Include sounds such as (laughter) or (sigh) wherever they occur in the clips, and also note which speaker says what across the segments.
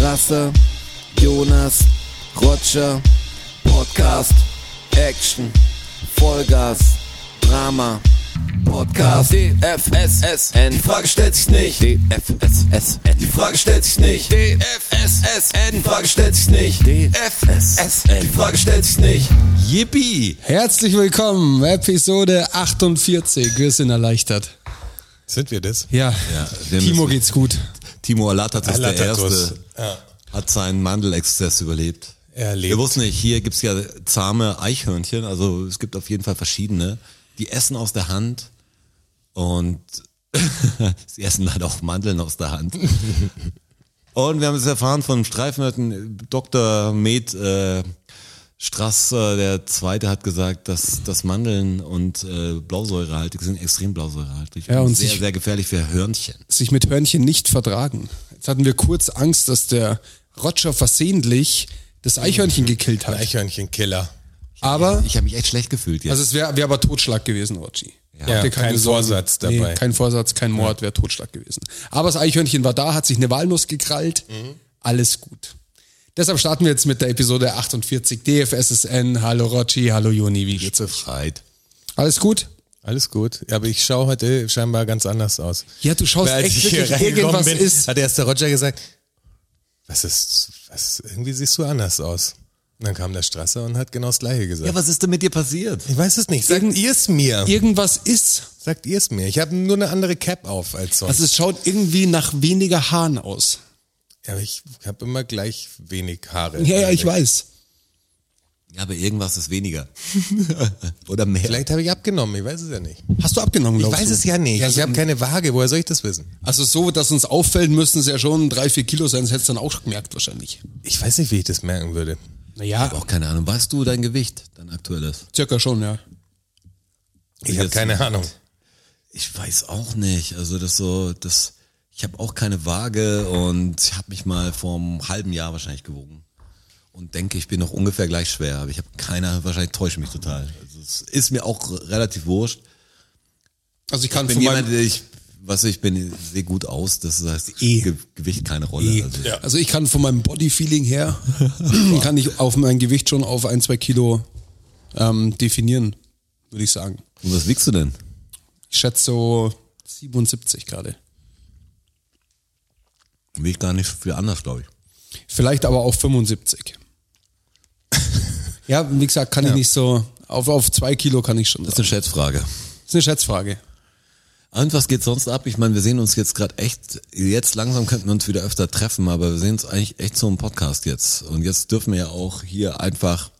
Speaker 1: Rasse, Jonas, Roger, Podcast, Action, Vollgas, Drama, Podcast, DFSSN, die Frage stellt sich nicht, DFSSN, die Frage stellt sich nicht, DFSSN, die Frage stellt sich nicht, DFSSN, die Frage stellt sich nicht.
Speaker 2: Yippie!
Speaker 3: Herzlich willkommen, Episode 48. Wir sind erleichtert.
Speaker 2: Sind wir das?
Speaker 3: Ja,
Speaker 4: Ja, wir
Speaker 3: Timo
Speaker 4: müssen-
Speaker 3: geht's gut.
Speaker 4: Timo Alatat ist der
Speaker 2: Alatatus.
Speaker 4: Erste,
Speaker 2: Ja.
Speaker 4: hat seinen Mandelexzess überlebt.
Speaker 2: Er lebt.
Speaker 4: Wir wussten nicht, hier gibt's ja zahme Eichhörnchen, also es gibt auf jeden Fall verschiedene. Die essen aus der Hand und (laughs) sie essen leider auch Mandeln aus der
Speaker 2: (laughs)
Speaker 4: Hand. und wir haben es erfahren von Streifenhirten, Dr. Med äh, Strass, äh, der Zweite, hat gesagt, dass, dass Mandeln und äh, Blausäurehaltig sind, extrem blausäurehaltig.
Speaker 3: Ja, und
Speaker 4: sehr,
Speaker 3: sich-
Speaker 4: sehr gefährlich für Hörnchen.
Speaker 3: Sich mit Hörnchen nicht vertragen. Jetzt hatten wir kurz Angst, dass der Roger versehentlich das Eichhörnchen gekillt
Speaker 2: Ein
Speaker 3: hat.
Speaker 2: Eichhörnchenkiller.
Speaker 3: Aber,
Speaker 4: Ich habe mich echt schlecht gefühlt jetzt.
Speaker 3: also es wäre wär aber Totschlag gewesen, Rogi.
Speaker 2: Ja,
Speaker 3: Habt ihr
Speaker 2: kein
Speaker 3: Sorgen?
Speaker 2: Vorsatz dabei.
Speaker 3: Nee, kein Vorsatz, kein Mord, wäre Totschlag gewesen. Aber das Eichhörnchen war da, hat sich eine Walnuss gekrallt.
Speaker 2: Mhm.
Speaker 3: Alles gut. Deshalb starten wir jetzt mit der Episode 48 DFSSN. Hallo Rochi, hallo Joni, wie geht's? euch?
Speaker 4: Streit.
Speaker 3: Alles gut?
Speaker 2: Alles gut. Ja, aber ich schaue heute scheinbar ganz anders aus.
Speaker 3: Ja, du schaust
Speaker 2: Weil als
Speaker 3: echt
Speaker 2: ich hier
Speaker 3: wirklich,
Speaker 2: reingekommen
Speaker 3: irgendwas
Speaker 2: bin,
Speaker 3: ist.
Speaker 2: Hat erst der Roger gesagt, was ist, was, irgendwie siehst du anders aus. Und dann kam der Strasser und hat genau das Gleiche gesagt.
Speaker 4: Ja, was ist denn mit dir passiert?
Speaker 2: ich weiß es nicht. Sagt
Speaker 3: Irgend-
Speaker 2: ihr es mir?
Speaker 3: Irgendwas ist.
Speaker 2: Sagt ihr es mir? Ich habe nur eine andere Cap auf als sonst.
Speaker 3: Also es schaut irgendwie nach weniger Haaren aus.
Speaker 2: ja, aber ich habe immer gleich wenig Haare.
Speaker 3: Ja, ja, ich weiß.
Speaker 4: Ja, aber irgendwas ist (laughs) weniger. Oder mehr.
Speaker 2: Vielleicht habe ich abgenommen, ich weiß es ja nicht.
Speaker 3: Hast du abgenommen,
Speaker 2: Ich
Speaker 3: glaubst
Speaker 2: weiß
Speaker 3: du?
Speaker 2: es ja nicht.
Speaker 3: Ja,
Speaker 2: ich
Speaker 3: so-
Speaker 2: habe keine Waage, woher soll ich das wissen?
Speaker 3: Also so, dass uns auffällt, müssten es ja schon drei, vier Kilo sein. Das hättest du dann auch gemerkt wahrscheinlich.
Speaker 2: Ich weiß nicht, wie ich das merken würde.
Speaker 3: Naja,
Speaker 4: Auch keine Ahnung. Weißt du dein Gewicht, dein aktuelles?
Speaker 3: circa schon, ja.
Speaker 2: Ich habe
Speaker 4: Jetzt-
Speaker 2: keine Ahnung.
Speaker 4: Ich weiß auch nicht. Also das so, das, ich habe auch keine Waage und ich habe mich mal vor einem halben Jahr wahrscheinlich gewogen. Und denke, ich bin noch ungefähr gleich schwer, aber ich habe keine, wahrscheinlich täusche mich total. Also es ist mir auch relativ wurscht.
Speaker 3: Also ich kann
Speaker 4: Wenn
Speaker 3: von meinem-
Speaker 4: jemand, ich, was ich bin, sehe gut aus, das heißt Ge Gewicht keine Rolle. Also,
Speaker 3: Also ich kann von meinem Bodyfeeling (laughs) her, kann ich auf mein Gewicht schon auf ein, zwei Kilo ähm, definieren, würde ich sagen.
Speaker 4: Und was wiegst du denn?
Speaker 3: Ich schätze so 77 gerade.
Speaker 4: Wiegt gar nicht so viel anders, glaube ich.
Speaker 3: Vielleicht aber auch (laughs) 75. ja, wie gesagt, kann ich nicht so, auf, auf zwei Kilo kann ich schon.
Speaker 4: Das
Speaker 3: Das
Speaker 4: ist eine Schätzfrage.
Speaker 3: ist eine Schätzfrage.
Speaker 4: Und was geht sonst ab? Ich meine, wir sehen uns jetzt gerade echt, jetzt langsam könnten wir uns wieder öfter treffen, aber wir sehen uns eigentlich echt so im Podcast jetzt. Und jetzt dürfen wir ja auch hier einfach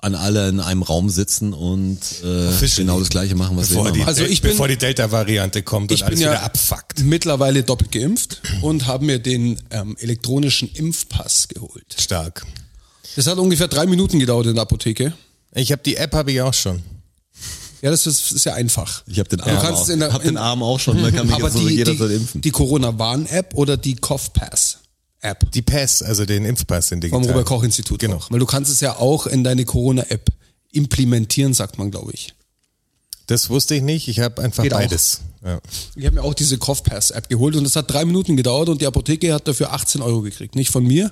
Speaker 4: an alle in einem Raum sitzen und äh,
Speaker 2: Officially.
Speaker 4: genau das gleiche machen, was wir
Speaker 2: Bevor
Speaker 4: immer
Speaker 2: die,
Speaker 4: machen.
Speaker 3: Also ich bin-
Speaker 2: bevor die Delta-Variante kommt und
Speaker 3: Ich
Speaker 2: alles
Speaker 3: bin ja
Speaker 2: wieder abfuckt.
Speaker 3: mittlerweile doppelt geimpft und habe mir den ähm, elektronischen Impfpass geholt.
Speaker 2: Stark.
Speaker 3: Das hat ungefähr drei Minuten gedauert in der Apotheke.
Speaker 2: Ich habe die App, habe ich auch schon.
Speaker 3: Ja, das ist, ist ja einfach.
Speaker 4: Ich habe den,
Speaker 3: Du
Speaker 4: Arm
Speaker 3: kannst
Speaker 4: auch-
Speaker 3: in der-
Speaker 4: hab
Speaker 3: in-
Speaker 4: den Arm auch schon, man kann mich
Speaker 3: Aber
Speaker 4: jetzt so
Speaker 3: die,
Speaker 4: jederzeit
Speaker 3: die,
Speaker 4: impfen.
Speaker 3: die Corona-Warn-App oder die Cough-Pass-App
Speaker 2: Die Pass, also den Impfpass, den
Speaker 3: vom
Speaker 2: digitalen.
Speaker 3: Robert-Koch-Institut.
Speaker 2: Genau.
Speaker 3: auch. Weil du kannst es ja auch in deine Corona-App implementieren, sagt man, glaube ich.
Speaker 2: Das wusste ich nicht. Ich habe einfach
Speaker 3: Geht auch.
Speaker 2: beides. Ja.
Speaker 3: Ich habe mir auch diese Cough-Pass-App geholt und das hat drei Minuten gedauert und die Apotheke hat dafür 18 Euro gekriegt. Nicht von mir,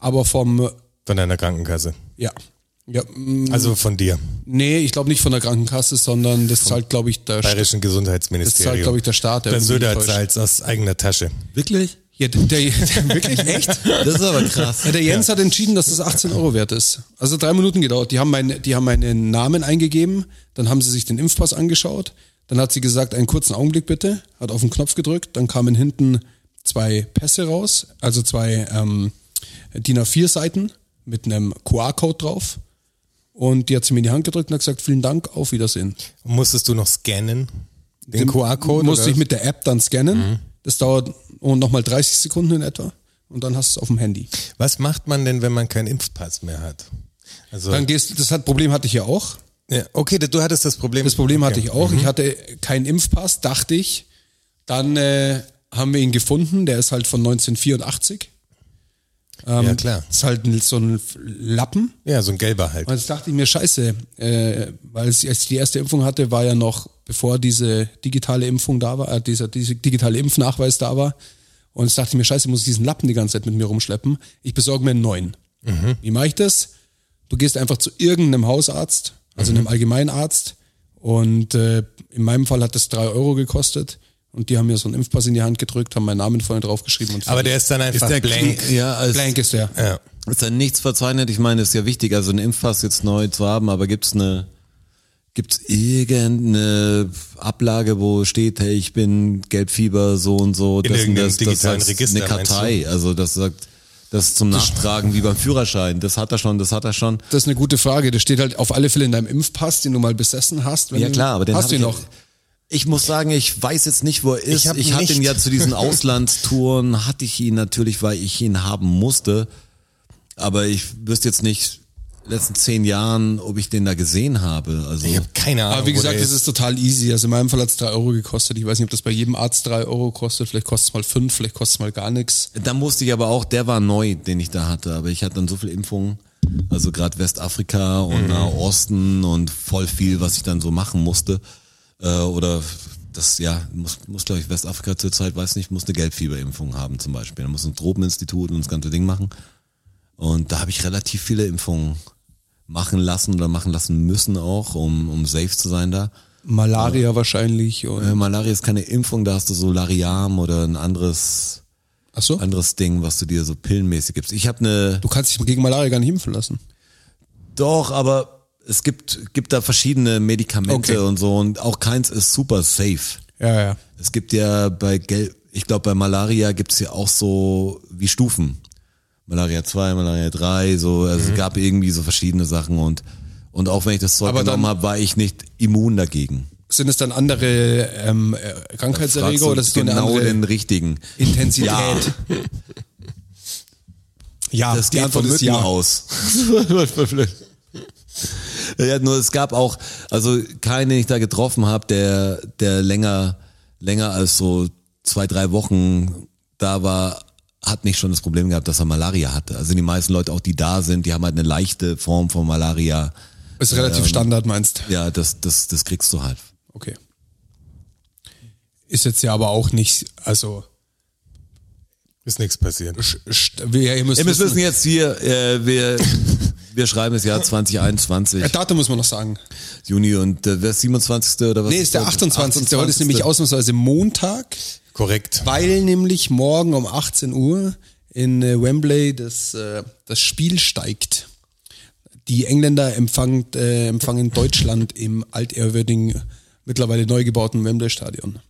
Speaker 3: aber vom,
Speaker 2: Von deiner Krankenkasse.
Speaker 3: ja. ja mm,
Speaker 2: Also von dir.
Speaker 3: nee, ich glaube nicht von der Krankenkasse, sondern das zahlt, glaube ich, der Staat.
Speaker 2: Bayerischen
Speaker 3: Das zahlt,
Speaker 2: Gesundheitsministerium.
Speaker 3: glaube ich, der Staat.
Speaker 2: der
Speaker 3: wenn ich mich
Speaker 2: Söder
Speaker 3: täusche.
Speaker 2: zahlt aus eigener Tasche.
Speaker 4: Wirklich?
Speaker 3: Ja, der, der,
Speaker 4: (laughs)
Speaker 3: wirklich? Echt?
Speaker 4: Das ist aber krass.
Speaker 3: Ja, der Jens hat entschieden, dass das 18 Euro wert ist. Also drei Minuten gedauert. Die haben, mein, die haben meinen Namen eingegeben, dann haben sie sich den Impfpass angeschaut, dann hat sie gesagt, einen kurzen Augenblick bitte, hat auf den Knopf gedrückt, dann kamen hinten zwei Pässe raus, also zwei ähm, DIN A4-Seiten mit einem QR-Code drauf. Und die hat sie mir in die Hand gedrückt und hat gesagt, vielen Dank, auf Wiedersehen.
Speaker 2: Und musstest du noch scannen? Den QR-Code?
Speaker 3: Musste
Speaker 2: oder? Mhm.
Speaker 3: ich mit der App dann scannen. Das dauert oh, nochmal 30 Sekunden in etwa. Und dann hast du es auf dem Handy.
Speaker 2: Was macht man denn, wenn man keinen Impfpass mehr hat? Also,
Speaker 3: Dann gehst du, das hat, Problem hatte ich ja auch.
Speaker 2: ja, okay, du hattest das Problem.
Speaker 3: Das Problem hatte
Speaker 2: Okay. Mhm.
Speaker 3: ich auch. Ich hatte keinen Impfpass, dachte ich. Dann äh, haben wir ihn gefunden. Der ist halt von 1984.
Speaker 2: ja, klar.
Speaker 3: Ist halt ein- so ein Lappen.
Speaker 2: Ja, so ein gelber halt.
Speaker 3: Und jetzt dachte ich mir, scheiße, äh, weil es- als ich die erste Impfung hatte, war ja noch, bevor diese digitale Impfung da war, äh, dieser, dieser digitale Impfnachweis da war. Und jetzt dachte ich mir, scheiße, muss ich diesen Lappen die ganze Zeit mit mir rumschleppen. Ich besorge mir einen neuen.
Speaker 2: Mhm.
Speaker 3: Wie mache ich das? Du gehst einfach zu irgendeinem Hausarzt, also
Speaker 2: Mhm.
Speaker 3: einem Allgemeinarzt. Und äh, in meinem Fall hat das drei Euro gekostet. Und die haben mir so einen Impfpass in die Hand gedrückt, haben meinen Namen vorne draufgeschrieben. Und
Speaker 2: Aber der ist dann einfach blank.
Speaker 4: Ja, als,
Speaker 3: Blank ist der.
Speaker 2: Ja.
Speaker 4: Ist dann nichts verzeichnet? Ich meine, ist ja wichtig, also einen Impfpass jetzt neu zu haben, aber gibt's eine, gibt's irgendeine Ablage, wo steht, hey, ich bin Gelbfieber, so und so,
Speaker 2: In
Speaker 4: und
Speaker 2: irgendeinem digitalen
Speaker 4: als
Speaker 2: Register,
Speaker 4: eine Kartei, also das sagt, das zum Nachtragen wie beim Führerschein, das hat er schon, das hat er schon.
Speaker 3: Das ist eine gute Frage. Das steht halt auf alle Fälle in deinem Impfpass, den du mal besessen hast. Wenn
Speaker 4: Ja
Speaker 3: du,
Speaker 4: klar, aber den
Speaker 3: hast
Speaker 4: hab
Speaker 3: du ihn
Speaker 4: ich-
Speaker 3: noch.
Speaker 4: Ich muss sagen, ich weiß jetzt nicht, wo er ist.
Speaker 2: Ich hab
Speaker 4: Ich, hatte ihn
Speaker 2: nicht.
Speaker 4: ja zu
Speaker 3: (laughs)
Speaker 4: diesen Auslandstouren, hatte ich ihn natürlich, weil ich ihn haben musste. Aber ich wüsste jetzt nicht, in den letzten zehn Jahren, ob ich den da gesehen habe. Also
Speaker 2: Ich habe keine Ahnung.
Speaker 3: Aber wie
Speaker 2: wo der
Speaker 3: gesagt, es
Speaker 2: ist.
Speaker 3: ist total easy. Also in meinem Fall hat es 3 Euro gekostet. Ich weiß nicht, ob das bei jedem Arzt 3 Euro kostet. Vielleicht kostet es mal 5, vielleicht kostet es mal gar nichts.
Speaker 4: Da musste ich aber auch, der war neu, den ich da hatte, aber ich hatte dann so viel Impfungen, also gerade Westafrika und Nahosten und voll viel, was ich dann so machen musste. Äh, oder das, ja, muss, muss glaube ich, Westafrika zurzeit, weiß nicht, muss eine Gelbfieberimpfung haben zum Beispiel. Da muss ein Tropeninstitut und das ganze Ding machen. Und da habe ich relativ viele Impfungen machen lassen oder machen lassen müssen auch, um, um safe zu sein da.
Speaker 3: Malaria wahrscheinlich.
Speaker 4: Äh,
Speaker 3: Und,
Speaker 4: Malaria ist keine Impfung, da hast du so Lariam oder ein anderes
Speaker 3: ach so?
Speaker 4: anderes Ding, was du dir so pillenmäßig gibst. Ich habe eine,
Speaker 3: Du kannst dich gegen Malaria gar nicht impfen lassen.
Speaker 4: doch, aber es gibt, gibt da verschiedene Medikamente
Speaker 3: Okay.
Speaker 4: und so und auch keins ist super safe.
Speaker 3: Ja, ja.
Speaker 4: Es gibt ja bei Gel ich glaube bei Malaria gibt's ja auch so wie Stufen. Malaria 2, Malaria 3, so, also
Speaker 3: Mhm.
Speaker 4: es gab irgendwie so verschiedene Sachen und, und auch wenn ich das Zeug
Speaker 3: Aber dann-
Speaker 4: genommen habe, war ich nicht immun dagegen.
Speaker 3: Sind es dann andere ähm, äh,
Speaker 4: Fragst
Speaker 3: Krankheitserreger
Speaker 4: du
Speaker 3: oder ist es eine
Speaker 4: genau
Speaker 3: andere
Speaker 4: den richtigen.
Speaker 3: Intensität?
Speaker 4: Ja.
Speaker 3: Ja,
Speaker 4: das geht von Mücken aus. ja, nur es gab auch, also keinen, den ich da getroffen habe, der, der länger, länger als so zwei, drei Wochen da war, hat nicht schon das Problem gehabt, dass er Malaria hatte. Also die meisten Leute, auch die da sind, die haben halt eine leichte Form von Malaria.
Speaker 3: (laughs) Ist relativ Standard, meinst
Speaker 4: Ähm, Ja, das, das, das kriegst du halt.
Speaker 3: Okay. Ist jetzt ja aber auch nicht, also,
Speaker 2: Ist nichts passiert.
Speaker 3: st- wir, ihr müsst,
Speaker 4: Ihr müsst wissen jetzt hier, äh, wir, (laughs) wir schreiben das Jahr 2021,
Speaker 3: Äh, Datum muss man noch sagen.
Speaker 4: Juni und äh, wer ist 27. oder was?
Speaker 3: Nee, ist der 28. Der Heute ist nämlich ausnahmsweise Montag,
Speaker 2: Korrekt.
Speaker 3: weil nämlich morgen um 18 Uhr in äh, Wembley das, äh, das Spiel steigt. Die Engländer empfangen, äh, empfangen Deutschland im altehrwürdigen, mittlerweile neu gebauten Wembley-Stadion.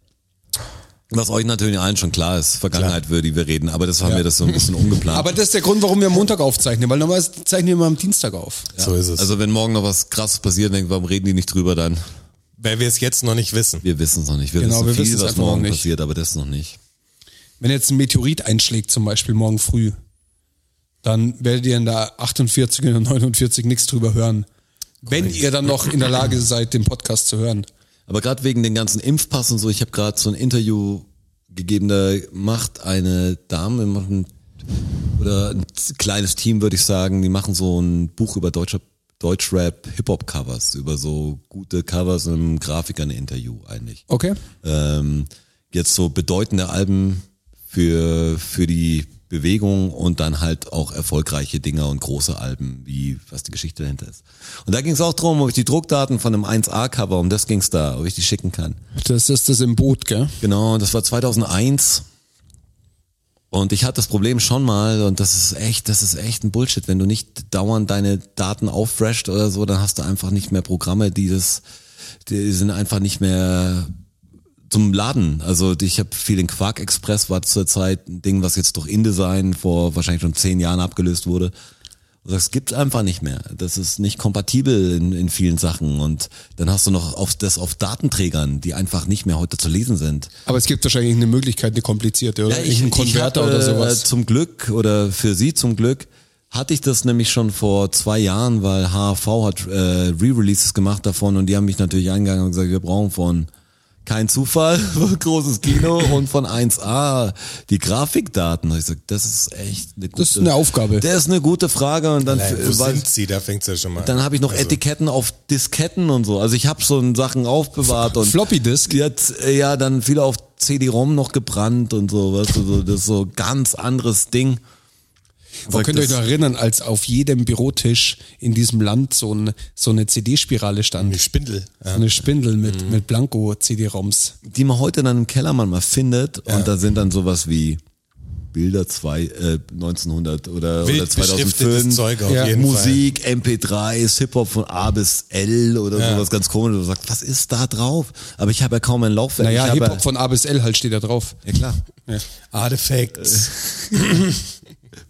Speaker 4: Was euch natürlich allen schon klar ist, Vergangenheit, über die wir reden, aber das haben wir das so ein
Speaker 3: (laughs)
Speaker 4: bisschen umgeplant.
Speaker 3: Aber das ist der Grund, warum wir am Montag aufzeichnen, weil normalerweise zeichnen wir immer am Dienstag auf.
Speaker 2: So ist es.
Speaker 4: also wenn morgen noch was krasses passiert, denkt, warum reden die nicht drüber dann?
Speaker 2: Weil wir es jetzt noch nicht wissen.
Speaker 4: Wir wissen es noch nicht. Wir
Speaker 3: Genau,
Speaker 4: wissen
Speaker 3: wir
Speaker 4: viel,
Speaker 3: wissen es
Speaker 4: was
Speaker 3: einfach
Speaker 4: morgen
Speaker 3: noch nicht.
Speaker 4: passiert, aber das noch nicht.
Speaker 3: Wenn jetzt ein Meteorit einschlägt, zum Beispiel morgen früh, dann werdet ihr in der 48 und 49 nichts drüber hören. Wenn ihr dann noch in der Lage seid, den Podcast zu hören.
Speaker 4: Aber gerade wegen den ganzen Impfpass und so, ich habe gerade so ein Interview gegeben, da macht eine Dame macht ein, oder ein kleines Team, würde ich sagen, die machen so ein Buch über deutsche Deutschrap Hip-Hop-Covers, über so gute Covers und einem Grafiker ein Interview eigentlich.
Speaker 3: Okay.
Speaker 4: ähm, jetzt so bedeutende Alben für, für die Bewegung und dann halt auch erfolgreiche Dinger und große Alben, wie was die Geschichte dahinter ist. Und da ging es auch drum, ob ich die Druckdaten von einem 1A-Cover, um das ging es da, ob ich die schicken kann.
Speaker 3: Das ist das im Boot, gell?
Speaker 4: Genau, das war 2001. Und ich hatte das Problem schon mal, und das ist echt, das ist echt ein Bullshit. Wenn du nicht dauernd deine Daten auffresht oder so, dann hast du einfach nicht mehr Programme, die das, die sind einfach nicht mehr zum Laden. Also ich habe viel in Quark Express war zurzeit ein Ding, was jetzt durch InDesign vor wahrscheinlich schon zehn Jahren abgelöst wurde. Und Das gibt's einfach nicht mehr. Das ist nicht kompatibel in, in vielen Sachen. Und dann hast du noch auf, das auf Datenträgern, die einfach nicht mehr heute zu lesen sind.
Speaker 3: Aber es gibt wahrscheinlich eine Möglichkeit, eine komplizierte oder einen Konverter
Speaker 4: hab,
Speaker 3: oder
Speaker 4: Äh,
Speaker 3: sowas.
Speaker 4: zum Glück oder für sie zum Glück hatte ich das nämlich schon vor zwei Jahren, weil HV hat äh, Re-Releases gemacht davon und die haben mich natürlich eingegangen und gesagt, wir brauchen von kein Zufall, (laughs) großes Kino und von 1A die Grafikdaten. Und ich sag, das ist echt eine gute
Speaker 3: Das ist eine Aufgabe.
Speaker 4: Das ist eine gute Frage und dann
Speaker 2: Nein, wo
Speaker 4: Äh, weil-
Speaker 2: sind sie? Da fängt's ja schon mal an.
Speaker 4: dann habe ich noch
Speaker 2: Also,
Speaker 4: Etiketten auf Disketten und so. Also ich habe so Sachen aufbewahrt und
Speaker 3: Floppy Disk?
Speaker 4: Ja, z- äh, ja, dann viele auf CD-ROM noch gebrannt und so, weißt du, so, das ist so ganz anderes Ding.
Speaker 3: Ihr
Speaker 4: Sag,
Speaker 3: könnt ihr euch
Speaker 4: das-
Speaker 3: noch erinnern, als auf jedem Bürotisch in diesem Land so, ein, so eine CD-Spirale stand.
Speaker 2: Die Spindel.
Speaker 3: So
Speaker 2: Ja.
Speaker 3: eine Spindel mit, mit Blanko-CD-ROMs.
Speaker 4: die man heute dann im Keller manchmal findet und da sind dann sowas wie Bilder zwei, äh, 1900 oder,
Speaker 2: Wild
Speaker 4: oder
Speaker 2: beschriftetes
Speaker 4: 2005,
Speaker 2: Zeug auf jeden
Speaker 4: Musik, MP3s, Hip-Hop von A bis L oder sowas ganz komisch. Du sagst, was ist da drauf? Aber ich habe ja kaum ein Laufwerk.
Speaker 3: Naja,
Speaker 4: ich habe,
Speaker 3: Hip-Hop von A bis L halt steht da drauf.
Speaker 4: ja klar,
Speaker 2: Artifacts.
Speaker 4: Äh.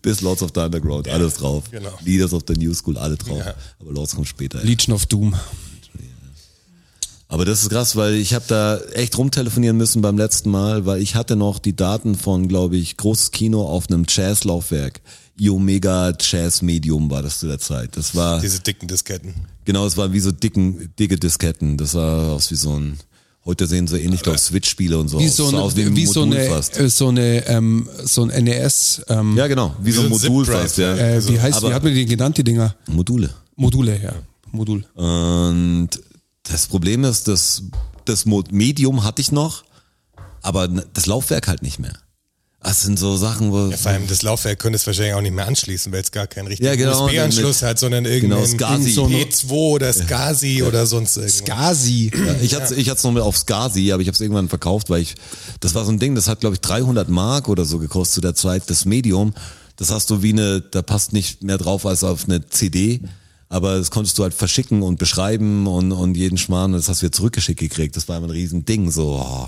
Speaker 4: bis Lords of the Underground, alles drauf.
Speaker 2: genau.
Speaker 4: Leaders of the New School, alle drauf.
Speaker 2: Ja.
Speaker 4: Aber Lords kommt später.
Speaker 3: Legion of Doom.
Speaker 4: Aber das ist krass, weil ich habe da echt rumtelefonieren müssen beim letzten Mal, weil ich hatte noch die Daten von, glaube ich, großes Kino auf einem Jazzlaufwerk. Iomega Jazz Medium war das zu der Zeit. Das war
Speaker 2: (laughs) Diese dicken Disketten.
Speaker 4: genau, es waren wie so dicken, dicke Disketten. Das sah aus wie so ein. Heute sehen sie ähnlich auf Switch-Spiele und so
Speaker 3: Wie
Speaker 4: aus.
Speaker 3: so,
Speaker 4: Sah
Speaker 3: ein,
Speaker 4: aus wie ein
Speaker 3: wie so
Speaker 4: Modul
Speaker 3: eine,
Speaker 4: fast.
Speaker 3: äh, so eine, ähm, so ein NES, ähm,
Speaker 4: Ja, genau, wie, so ein
Speaker 2: so ein
Speaker 4: Modul
Speaker 2: Zip-Drive,
Speaker 4: fast, ja. also,
Speaker 3: äh, wie heißt,
Speaker 4: aber-
Speaker 3: wie hat man die genannt, die Dinger?
Speaker 4: Module.
Speaker 3: Module, ja. Modul.
Speaker 4: Und das Problem ist, das, das Mo- Medium hatte ich noch, aber n- das Laufwerk halt nicht mehr. Das sind so Sachen, wo.
Speaker 2: Ja, vor allem das Laufwerk könntest du wahrscheinlich auch nicht mehr anschließen, weil es gar keinen richtigen
Speaker 4: Ja, genau,
Speaker 2: USB-Anschluss
Speaker 4: dann mit-
Speaker 2: hat, sondern
Speaker 4: Genau,
Speaker 2: irgendeinen
Speaker 4: SCSI.
Speaker 2: so E2 oder SCSI oder sonst irgendwas.
Speaker 3: Skasi.
Speaker 4: ich hatte ich hatte es noch mit auf Skasi, aber ich habe es irgendwann verkauft, weil ich das war so ein Ding, das hat glaube ich 300 Mark oder so gekostet zu der Zeit das Medium. Das hast du wie eine da passt nicht mehr drauf als auf eine CD, aber das konntest du halt verschicken und beschreiben und und jeden Schmarrn, das hast du wieder zurückgeschickt gekriegt. Das war immer ein riesen Ding so oh,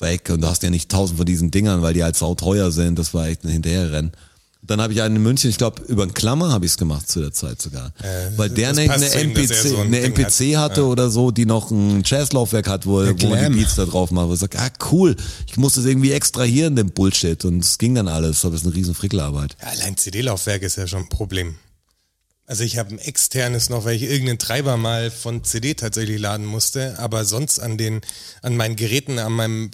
Speaker 4: weg und du hast ja nicht tausend von diesen Dingern, weil die halt sauteuer sind, das war echt ein Hinterherrennen. Dann habe ich einen in München, ich glaube, über einen Klammer habe ich es gemacht zu der Zeit sogar. weil der
Speaker 2: Äh, das
Speaker 4: eine,
Speaker 2: passt
Speaker 4: eine,
Speaker 2: zu ihm, dass er
Speaker 4: NPC,
Speaker 2: so ein
Speaker 4: eine
Speaker 2: Ding hat.
Speaker 4: NPC hatte oder so, die noch ein Jazzlaufwerk hat, wo, wo man
Speaker 3: Glam.
Speaker 4: die Beats da drauf macht. Wo ich sag, ah cool, ich muss das irgendwie extrahieren, den Bullshit. Und es ging dann alles, aber es ist eine riesen Frickelarbeit.
Speaker 2: Ja, allein CD-Laufwerk ist ja schon ein Problem. Also ich habe ein externes noch, weil ich irgendeinen Treiber mal von CD tatsächlich laden musste, aber sonst an den, an meinen Geräten, an meinem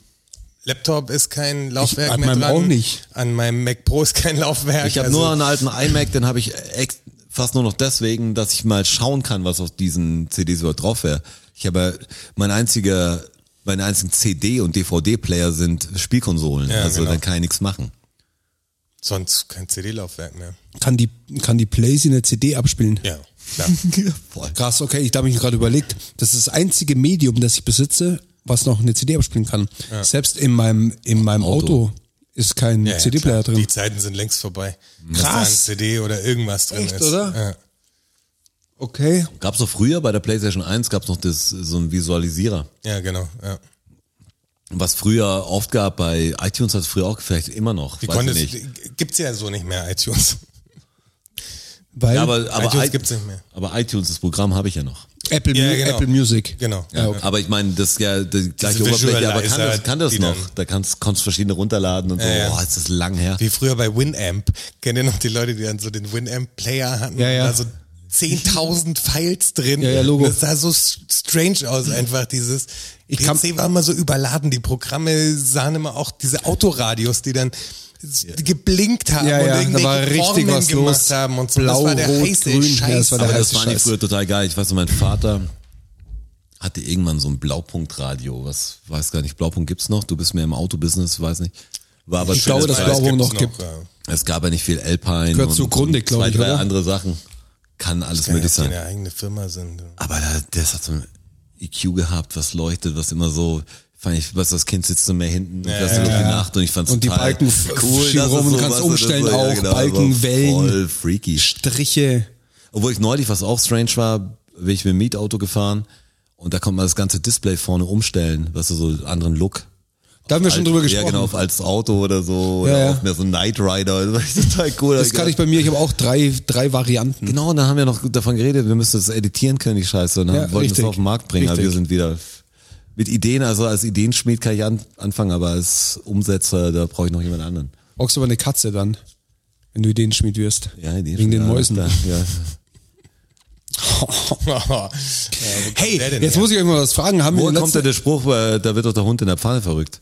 Speaker 2: Laptop ist kein Laufwerk
Speaker 3: an
Speaker 2: mehr
Speaker 3: meinem
Speaker 2: dran.
Speaker 3: auch nicht.
Speaker 2: An meinem Mac Pro ist kein Laufwerk.
Speaker 4: Ich habe
Speaker 2: also-
Speaker 4: nur einen alten iMac, den habe ich ex fast nur noch deswegen, dass ich mal schauen kann, was auf diesen CDs überhaupt drauf wäre. Ich habe mein einziger, meine einzigen CD und DVD-Player sind Spielkonsolen.
Speaker 2: Ja,
Speaker 4: also
Speaker 2: genau.
Speaker 4: dann kann ich nichts machen.
Speaker 2: sonst kein CD-Laufwerk mehr.
Speaker 3: Kann die, kann die Playsee eine CD abspielen?
Speaker 2: Ja,
Speaker 3: (laughs)
Speaker 2: klar.
Speaker 4: (laughs) Voll.
Speaker 3: Krass, okay, ich da habe ich mir gerade überlegt, das ist das einzige Medium, das ich besitze, was noch eine CD abspielen kann. Selbst in meinem, in meinem Auto.
Speaker 4: Auto.
Speaker 3: ist kein
Speaker 2: Ja, ja,
Speaker 3: CD-Player
Speaker 2: klar. Die
Speaker 3: drin.
Speaker 2: Zeiten sind längst vorbei.
Speaker 3: Krass.
Speaker 2: Dass da ein CD oder irgendwas drin
Speaker 3: Echt,
Speaker 2: ist.
Speaker 3: oder?
Speaker 2: Ja.
Speaker 3: Okay.
Speaker 4: Gab's doch früher bei der PlayStation 1 gab's noch das, so einen Visualisierer.
Speaker 2: Ja, genau. Ja.
Speaker 4: was früher oft gab bei iTunes hat es früher auch vielleicht immer noch,
Speaker 2: Die
Speaker 4: weiß ich
Speaker 2: konntest,
Speaker 4: nicht.
Speaker 2: gibt's ja so nicht mehr, iTunes.
Speaker 3: Weil
Speaker 4: Ja,
Speaker 3: Hm?
Speaker 4: aber, aber,
Speaker 2: iTunes
Speaker 4: i-
Speaker 2: gibt's nicht mehr.
Speaker 4: aber iTunes, das Programm habe ich ja noch.
Speaker 3: Apple,
Speaker 2: Ja,
Speaker 3: Mu-
Speaker 2: genau.
Speaker 3: Apple Music.
Speaker 2: Genau.
Speaker 3: Ja, Ah, okay.
Speaker 4: Aber ich meine, das ist ja die gleiche Oberfläche, aber kann das, kann das
Speaker 2: die
Speaker 4: noch?
Speaker 2: dann-
Speaker 4: Da kannst, kannst verschiedene runterladen und so.
Speaker 2: ja.
Speaker 4: Boah, ist das lang her.
Speaker 2: Wie früher bei Winamp. Kennt ihr noch die Leute, die dann so den Winamp-Player hatten?
Speaker 3: Ja, ja.
Speaker 2: Da so 10.000 Files drin.
Speaker 3: Ja, ja, Logo.
Speaker 2: Das sah so s- strange aus, einfach dieses.
Speaker 3: Ich
Speaker 2: PC
Speaker 3: kann-
Speaker 2: war immer so überladen. Die Programme sahen immer auch diese Autoradios, die dann s- geblinkt haben
Speaker 3: Ja,
Speaker 2: und
Speaker 3: ja, da
Speaker 2: irgendwelche
Speaker 3: war richtig
Speaker 2: Formen
Speaker 3: was
Speaker 2: gemacht
Speaker 3: los.
Speaker 2: haben und so.
Speaker 3: Blau,
Speaker 2: das war der
Speaker 3: rot,
Speaker 2: heiße
Speaker 3: grün.
Speaker 2: Scheiß.
Speaker 3: Ja, das war der
Speaker 4: Aber das
Speaker 3: heiße
Speaker 4: waren die
Speaker 3: Scheiß.
Speaker 4: früher total geil. Ich weiß noch, mein Vater hatte irgendwann so ein Blaupunktradio. Was weiß gar nicht. Blaupunkt gibt's noch. Du bist mehr im Autobusiness, weiß nicht. War aber
Speaker 3: Ich
Speaker 4: schön,
Speaker 3: glaube,
Speaker 4: das
Speaker 3: dass
Speaker 4: war-
Speaker 3: Blaupunkt noch gibt.
Speaker 2: Ja.
Speaker 4: Es gab ja nicht viel Alpine.
Speaker 3: Gehört zugrunde,
Speaker 4: und
Speaker 3: glaub
Speaker 4: zwei,
Speaker 3: ich,
Speaker 4: drei
Speaker 3: oder?
Speaker 4: andere Sachen. Kann alles
Speaker 2: Wenn
Speaker 4: möglich
Speaker 2: das
Speaker 4: sein.
Speaker 2: eine eigene
Speaker 3: (laughs)
Speaker 2: Firma sind.
Speaker 4: Aber da, das hat so ein EQ gehabt, was leuchtet, was immer so, fand ich, was das Kind sitzt so mehr hinten, ja, das ja, die Nacht und ich fand's
Speaker 3: Und die
Speaker 4: total
Speaker 3: Balken f- schieben
Speaker 4: dass es
Speaker 3: rum und
Speaker 4: sowas
Speaker 3: kannst
Speaker 4: ist,
Speaker 3: umstellen
Speaker 4: so,
Speaker 3: auch, Balken,
Speaker 4: so
Speaker 3: Wellen.
Speaker 4: Voll freaky.
Speaker 3: Striche.
Speaker 4: Obwohl ich neulich, was auch strange war, bin ich mit dem Mietauto gefahren und da konnte man das ganze Display vorne umstellen, was du so einen anderen Look.
Speaker 3: Da haben wir schon drüber gesprochen.
Speaker 4: Ja, genau, auf als Auto oder so, oder
Speaker 3: Ja, ja.
Speaker 4: auch mehr so ein Knight Rider, (laughs) das war total cool.
Speaker 3: das kann ich bei mir, ich habe auch drei, drei Varianten.
Speaker 4: Genau, und dann haben wir noch davon geredet, wir müssen das editieren können, die Scheiße, und dann
Speaker 3: Ja,
Speaker 4: wollten
Speaker 3: richtig.
Speaker 4: es auf den Markt bringen, aber
Speaker 3: Richtig.
Speaker 4: wir sind wieder mit Ideen, also als Ideenschmied kann ich an, anfangen, aber als Umsetzer, da brauche ich noch jemand anderen.
Speaker 3: Brauchst aber eine Katze dann, wenn du Ideenschmied wirst.
Speaker 4: Ja, Ideenschmied,
Speaker 3: Wegen den
Speaker 4: ja,
Speaker 3: Mäusen.
Speaker 4: Da, ja.
Speaker 2: ja,
Speaker 3: Hey, (laughs) jetzt muss ich euch mal was fragen. Haben wir
Speaker 4: (laughs) Woher
Speaker 3: in
Speaker 4: kommt
Speaker 3: letzter,
Speaker 4: denn der Spruch, äh, da wird doch der Hund in der Pfanne verrückt?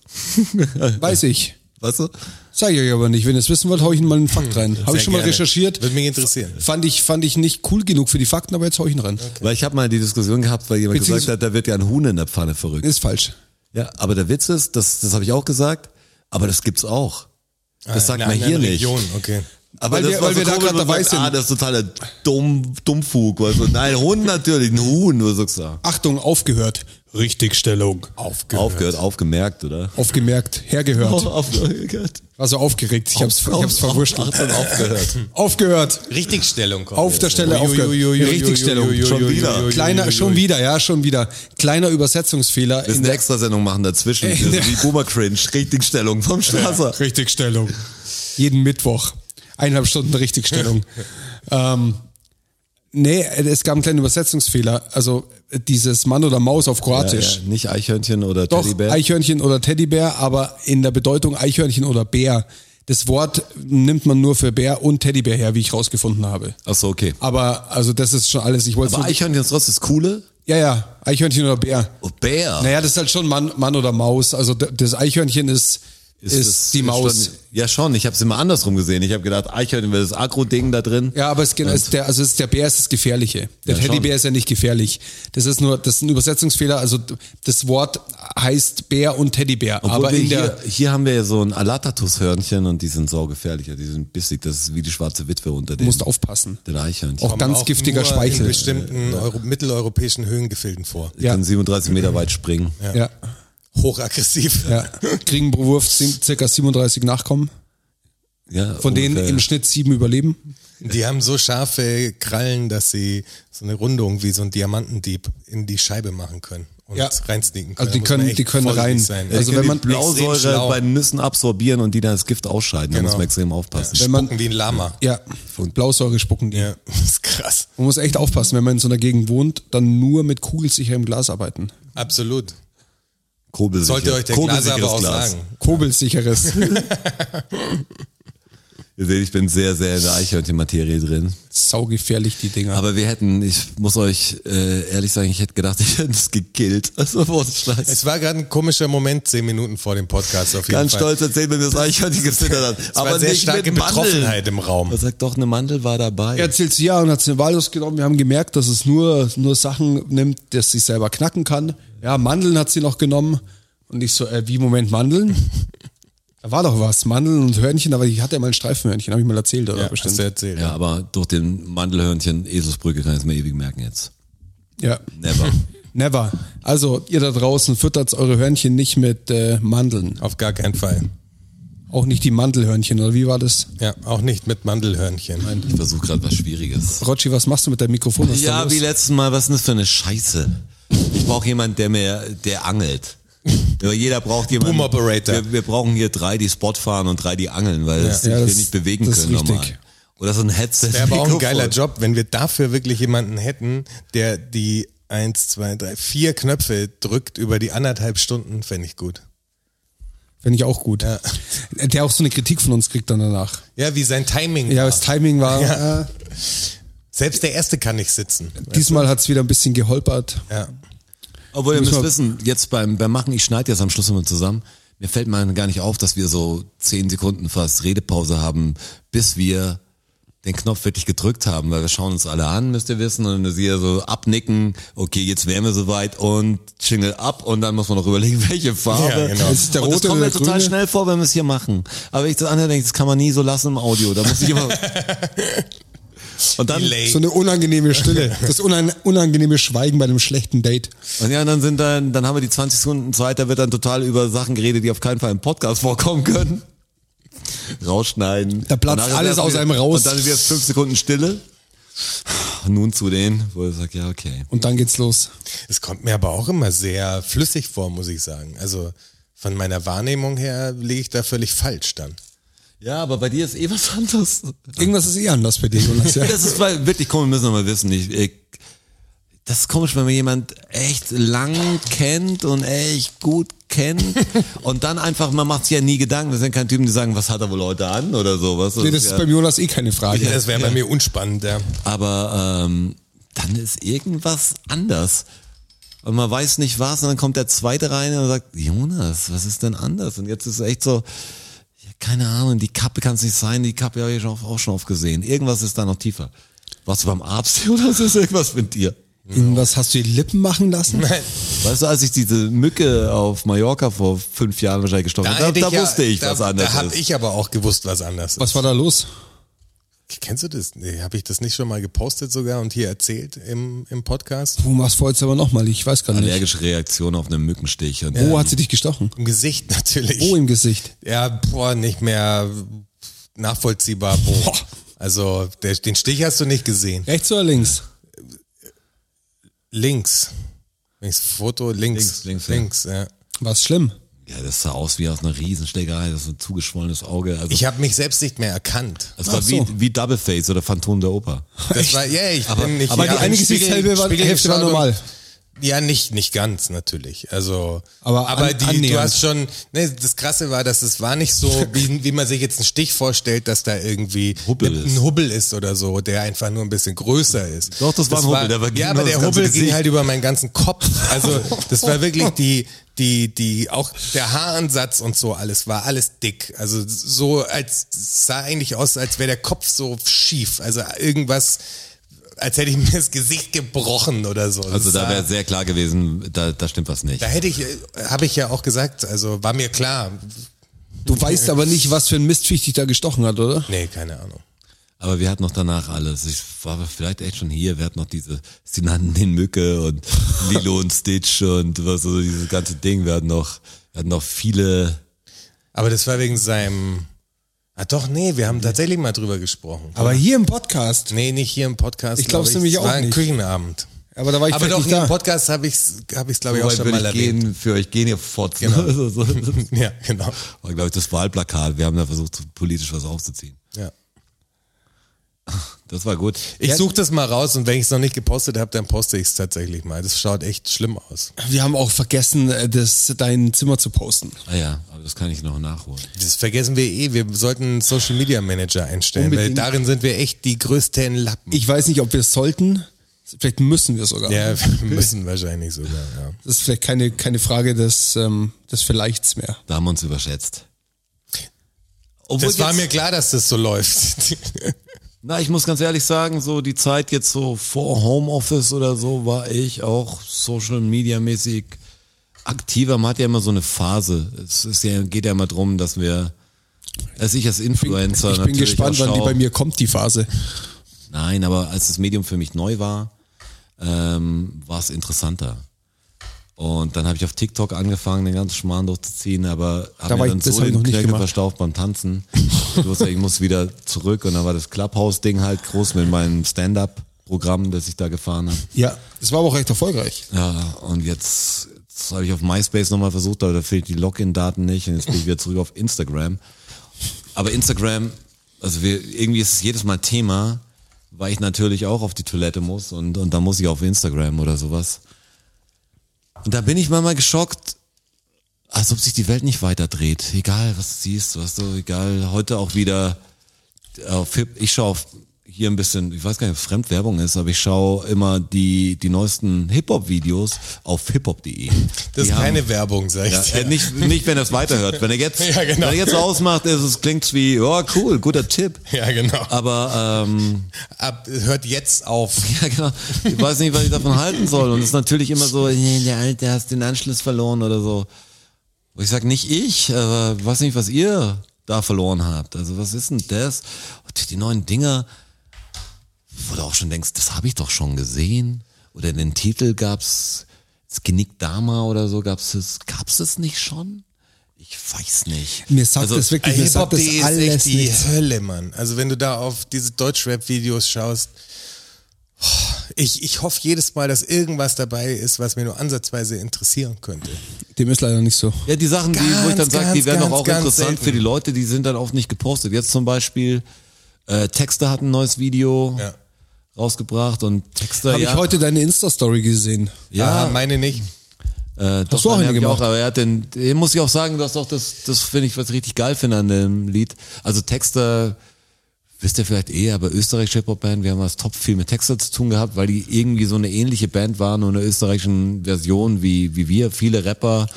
Speaker 3: weiß ich.
Speaker 4: Weißt du?
Speaker 3: Zeige ich euch aber nicht. Wenn ihr es wissen wollt, hau ich ihn mal einen Fakt rein. Habe ich schon mal recherchiert.
Speaker 2: Hm, Würde mich interessieren.
Speaker 3: Fand ich, fand ich nicht cool genug für die Fakten, aber jetzt hau ich ihn rein.
Speaker 4: Weil ich habe mal die Diskussion gehabt, weil jemand
Speaker 3: Beziehungs-
Speaker 4: gesagt hat, da wird ja ein Huhn in der Pfanne verrückt.
Speaker 3: Ist falsch.
Speaker 4: Ja, aber der Witz ist, das, das habe ich auch gesagt, aber das gibt's auch. Das sagt
Speaker 2: In einer
Speaker 4: man hier
Speaker 2: anderen
Speaker 4: nicht.
Speaker 2: Region, okay.
Speaker 4: Aber
Speaker 3: Weil
Speaker 4: das
Speaker 3: wir-
Speaker 4: war
Speaker 3: weil
Speaker 4: so
Speaker 3: wir da
Speaker 4: komisch,
Speaker 3: grad
Speaker 4: man
Speaker 3: dabei
Speaker 4: sagt,
Speaker 3: sind.
Speaker 4: Ah, das ist totaler Dumm, Dummfug. Weißt du? Nein, Hund natürlich, ein Huhn, du ah, sagst da.
Speaker 3: Achtung, aufgehört. Richtigstellung. Aufgehört.
Speaker 4: Aufgehört, Oh. aufgemerkt, oder?
Speaker 3: Aufgemerkt, hergehört.
Speaker 4: aufgehört.
Speaker 3: War so aufgeregt. Ich hab's, ich hab's verwurscht.
Speaker 4: Achtung, aufgehört.
Speaker 3: Aufgehört.
Speaker 2: Richtigstellung kommt.
Speaker 3: Auf der Stelle aufgehört. Richtigstellung.
Speaker 4: Schon wieder.
Speaker 3: Kleiner, schon wieder, ja, schon wieder. Kleiner Übersetzungsfehler.
Speaker 4: Wir müssen eine extra Sendung machen dazwischen. Das ist wie Boomer Cringe, Richtigstellung vom Strasser.
Speaker 3: Richtigstellung. Jeden Mittwoch. Eineinhalb Stunden
Speaker 4: (laughs)
Speaker 3: Richtigstellung. ähm, nee, es gab einen kleinen Übersetzungsfehler. Also dieses Mann oder Maus auf
Speaker 4: Ja,
Speaker 3: Kroatisch.
Speaker 4: ja. Nicht Eichhörnchen oder
Speaker 3: Doch,
Speaker 4: Teddybär.
Speaker 3: Eichhörnchen oder Teddybär, aber in der Bedeutung Eichhörnchen oder Bär. Das Wort nimmt man nur für Bär und Teddybär her, wie ich rausgefunden habe.
Speaker 4: Achso, okay.
Speaker 3: Aber also das ist schon alles. Ich wollte
Speaker 4: Aber Eichhörnchen ist trotzdem das Coole.
Speaker 3: ja ja Eichhörnchen oder Bär.
Speaker 4: Oh, Bär.
Speaker 3: Naja, das ist halt schon Mann, Mann oder Maus. Also d- das Eichhörnchen ist ist,
Speaker 4: das-
Speaker 3: die Maus.
Speaker 4: Schon, ja, schon. Ich habe es immer andersrum gesehen. Ich habe gedacht, Eichhörnchen wäre das Agro-Ding da drin.
Speaker 3: Ja, aber es genau, ist der, also es ist der Bär ist das Gefährliche. Der
Speaker 4: Ja, schon.
Speaker 3: Teddybär ist ja nicht gefährlich. Das ist nur, das ist ein Übersetzungsfehler. Also d- das Wort heißt Bär und Teddybär.
Speaker 4: Obwohl
Speaker 3: aber
Speaker 4: wir
Speaker 3: in der
Speaker 4: hier, hier haben wir ja so ein Alatatus-Hörnchen und die sind saugefährlicher. Die sind bissig. Das ist wie die schwarze Witwe unter den,
Speaker 3: musst du aufpassen.
Speaker 4: den Eichhörnchen.
Speaker 3: Auch ganz
Speaker 2: Auch
Speaker 3: giftiger
Speaker 2: nur
Speaker 3: Speichel.
Speaker 2: In bestimmten Euro mitteleuropäischen Höhengefilden vor.
Speaker 4: Die können 37 Meter weit springen.
Speaker 3: Ja.
Speaker 2: Hochaggressiv.
Speaker 4: (laughs)
Speaker 3: ja. Kriegen pro Wurf sind circa 37 Nachkommen,
Speaker 4: Ja,
Speaker 3: von denen
Speaker 4: ungefähr.
Speaker 3: im Schnitt sieben überleben.
Speaker 2: Die haben so scharfe Krallen, dass sie so eine Rundung wie so ein Diamantendieb in die Scheibe machen können und
Speaker 3: Ja.
Speaker 2: reinsneaken können.
Speaker 3: Also die
Speaker 2: Da muss man
Speaker 3: können-
Speaker 2: echt
Speaker 3: die können
Speaker 2: vorsichtig
Speaker 3: rein.
Speaker 2: Sein.
Speaker 3: Also
Speaker 2: Die
Speaker 3: wenn
Speaker 2: können
Speaker 3: man-
Speaker 2: die extrem
Speaker 4: Blausäure
Speaker 2: schlau
Speaker 4: bei Nüssen absorbieren und die dann das Gift ausscheiden. Da
Speaker 2: Genau.
Speaker 4: muss man extrem aufpassen.
Speaker 3: Wenn man-
Speaker 2: spucken wie ein Lama.
Speaker 3: Ja. Und Blausäure spucken die.
Speaker 2: Ja, (laughs) das ist krass.
Speaker 3: Man muss echt aufpassen, wenn man in so einer Gegend wohnt, dann nur mit kugelsicherem Glas arbeiten.
Speaker 2: Absolut.
Speaker 4: Kobelsicher.
Speaker 2: Sollte euch der Glaser aber
Speaker 4: Kobelsicheres
Speaker 2: auch
Speaker 4: Glas.
Speaker 2: sagen.
Speaker 3: Kobelsicheres.
Speaker 4: Ihr seht, ich bin sehr, sehr in der Eichhörnchen-Materie drin.
Speaker 3: (laughs) Saugefährlich, die Dinger.
Speaker 4: Aber wir hätten, ich muss euch äh, ehrlich sagen, ich hätte gedacht, (laughs) ich hätte es gekillt. Also ohne Scheiß.
Speaker 2: Es war gerade ein komischer Moment, zehn Minuten vor dem Podcast auf jeden
Speaker 4: Ganz
Speaker 2: Fall.
Speaker 4: stolz erzählen, wenn wir das Eichhörnchen gezittert hat.
Speaker 2: Es war
Speaker 4: Aber
Speaker 2: sehr
Speaker 4: nicht
Speaker 2: starke
Speaker 4: mit Mandel.
Speaker 2: Betroffenheit im Raum.
Speaker 4: Er sagt doch, eine Mandel war dabei.
Speaker 3: Er erzählt sie ja und hat sie in Walnuss genommen. Wir haben gemerkt, dass es nur, nur Sachen nimmt, dass sie selber knacken kann. Ja, Mandeln hat sie noch genommen. Und ich so, äh, wie, Moment,
Speaker 2: (laughs)
Speaker 3: Mandeln? Da war doch was, Mandeln und Hörnchen, aber ich hatte ja mal ein Streifenhörnchen, habe ich mal erzählt, oder?
Speaker 2: Ja, hast
Speaker 3: bestimmt.
Speaker 2: du erzählt.
Speaker 4: Ja, aber durch den Mandelhörnchen Eselsbrücke kann ich es mir ewig merken jetzt.
Speaker 3: Ja,
Speaker 4: Never.
Speaker 3: never. Also, ihr da draußen füttert eure Hörnchen nicht mit äh, Mandeln.
Speaker 2: Auf gar keinen Fall.
Speaker 3: Auch nicht die Mandelhörnchen, oder wie war das?
Speaker 2: Ja, auch nicht mit Mandelhörnchen.
Speaker 4: ich versuche gerade was Schwieriges.
Speaker 3: Rotschi, was machst du mit deinem Mikrofon? Was ist da
Speaker 4: Ja,
Speaker 3: los?
Speaker 4: wie letztes Mal, was ist denn das für eine Scheiße? Ich brauche jemanden, der mir, der angelt. Ja, Jeder braucht jemanden.
Speaker 2: Boom Operator.
Speaker 4: Wir, wir brauchen hier drei, die Spot fahren und drei, die angeln, weil das,
Speaker 3: Ja,
Speaker 4: ich
Speaker 3: das-
Speaker 4: will nicht bewegen
Speaker 3: das ist
Speaker 4: können
Speaker 3: richtig.
Speaker 4: normal. Oder so ein Headset.
Speaker 2: Wäre aber auch ein geiler
Speaker 4: Mikrofon.
Speaker 2: Job, wenn wir dafür wirklich jemanden hätten, der die eins, zwei, drei, vier Knöpfe drückt über die anderthalb Stunden, fände ich gut.
Speaker 3: Fände ich auch gut. Äh,
Speaker 2: Ja.
Speaker 3: Der auch so eine Kritik von uns kriegt dann danach.
Speaker 2: Ja, wie sein Timing.
Speaker 3: Ja,
Speaker 2: war.
Speaker 3: das Timing war, äh,
Speaker 2: Selbst der erste kann nicht sitzen.
Speaker 3: diesmal hat's wieder ein bisschen geholpert.
Speaker 2: Ja.
Speaker 4: Obwohl, ihr
Speaker 3: Müssen
Speaker 4: müsst
Speaker 3: wir-
Speaker 4: wissen, jetzt beim, beim Machen, ich schneide jetzt am Schluss immer zusammen. Mir fällt mal gar nicht auf, dass wir so zehn Sekunden fast Redepause haben, bis wir den Knopf wirklich gedrückt haben, weil wir schauen uns alle an, müsst ihr wissen, und sie ja so abnicken, okay, jetzt wären wir soweit und Jingle ab und dann muss man noch überlegen, (laughs) welche Farbe.
Speaker 2: Ja, genau.
Speaker 3: Ist es der
Speaker 4: und das
Speaker 3: rote
Speaker 4: kommt
Speaker 3: oder
Speaker 4: mir
Speaker 3: der
Speaker 4: total
Speaker 3: grüne?
Speaker 4: schnell vor, wenn wir es hier machen. Aber wenn ich das andere denke, das kann man nie so lassen im Audio, da muss
Speaker 3: (laughs)
Speaker 4: ich immer... und dann...
Speaker 2: Delay.
Speaker 3: So eine unangenehme Stille. Das unan unangenehme Schweigen bei einem schlechten Date.
Speaker 4: Und ja, dann sind dann, dann haben wir die 20 Sekunden Zeit, da wird dann total über Sachen geredet, die auf keinen Fall im Podcast vorkommen können. Rausschneiden.
Speaker 3: Da platzt
Speaker 4: Und nachher
Speaker 3: alles
Speaker 4: ist erst
Speaker 3: aus
Speaker 4: wieder-
Speaker 3: einem raus.
Speaker 4: Und dann ist jetzt fünf Sekunden Stille. Und nun zu denen, wo ich sage, ja, okay.
Speaker 3: Und dann geht's los.
Speaker 2: Es kommt mir aber auch immer sehr flüssig vor, muss ich sagen. Also von meiner Wahrnehmung her liege ich da völlig falsch dann.
Speaker 4: Ja, aber bei dir ist eh was anderes.
Speaker 3: Irgendwas ist eh anders bei dir, Jonas. Ja.
Speaker 4: (laughs) Das ist weil- wirklich komisch, müssen wir mal wissen. Ich, ich, das ist komisch, wenn man jemand echt lang kennt und echt gut
Speaker 3: (laughs)
Speaker 4: kennt und dann einfach, man macht sich ja nie Gedanken. Das sind keine Typen, die sagen, was hat er wohl heute an oder sowas.
Speaker 3: Nee, das ist
Speaker 4: ja-
Speaker 3: beim Jonas eh keine Frage.
Speaker 4: (laughs)
Speaker 2: Das wäre bei mir unspannend. Ja.
Speaker 4: Aber ähm, dann ist irgendwas anders. Und man weiß nicht was, und dann kommt der zweite rein und sagt, Jonas, was ist denn anders? Und jetzt ist es echt so, ja, keine Ahnung, die Kappe kann es nicht sein, die Kappe habe ich auch, auch schon oft gesehen. Irgendwas ist da noch tiefer. Warst du beim Arzt, (laughs) Jonas, ist irgendwas mit dir?
Speaker 5: In was hast du die Lippen machen lassen?
Speaker 2: Nein.
Speaker 4: Weißt du, als ich diese Mücke auf Mallorca vor fünf Jahren wahrscheinlich gestochen habe,
Speaker 2: hätte
Speaker 4: da, da
Speaker 2: ja-
Speaker 4: wusste ich,
Speaker 2: da,
Speaker 4: was anders
Speaker 2: Da habe
Speaker 4: ist.
Speaker 2: ich aber auch gewusst, was anders
Speaker 5: Was war da los?
Speaker 2: ist. Kennst du das? Nee, habe ich das nicht schon mal gepostet sogar und hier erzählt im, im Podcast?
Speaker 5: Du machst vor jetzt aber nochmal, ich weiß gar nicht.
Speaker 4: Allergische Reaktion auf einen Mückenstich. Und
Speaker 2: Oh.
Speaker 5: Wo hat sie dich gestochen?
Speaker 2: Im Gesicht (laughs) natürlich.
Speaker 5: Oh, im Gesicht.
Speaker 2: ja, boah, nicht mehr nachvollziehbar. Boah. Also der, den Stich hast du nicht gesehen.
Speaker 5: Rechts oder links?
Speaker 2: Links. Links Foto,
Speaker 4: Links,
Speaker 2: links.
Speaker 4: links,
Speaker 2: links ja.
Speaker 5: War es schlimm?
Speaker 4: ja, das sah aus wie aus einer Riesenschlägerei, das ist ein zugeschwollenes Auge. Also,
Speaker 2: Ich habe mich selbst nicht mehr erkannt.
Speaker 4: es war
Speaker 5: Ach so.
Speaker 4: wie, wie Double Face oder Phantom der
Speaker 2: (laughs)
Speaker 4: Oper.
Speaker 2: Das war, ja, ich bin nicht
Speaker 5: aber
Speaker 2: ich
Speaker 5: die
Speaker 2: hab
Speaker 5: eine
Speaker 2: im Spiegel-
Speaker 5: Gesichtshälfte war,
Speaker 2: Spiegel
Speaker 5: Hälfte war
Speaker 2: geschaut und-
Speaker 5: normal.
Speaker 2: Ja, nicht, nicht ganz, natürlich. Also,
Speaker 5: Aber an-
Speaker 2: die,
Speaker 5: annähernd.
Speaker 2: du hast schon, ne, das Krasse war, dass es war
Speaker 4: (laughs)
Speaker 2: nicht so, wie, wie man sich jetzt einen Stich vorstellt, dass da irgendwie
Speaker 4: Hubbel
Speaker 2: ein,
Speaker 4: ist.
Speaker 2: Hubbel ist oder so, der einfach nur ein bisschen größer ist.
Speaker 4: Doch, das war ein Hubbel, der war
Speaker 2: Ja,
Speaker 4: genau
Speaker 2: aber
Speaker 4: das
Speaker 2: der
Speaker 4: ganze
Speaker 2: Hubbel ging
Speaker 4: Gesicht.
Speaker 2: halt über meinen ganzen Kopf. Also, das war wirklich die, die, die, auch der Haaransatz und so alles war alles dick. Also, so als, sah eigentlich aus, als wäre der Kopf so schief. Also, irgendwas, als hätte ich mir das Gesicht gebrochen oder so.
Speaker 4: Also
Speaker 2: Das
Speaker 4: da
Speaker 2: sah-
Speaker 4: wäre sehr klar gewesen, da, da stimmt was nicht.
Speaker 2: da hätte ich, habe ich ja auch gesagt, also war mir klar.
Speaker 5: Du weißt aber nicht, was für ein Mistviech dich da gestochen hat, oder?
Speaker 2: Nee, keine Ahnung.
Speaker 4: Aber wir hatten noch danach alles. Ich war aber vielleicht echt schon hier. Wir hatten noch diese, sie nannten den Mücke und Lilo und Stitch und was so dieses ganze Ding. Wir hatten noch, wir hatten noch viele.
Speaker 2: Aber das war wegen seinem. Ah doch, nee, wir haben tatsächlich mal drüber gesprochen.
Speaker 5: Aber hier im Podcast.
Speaker 2: Nee, nicht hier im Podcast.
Speaker 5: Ich glaub's
Speaker 2: glaub
Speaker 5: nämlich
Speaker 2: Es
Speaker 5: auch
Speaker 2: war ein
Speaker 5: nicht.
Speaker 2: Küchenabend.
Speaker 5: Aber da war ich
Speaker 2: Aber
Speaker 5: vielleicht
Speaker 2: doch,
Speaker 5: nicht
Speaker 2: hier im
Speaker 5: da.
Speaker 2: Podcast habe ich es, hab ich's, glaube ich, auch
Speaker 4: Soweit
Speaker 2: schon
Speaker 4: würde
Speaker 2: mal
Speaker 4: ich
Speaker 2: erwähnt.
Speaker 4: gehen, für euch gehen ihr Fotzen. (laughs)
Speaker 2: Genau.
Speaker 4: So, so. Das
Speaker 2: (laughs) Ja, genau.
Speaker 4: war, glaube ich, das Wahlplakat. Wir haben da versucht, so politisch was aufzuziehen.
Speaker 2: Ja.
Speaker 4: Das war gut.
Speaker 2: Ich suche das mal raus und wenn ich es noch nicht gepostet habe, dann poste ich es tatsächlich mal. Das schaut echt schlimm aus.
Speaker 5: Wir haben auch vergessen, äh, das, dein Zimmer zu posten.
Speaker 4: Ah ja, aber das kann ich noch nachholen.
Speaker 2: Das vergessen wir eh. Wir sollten einen Social Media Manager einstellen,
Speaker 5: Unbedingt.
Speaker 2: weil darin sind wir echt die größten Lappen.
Speaker 5: Ich weiß nicht, ob wir es sollten. Vielleicht müssen wir sogar.
Speaker 2: ja, (laughs) wir müssen wahrscheinlich sogar, ja.
Speaker 5: Das ist vielleicht keine, keine Frage des, ähm, des Vielleichts mehr.
Speaker 4: Da haben wir uns überschätzt. Obwohl
Speaker 2: Das war
Speaker 4: jetzt-
Speaker 2: mir klar, dass das
Speaker 5: (laughs)
Speaker 2: so läuft.
Speaker 4: Na, ich muss ganz ehrlich sagen, so die Zeit jetzt so vor Homeoffice oder so war ich auch Social Media mäßig aktiver. Man hat ja immer so eine Phase. Es ist ja, geht ja immer drum, dass wir, dass ich als Influencer
Speaker 5: ich bin
Speaker 4: natürlich
Speaker 5: gespannt,
Speaker 4: auch
Speaker 5: wann die
Speaker 4: schau-
Speaker 5: bei mir kommt, die Phase.
Speaker 4: Nein, aber als das Medium für mich neu war, ähm, war es interessanter. Und dann habe ich auf TikTok angefangen, den ganzen Schmarrn durchzuziehen, aber
Speaker 5: Da
Speaker 4: habe
Speaker 5: war
Speaker 4: mir
Speaker 5: ich-
Speaker 4: dann
Speaker 5: das
Speaker 4: so
Speaker 5: hab ich noch
Speaker 4: den
Speaker 5: nicht
Speaker 4: Knöchel
Speaker 5: gemacht.
Speaker 4: verstaucht beim Tanzen. Ich wusste, ich muss wieder zurück und dann war das Clubhouse-Ding halt groß mit meinem Stand-Up-Programm, das ich da gefahren habe.
Speaker 5: Ja, es war aber auch recht erfolgreich.
Speaker 4: Ja, und jetzt, jetzt habe ich auf MySpace nochmal versucht, aber da fehlt die Login-Daten nicht und jetzt bin ich wieder zurück auf Instagram. Aber Instagram, also wir, irgendwie ist es jedes Mal Thema, weil ich natürlich auch auf die Toilette muss und, und dann muss ich auf Instagram oder sowas. Und da bin ich manchmal geschockt, als ob sich die Welt nicht weiter dreht. Egal, was du siehst, was du, egal, heute auch wieder auf, Hip- Äh, ich schaue auf hier ein bisschen, ich weiß gar nicht, ob es Fremdwerbung ist, aber ich schaue immer die, die neuesten Hip-Hop-Videos auf
Speaker 2: (laughs)
Speaker 4: hiphop.de.
Speaker 2: Das
Speaker 4: Die
Speaker 2: ist
Speaker 4: haben-
Speaker 2: keine Werbung, sag ich
Speaker 4: ja,
Speaker 2: dir.
Speaker 4: äh, nicht, nicht, wenn er es weiterhört. Wenn er jetzt,
Speaker 2: (laughs) Ja, genau.
Speaker 4: wenn er jetzt ausmacht, ist es, klingt's wie, oh cool, guter Tipp.
Speaker 2: (laughs) Ja, genau.
Speaker 4: Aber, ähm,
Speaker 2: Ab, hört jetzt auf.
Speaker 4: (laughs) ja genau, ich weiß nicht, was ich davon halten soll. Und es ist natürlich immer so, nee, der Alte hast den Anschluss verloren oder so. Wo ich sage, nicht ich, aber weiß nicht, was ihr da verloren habt. Also was ist denn das? Und die neuen Dinger, wo du auch schon denkst, das habe ich doch schon gesehen. Oder den Titel gab's, das Genick Dama oder so, gab's das, gab's das nicht schon? Ich weiß nicht. Also, äh,
Speaker 5: Mir sagt das wirklich, mir sagt das
Speaker 2: Hip-Hop.de ist
Speaker 5: alles
Speaker 2: echt die
Speaker 5: nichts.
Speaker 2: Hölle, Mann. Also wenn du da auf diese Deutschrap-Videos schaust, oh, ich, ich hoffe jedes Mal, dass irgendwas dabei ist, was mir nur ansatzweise interessieren könnte.
Speaker 5: Dem ist leider nicht so.
Speaker 4: Ja, die Sachen, die, wo ich dann
Speaker 2: Ganz,
Speaker 4: sage, die
Speaker 2: ganz,
Speaker 4: werden doch
Speaker 2: ganz,
Speaker 4: auch
Speaker 2: ganz
Speaker 4: interessant
Speaker 2: selten.
Speaker 4: für die Leute, die sind dann oft nicht gepostet. Jetzt zum Beispiel, äh, Texter hat ein neues Video
Speaker 2: Ja.
Speaker 4: rausgebracht und Texter,
Speaker 5: Habe
Speaker 4: ja,
Speaker 5: ich heute deine Insta-Story gesehen.
Speaker 2: Ja,
Speaker 4: ja,
Speaker 2: meine nicht.
Speaker 4: äh, doch,
Speaker 5: du auch
Speaker 4: einen
Speaker 5: eine
Speaker 4: hab ich
Speaker 5: gemacht?
Speaker 4: Auch, aber er hat den, den muss ich auch sagen, dass auch das, das finde ich, was ich richtig geil finde an dem Lied. Also Texter wisst ihr vielleicht eh, aber österreichische Hip-Hop-Band, wir haben das top viel mit Texas zu tun gehabt, weil die irgendwie so eine ähnliche Band waren, nur in der österreichischen Version wie, wie wir, viele Rapper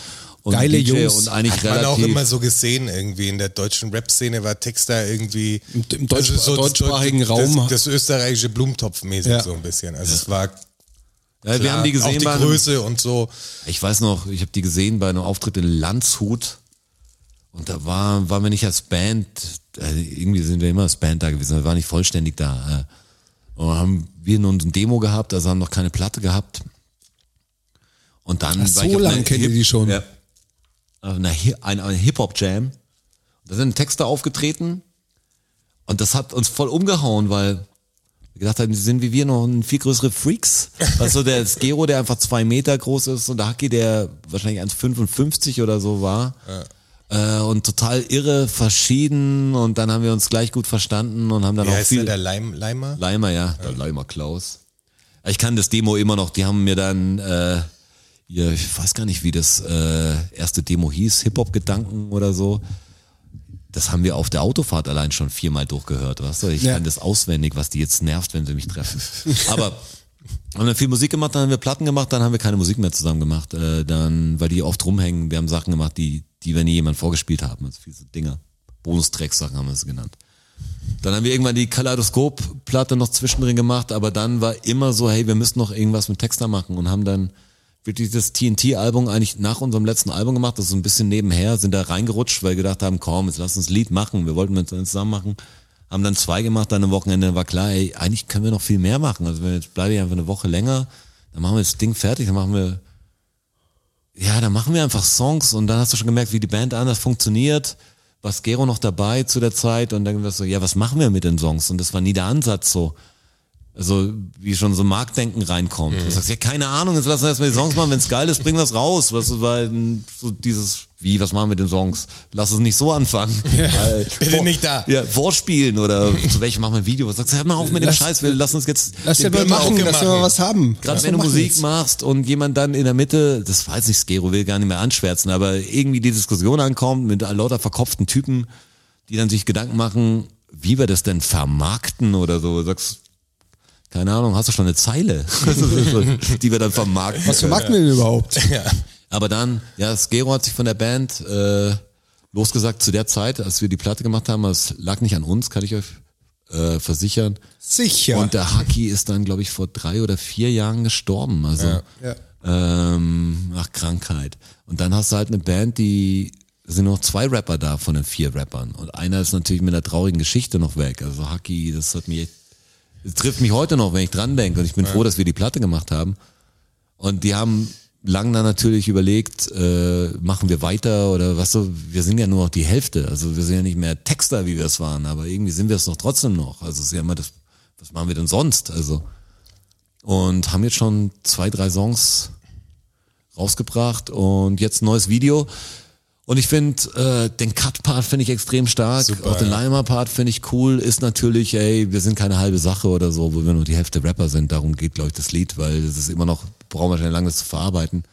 Speaker 4: und
Speaker 5: Geile
Speaker 4: DJ
Speaker 5: Jungs.
Speaker 4: und eigentlich
Speaker 2: Hat
Speaker 4: relativ.
Speaker 2: man auch immer so gesehen irgendwie. In der deutschen Rap-Szene war Texter irgendwie...
Speaker 5: im deutsch- deutschsprachigen
Speaker 2: das,
Speaker 5: Raum.
Speaker 2: Das, das österreichische Blumentopf-mäßig
Speaker 5: Ja.
Speaker 2: so ein bisschen. Also es war
Speaker 4: ja, wir
Speaker 2: klar,
Speaker 4: haben die
Speaker 2: auch
Speaker 4: gesehen,
Speaker 2: die
Speaker 4: waren-
Speaker 2: Größe und so.
Speaker 4: ich weiß noch, ich habe die gesehen bei einem Auftritt in Landshut und da war, waren wir nicht als Band, also irgendwie sind wir immer als Band da gewesen, aber wir waren nicht vollständig da. äh. Und dann haben wir nur eine Demo gehabt, also haben noch keine Platte gehabt. Und dann
Speaker 5: Ach,
Speaker 4: war ich
Speaker 5: so
Speaker 4: auf einer
Speaker 5: lange kennt ihr
Speaker 4: Hip-
Speaker 5: die schon.
Speaker 4: Ja. Auf einer Also Hi- einer- einer Hip-Hop-Jam. Da sind Texte aufgetreten und das hat uns voll umgehauen, weil wir gedacht haben, die sind wie wir noch ein viel größere
Speaker 2: (laughs)
Speaker 4: Freaks. Also der ist Gero, der einfach zwei Meter groß ist und der Haki, der wahrscheinlich 1,55 oder so war. Äh, und total irre, verschieden und dann haben wir uns gleich gut verstanden und haben dann
Speaker 2: Wie
Speaker 4: auch
Speaker 2: heißt der,
Speaker 4: viel...
Speaker 2: der Leim, Leimer?
Speaker 4: Leimer, ja. Der Leimer Klaus. Ich kann das Demo immer noch, die haben mir dann, äh, ja, ich weiß gar nicht, wie das äh, erste Demo hieß, Hip-Hop-Gedanken oder so. Das haben wir auf der Autofahrt allein schon viermal durchgehört, weißt du? Ich
Speaker 5: Ja.
Speaker 4: kann das auswendig, was die jetzt nervt, wenn sie mich treffen. Aber haben dann viel Musik gemacht, dann haben wir Platten gemacht, dann haben wir keine Musik mehr zusammen gemacht. Äh, dann, weil die oft rumhängen, wir haben Sachen gemacht, die, die wir nie jemand vorgespielt haben. Also viele so Dinger. Bonustrack-Sachen haben wir es genannt. Dann haben wir irgendwann die Kaleidoskop-Platte noch zwischendrin gemacht, aber dann war immer so, hey, wir müssen noch irgendwas mit Texter machen und haben dann wirklich das TNT-Album eigentlich nach unserem letzten Album gemacht, das ist so ein bisschen nebenher, sind da reingerutscht, weil wir gedacht haben, komm, jetzt lass uns ein Lied machen, wir wollten mit denen zusammen machen, haben dann zwei gemacht, dann am Wochenende war klar, ey, eigentlich können wir noch viel mehr machen, also wenn wir jetzt bleibe ich einfach eine Woche länger, dann machen wir das Ding fertig, dann machen wir ja, dann machen wir einfach Songs und dann hast du schon gemerkt, wie die Band anders funktioniert. Was Gero noch dabei zu der Zeit und dann warst du, ja, was machen wir mit den Songs? Und das war nie der Ansatz so. Also, wie schon so Marktdenken reinkommt. Du sagst, ja, keine Ahnung, jetzt lassen wir erstmal die Songs machen, wenn's geil ist, bringen wir's raus. Weißt du, weil mm, so dieses, wie, was machen wir mit den Songs? Lass es nicht so anfangen. (laughs) Weil-
Speaker 2: Bitte (laughs) nicht da.
Speaker 4: Ja, vorspielen oder zu welchem machen wir ein Video? Was sagst du, hör mal auf mit dem
Speaker 5: Lass-
Speaker 4: Scheiß, wir lassen uns jetzt.
Speaker 5: Lass
Speaker 4: den
Speaker 5: ja mal
Speaker 4: Beat
Speaker 5: machen,
Speaker 2: auch
Speaker 5: dass wir mal
Speaker 2: gemacht.
Speaker 5: was haben.
Speaker 4: Gerade
Speaker 5: Lass
Speaker 4: wenn du
Speaker 5: mal machen
Speaker 4: Musik
Speaker 5: jetzt.
Speaker 4: machst und jemand dann in der Mitte, das weiß nicht, Skero will gar nicht mehr anschwärzen, aber irgendwie die Diskussion ankommt mit lauter verkopften Typen, die dann sich Gedanken machen, wie wir das denn vermarkten oder so. Du sagst, keine Ahnung, hast du schon eine Zeile, (laughs) die wir dann vermarkten.
Speaker 5: Was für Marken denn überhaupt?
Speaker 4: (laughs) Aber dann, ja, Skero hat sich von der Band äh, losgesagt zu der Zeit, als wir die Platte gemacht haben, aber es lag nicht an uns, kann ich euch äh, versichern.
Speaker 5: Sicher.
Speaker 4: Und der Haki ist dann, glaube ich, vor drei oder vier Jahren gestorben. Also
Speaker 5: ja.
Speaker 4: ähm, nach Krankheit. Und dann hast du halt eine Band, die es sind nur noch zwei Rapper da von den vier Rappern. Und einer ist natürlich mit einer traurigen Geschichte noch weg. Also Haki, das hat mich, echt- das trifft mich heute noch, wenn ich dran denke. Und ich bin froh, dass wir die Platte gemacht haben. Und die haben lang dann natürlich überlegt, äh, machen wir weiter oder was so, wir sind ja nur noch die Hälfte. Also wir sind ja nicht mehr Texter, wie wir es waren, aber irgendwie sind wir es noch trotzdem noch. Also es ist ja immer das, was machen wir denn sonst? Also. Und haben jetzt schon zwei, drei Songs rausgebracht und jetzt ein neues Video. Und ich finde, äh, den Cut-Part finde ich extrem stark.
Speaker 2: Super,
Speaker 4: auch den
Speaker 2: ja.
Speaker 4: Leimer-Part finde ich cool. Ist natürlich, ey, wir sind keine halbe Sache oder so, wo wir nur die Hälfte Rapper sind. Darum geht, glaube ich, das Lied, weil es ist immer noch, brauchen wir schon lange das zu verarbeiten.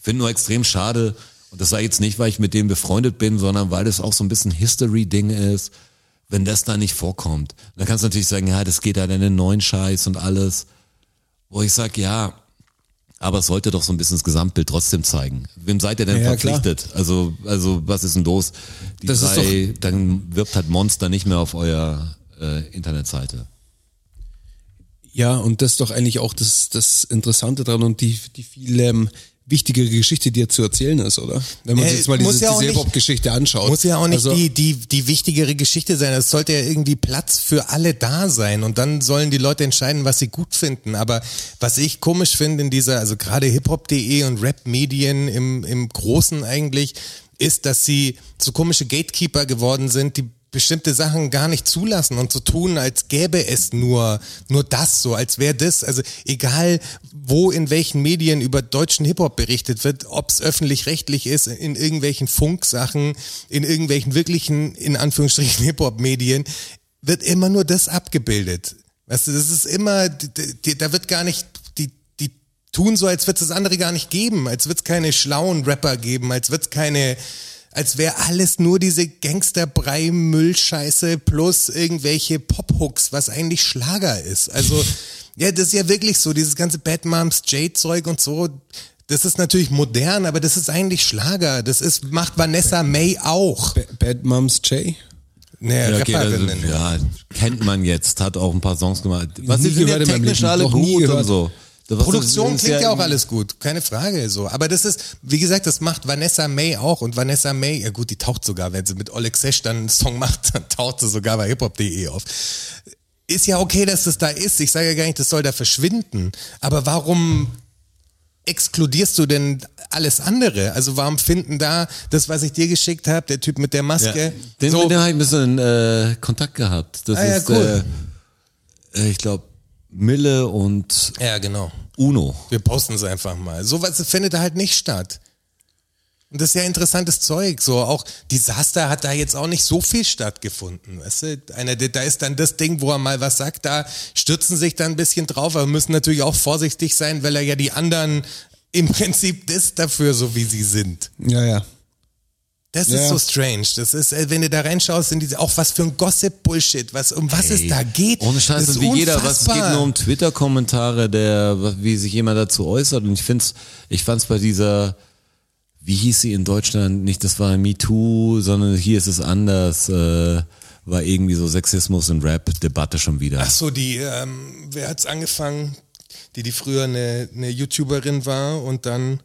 Speaker 4: Finde nur extrem schade. Und das sei jetzt nicht, weil ich mit dem befreundet bin, sondern weil das auch so ein bisschen History-Ding ist, wenn das da nicht vorkommt. Und dann kannst du natürlich sagen, ja, das geht halt in den neuen Scheiß und alles. Wo ich sag, ja, aber es sollte doch so ein bisschen das Gesamtbild trotzdem zeigen. Wem seid ihr denn
Speaker 5: Ja, ja, klar.
Speaker 4: verpflichtet? Also, also, was ist denn los? Die
Speaker 5: Das ist
Speaker 4: drei, dann wirbt halt Monster nicht mehr auf eurer äh, Internetseite.
Speaker 5: Ja, und das ist doch eigentlich auch das, das Interessante dran und die, die viel ähm, wichtigere Geschichte, die ja zu erzählen ist, oder? Wenn man
Speaker 2: Ja,
Speaker 5: sich jetzt mal
Speaker 2: muss
Speaker 5: diese,
Speaker 2: ja auch
Speaker 5: diese
Speaker 2: nicht-
Speaker 5: Hip-Hop-Geschichte anschaut.
Speaker 2: Muss ja auch nicht
Speaker 5: Also,
Speaker 2: die, die, die wichtigere Geschichte sein. Es sollte ja irgendwie Platz für alle da sein. Und dann sollen die Leute entscheiden, was sie gut finden. Aber was ich komisch finde in dieser, also gerade hiphop.de und Rap-Medien im, im Großen eigentlich, ist, dass sie so komische Gatekeeper geworden sind, die bestimmte Sachen gar nicht zulassen und so tun, als gäbe es nur, nur das, so als wäre das, also egal wo in welchen Medien über deutschen Hip-Hop berichtet wird, ob es öffentlich-rechtlich ist, in irgendwelchen Funksachen, in irgendwelchen wirklichen, in Anführungsstrichen Hip-Hop-Medien, wird immer nur das abgebildet. Weißt du, das ist immer, d- d- da wird gar nicht, die, die tun so, als wird es das andere gar nicht geben, als wird es keine schlauen Rapper geben, als wird es keine, als wäre alles nur diese Gangsterbrei-Müllscheiße plus irgendwelche Pop-Hooks, was eigentlich Schlager ist. Also, ja, das ist ja wirklich so, dieses ganze Bad Moms Jade-Zeug und so. Das ist natürlich modern, aber das ist eigentlich Schlager. Das ist, macht Vanessa May auch.
Speaker 5: Ba- Bad Moms Jay?
Speaker 2: Naja,
Speaker 4: Ja, okay, also,
Speaker 2: Rapperinnen.
Speaker 4: ja, kennt man jetzt, hat auch ein paar Songs gemacht. Was
Speaker 5: Nie
Speaker 4: die sind ja
Speaker 5: gehört in meinem
Speaker 4: technisch
Speaker 5: Leben,
Speaker 4: alle
Speaker 5: noch nie
Speaker 4: gut und
Speaker 5: gehört.
Speaker 4: so. Das- was-
Speaker 2: Produktion
Speaker 4: das ist
Speaker 2: klingt ja auch alles gut, keine Frage so. Aber das ist, wie gesagt, das macht Vanessa May auch. Und Vanessa May, ja gut, die taucht sogar, wenn sie mit Oleg Sesh dann einen Song macht, dann taucht sie sogar bei hiphop.de auf. Ist ja okay, dass das da ist. Ich sage ja gar nicht, das soll da verschwinden. Aber warum exkludierst du denn alles andere? Also warum finden da das, was ich dir geschickt habe, der Typ mit der
Speaker 4: Ja.
Speaker 2: Maske?
Speaker 4: Den,
Speaker 2: so,
Speaker 4: mit dem habe ich ein bisschen äh, Kontakt gehabt. Das
Speaker 2: Ah, ja,
Speaker 4: ist,
Speaker 2: cool.
Speaker 4: äh, ich glaube, Mille und
Speaker 2: ja, genau.
Speaker 4: Uno.
Speaker 2: Wir posten es einfach mal. Sowas findet halt nicht statt. Und das ist ja interessantes Zeug. So auch Desaster hat da jetzt auch nicht so viel stattgefunden. Weißt du? Einer, der- da ist dann das Ding, wo er mal was sagt, da stürzen sich dann ein bisschen drauf, aber müssen natürlich auch vorsichtig sein, weil er ja die anderen im Prinzip das dafür, so wie sie sind.
Speaker 5: Ja, ja.
Speaker 2: Das
Speaker 5: Ja.
Speaker 2: ist so strange. Das ist, äh, wenn du da reinschaust, sind diese auch was für ein Gossip-Bullshit, was, um was es da geht.
Speaker 4: Ohne
Speaker 2: Das
Speaker 4: Scheiße,
Speaker 2: ist
Speaker 4: wie jeder, was es geht
Speaker 2: unfassbar.
Speaker 4: nur um Twitter-Kommentare, der, wie sich jemand dazu äußert. Und ich find's, ich fand's bei dieser, wie hieß sie in Deutschland, nicht das war MeToo, sondern hier ist es anders, äh, war irgendwie so Sexismus und Rap-Debatte schon wieder.
Speaker 2: Ach so, die, ähm, wer hat's angefangen? Die, die früher eine, eine YouTuberin war und dann,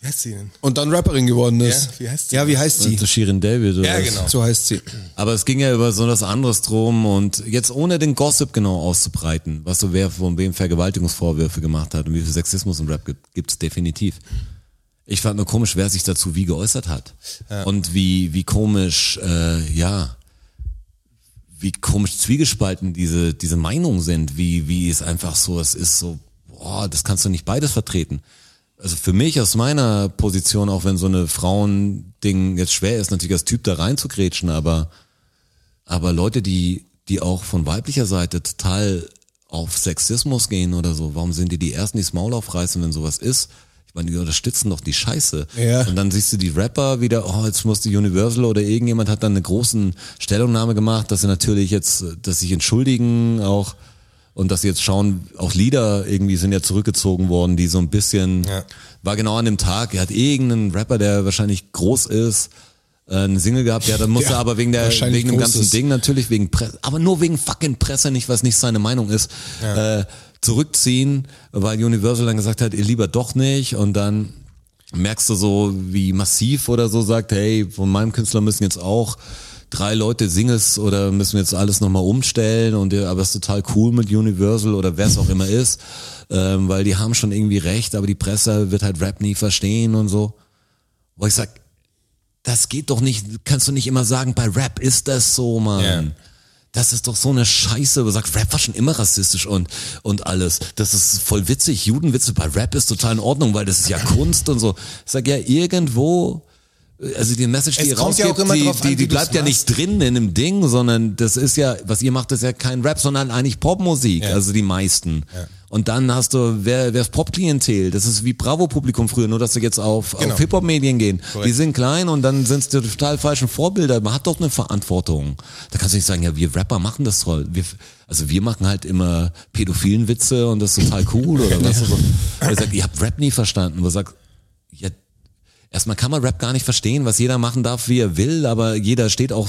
Speaker 2: wie heißt sie denn?
Speaker 5: Und dann Rapperin geworden ist.
Speaker 2: Ja, wie heißt sie?
Speaker 5: Ja, wie heißt sie?
Speaker 4: Und Shirin David oder
Speaker 2: Ja,
Speaker 4: was?
Speaker 2: genau.
Speaker 5: So heißt sie.
Speaker 4: Aber es ging ja über so was anderes drum und jetzt ohne den Gossip genau auszubreiten, was so wer von wem Vergewaltigungsvorwürfe gemacht hat und wie viel Sexismus im Rap gibt, gibt's definitiv. Ich fand nur komisch, wer sich dazu wie geäußert hat. Und wie, wie komisch, äh, ja, wie komisch zwiegespalten diese, diese Meinungen sind, wie, wie es einfach so, es ist so, boah, das kannst du nicht beides vertreten. Also für mich aus meiner Position, auch wenn so eine Frauending jetzt schwer ist, natürlich als Typ da reinzugrätschen, aber aber Leute, die, die auch von weiblicher Seite total auf Sexismus gehen oder so, warum sind die die Ersten, die das Maul aufreißen, wenn sowas ist? Ich meine, die unterstützen doch die Scheiße.
Speaker 5: Ja.
Speaker 4: Und dann siehst du die Rapper wieder, oh, jetzt muss die Universal oder irgendjemand hat dann eine großen Stellungnahme gemacht, dass sie natürlich jetzt, äh, dass sich entschuldigen auch und dass sie jetzt schauen, auch Lieder irgendwie sind ja zurückgezogen worden, die so ein bisschen,
Speaker 2: Ja.
Speaker 4: war genau an dem Tag, er hat irgendeinen Rapper, der wahrscheinlich groß ist, äh, eine Single gehabt, ja, dann musste
Speaker 5: Ja,
Speaker 4: aber wegen der,
Speaker 5: wahrscheinlich
Speaker 4: wegen dem ganzen
Speaker 5: großes.
Speaker 4: Ding Ding natürlich wegen Presse, aber nur wegen fucking Presse nicht, was nicht seine Meinung ist, äh, zurückziehen, weil Universal dann gesagt hat, ihr lieber doch nicht und dann merkst du so, wie massiv oder so sagt, hey, von meinem Künstler müssen jetzt auch drei Leute Singles oder müssen wir jetzt alles nochmal umstellen und ihr- aber es ist total cool mit Universal oder wer es auch immer ist, ähm, weil die haben schon irgendwie recht, aber die Presse wird halt Rap nie verstehen und so. Wo ich sag, das geht doch nicht, kannst du nicht immer sagen, bei Rap ist das so, Mann.
Speaker 2: Ja.
Speaker 4: Das ist doch so eine Scheiße. Du sagst, Rap war schon immer rassistisch und, und alles. Das ist voll witzig. Judenwitze bei Rap ist total in Ordnung, weil das ist ja Kunst und so. Ich sag ja, irgendwo, also die Message, die
Speaker 2: Es
Speaker 4: ihr
Speaker 2: kommt ja auch
Speaker 4: rausgibt,
Speaker 2: immer
Speaker 4: die,
Speaker 2: drauf an,
Speaker 4: die,
Speaker 2: wie
Speaker 4: die
Speaker 2: du's
Speaker 4: bleibt ja nicht drin in einem Ding, sondern das ist ja, was ihr macht, ist ja kein Rap, sondern eigentlich Popmusik. Also die meisten. Und dann hast du, wer, wer ist Popklientel? Das ist wie Bravo-Publikum früher, nur dass sie jetzt auf,
Speaker 2: Genau.
Speaker 4: auf Hip-Hop-Medien gehen. Die sind klein und dann sind es die total falschen Vorbilder. Man hat doch eine Verantwortung. Da kannst du nicht sagen, ja, wir Rapper machen das toll. Wir, also wir machen halt immer pädophilen Witze und das ist total cool oder was. So. Oder sagt, ihr habt Rap nie verstanden. Wo sagt, ja, erstmal kann man Rap gar nicht verstehen, was jeder machen darf, wie er will, aber jeder steht auch,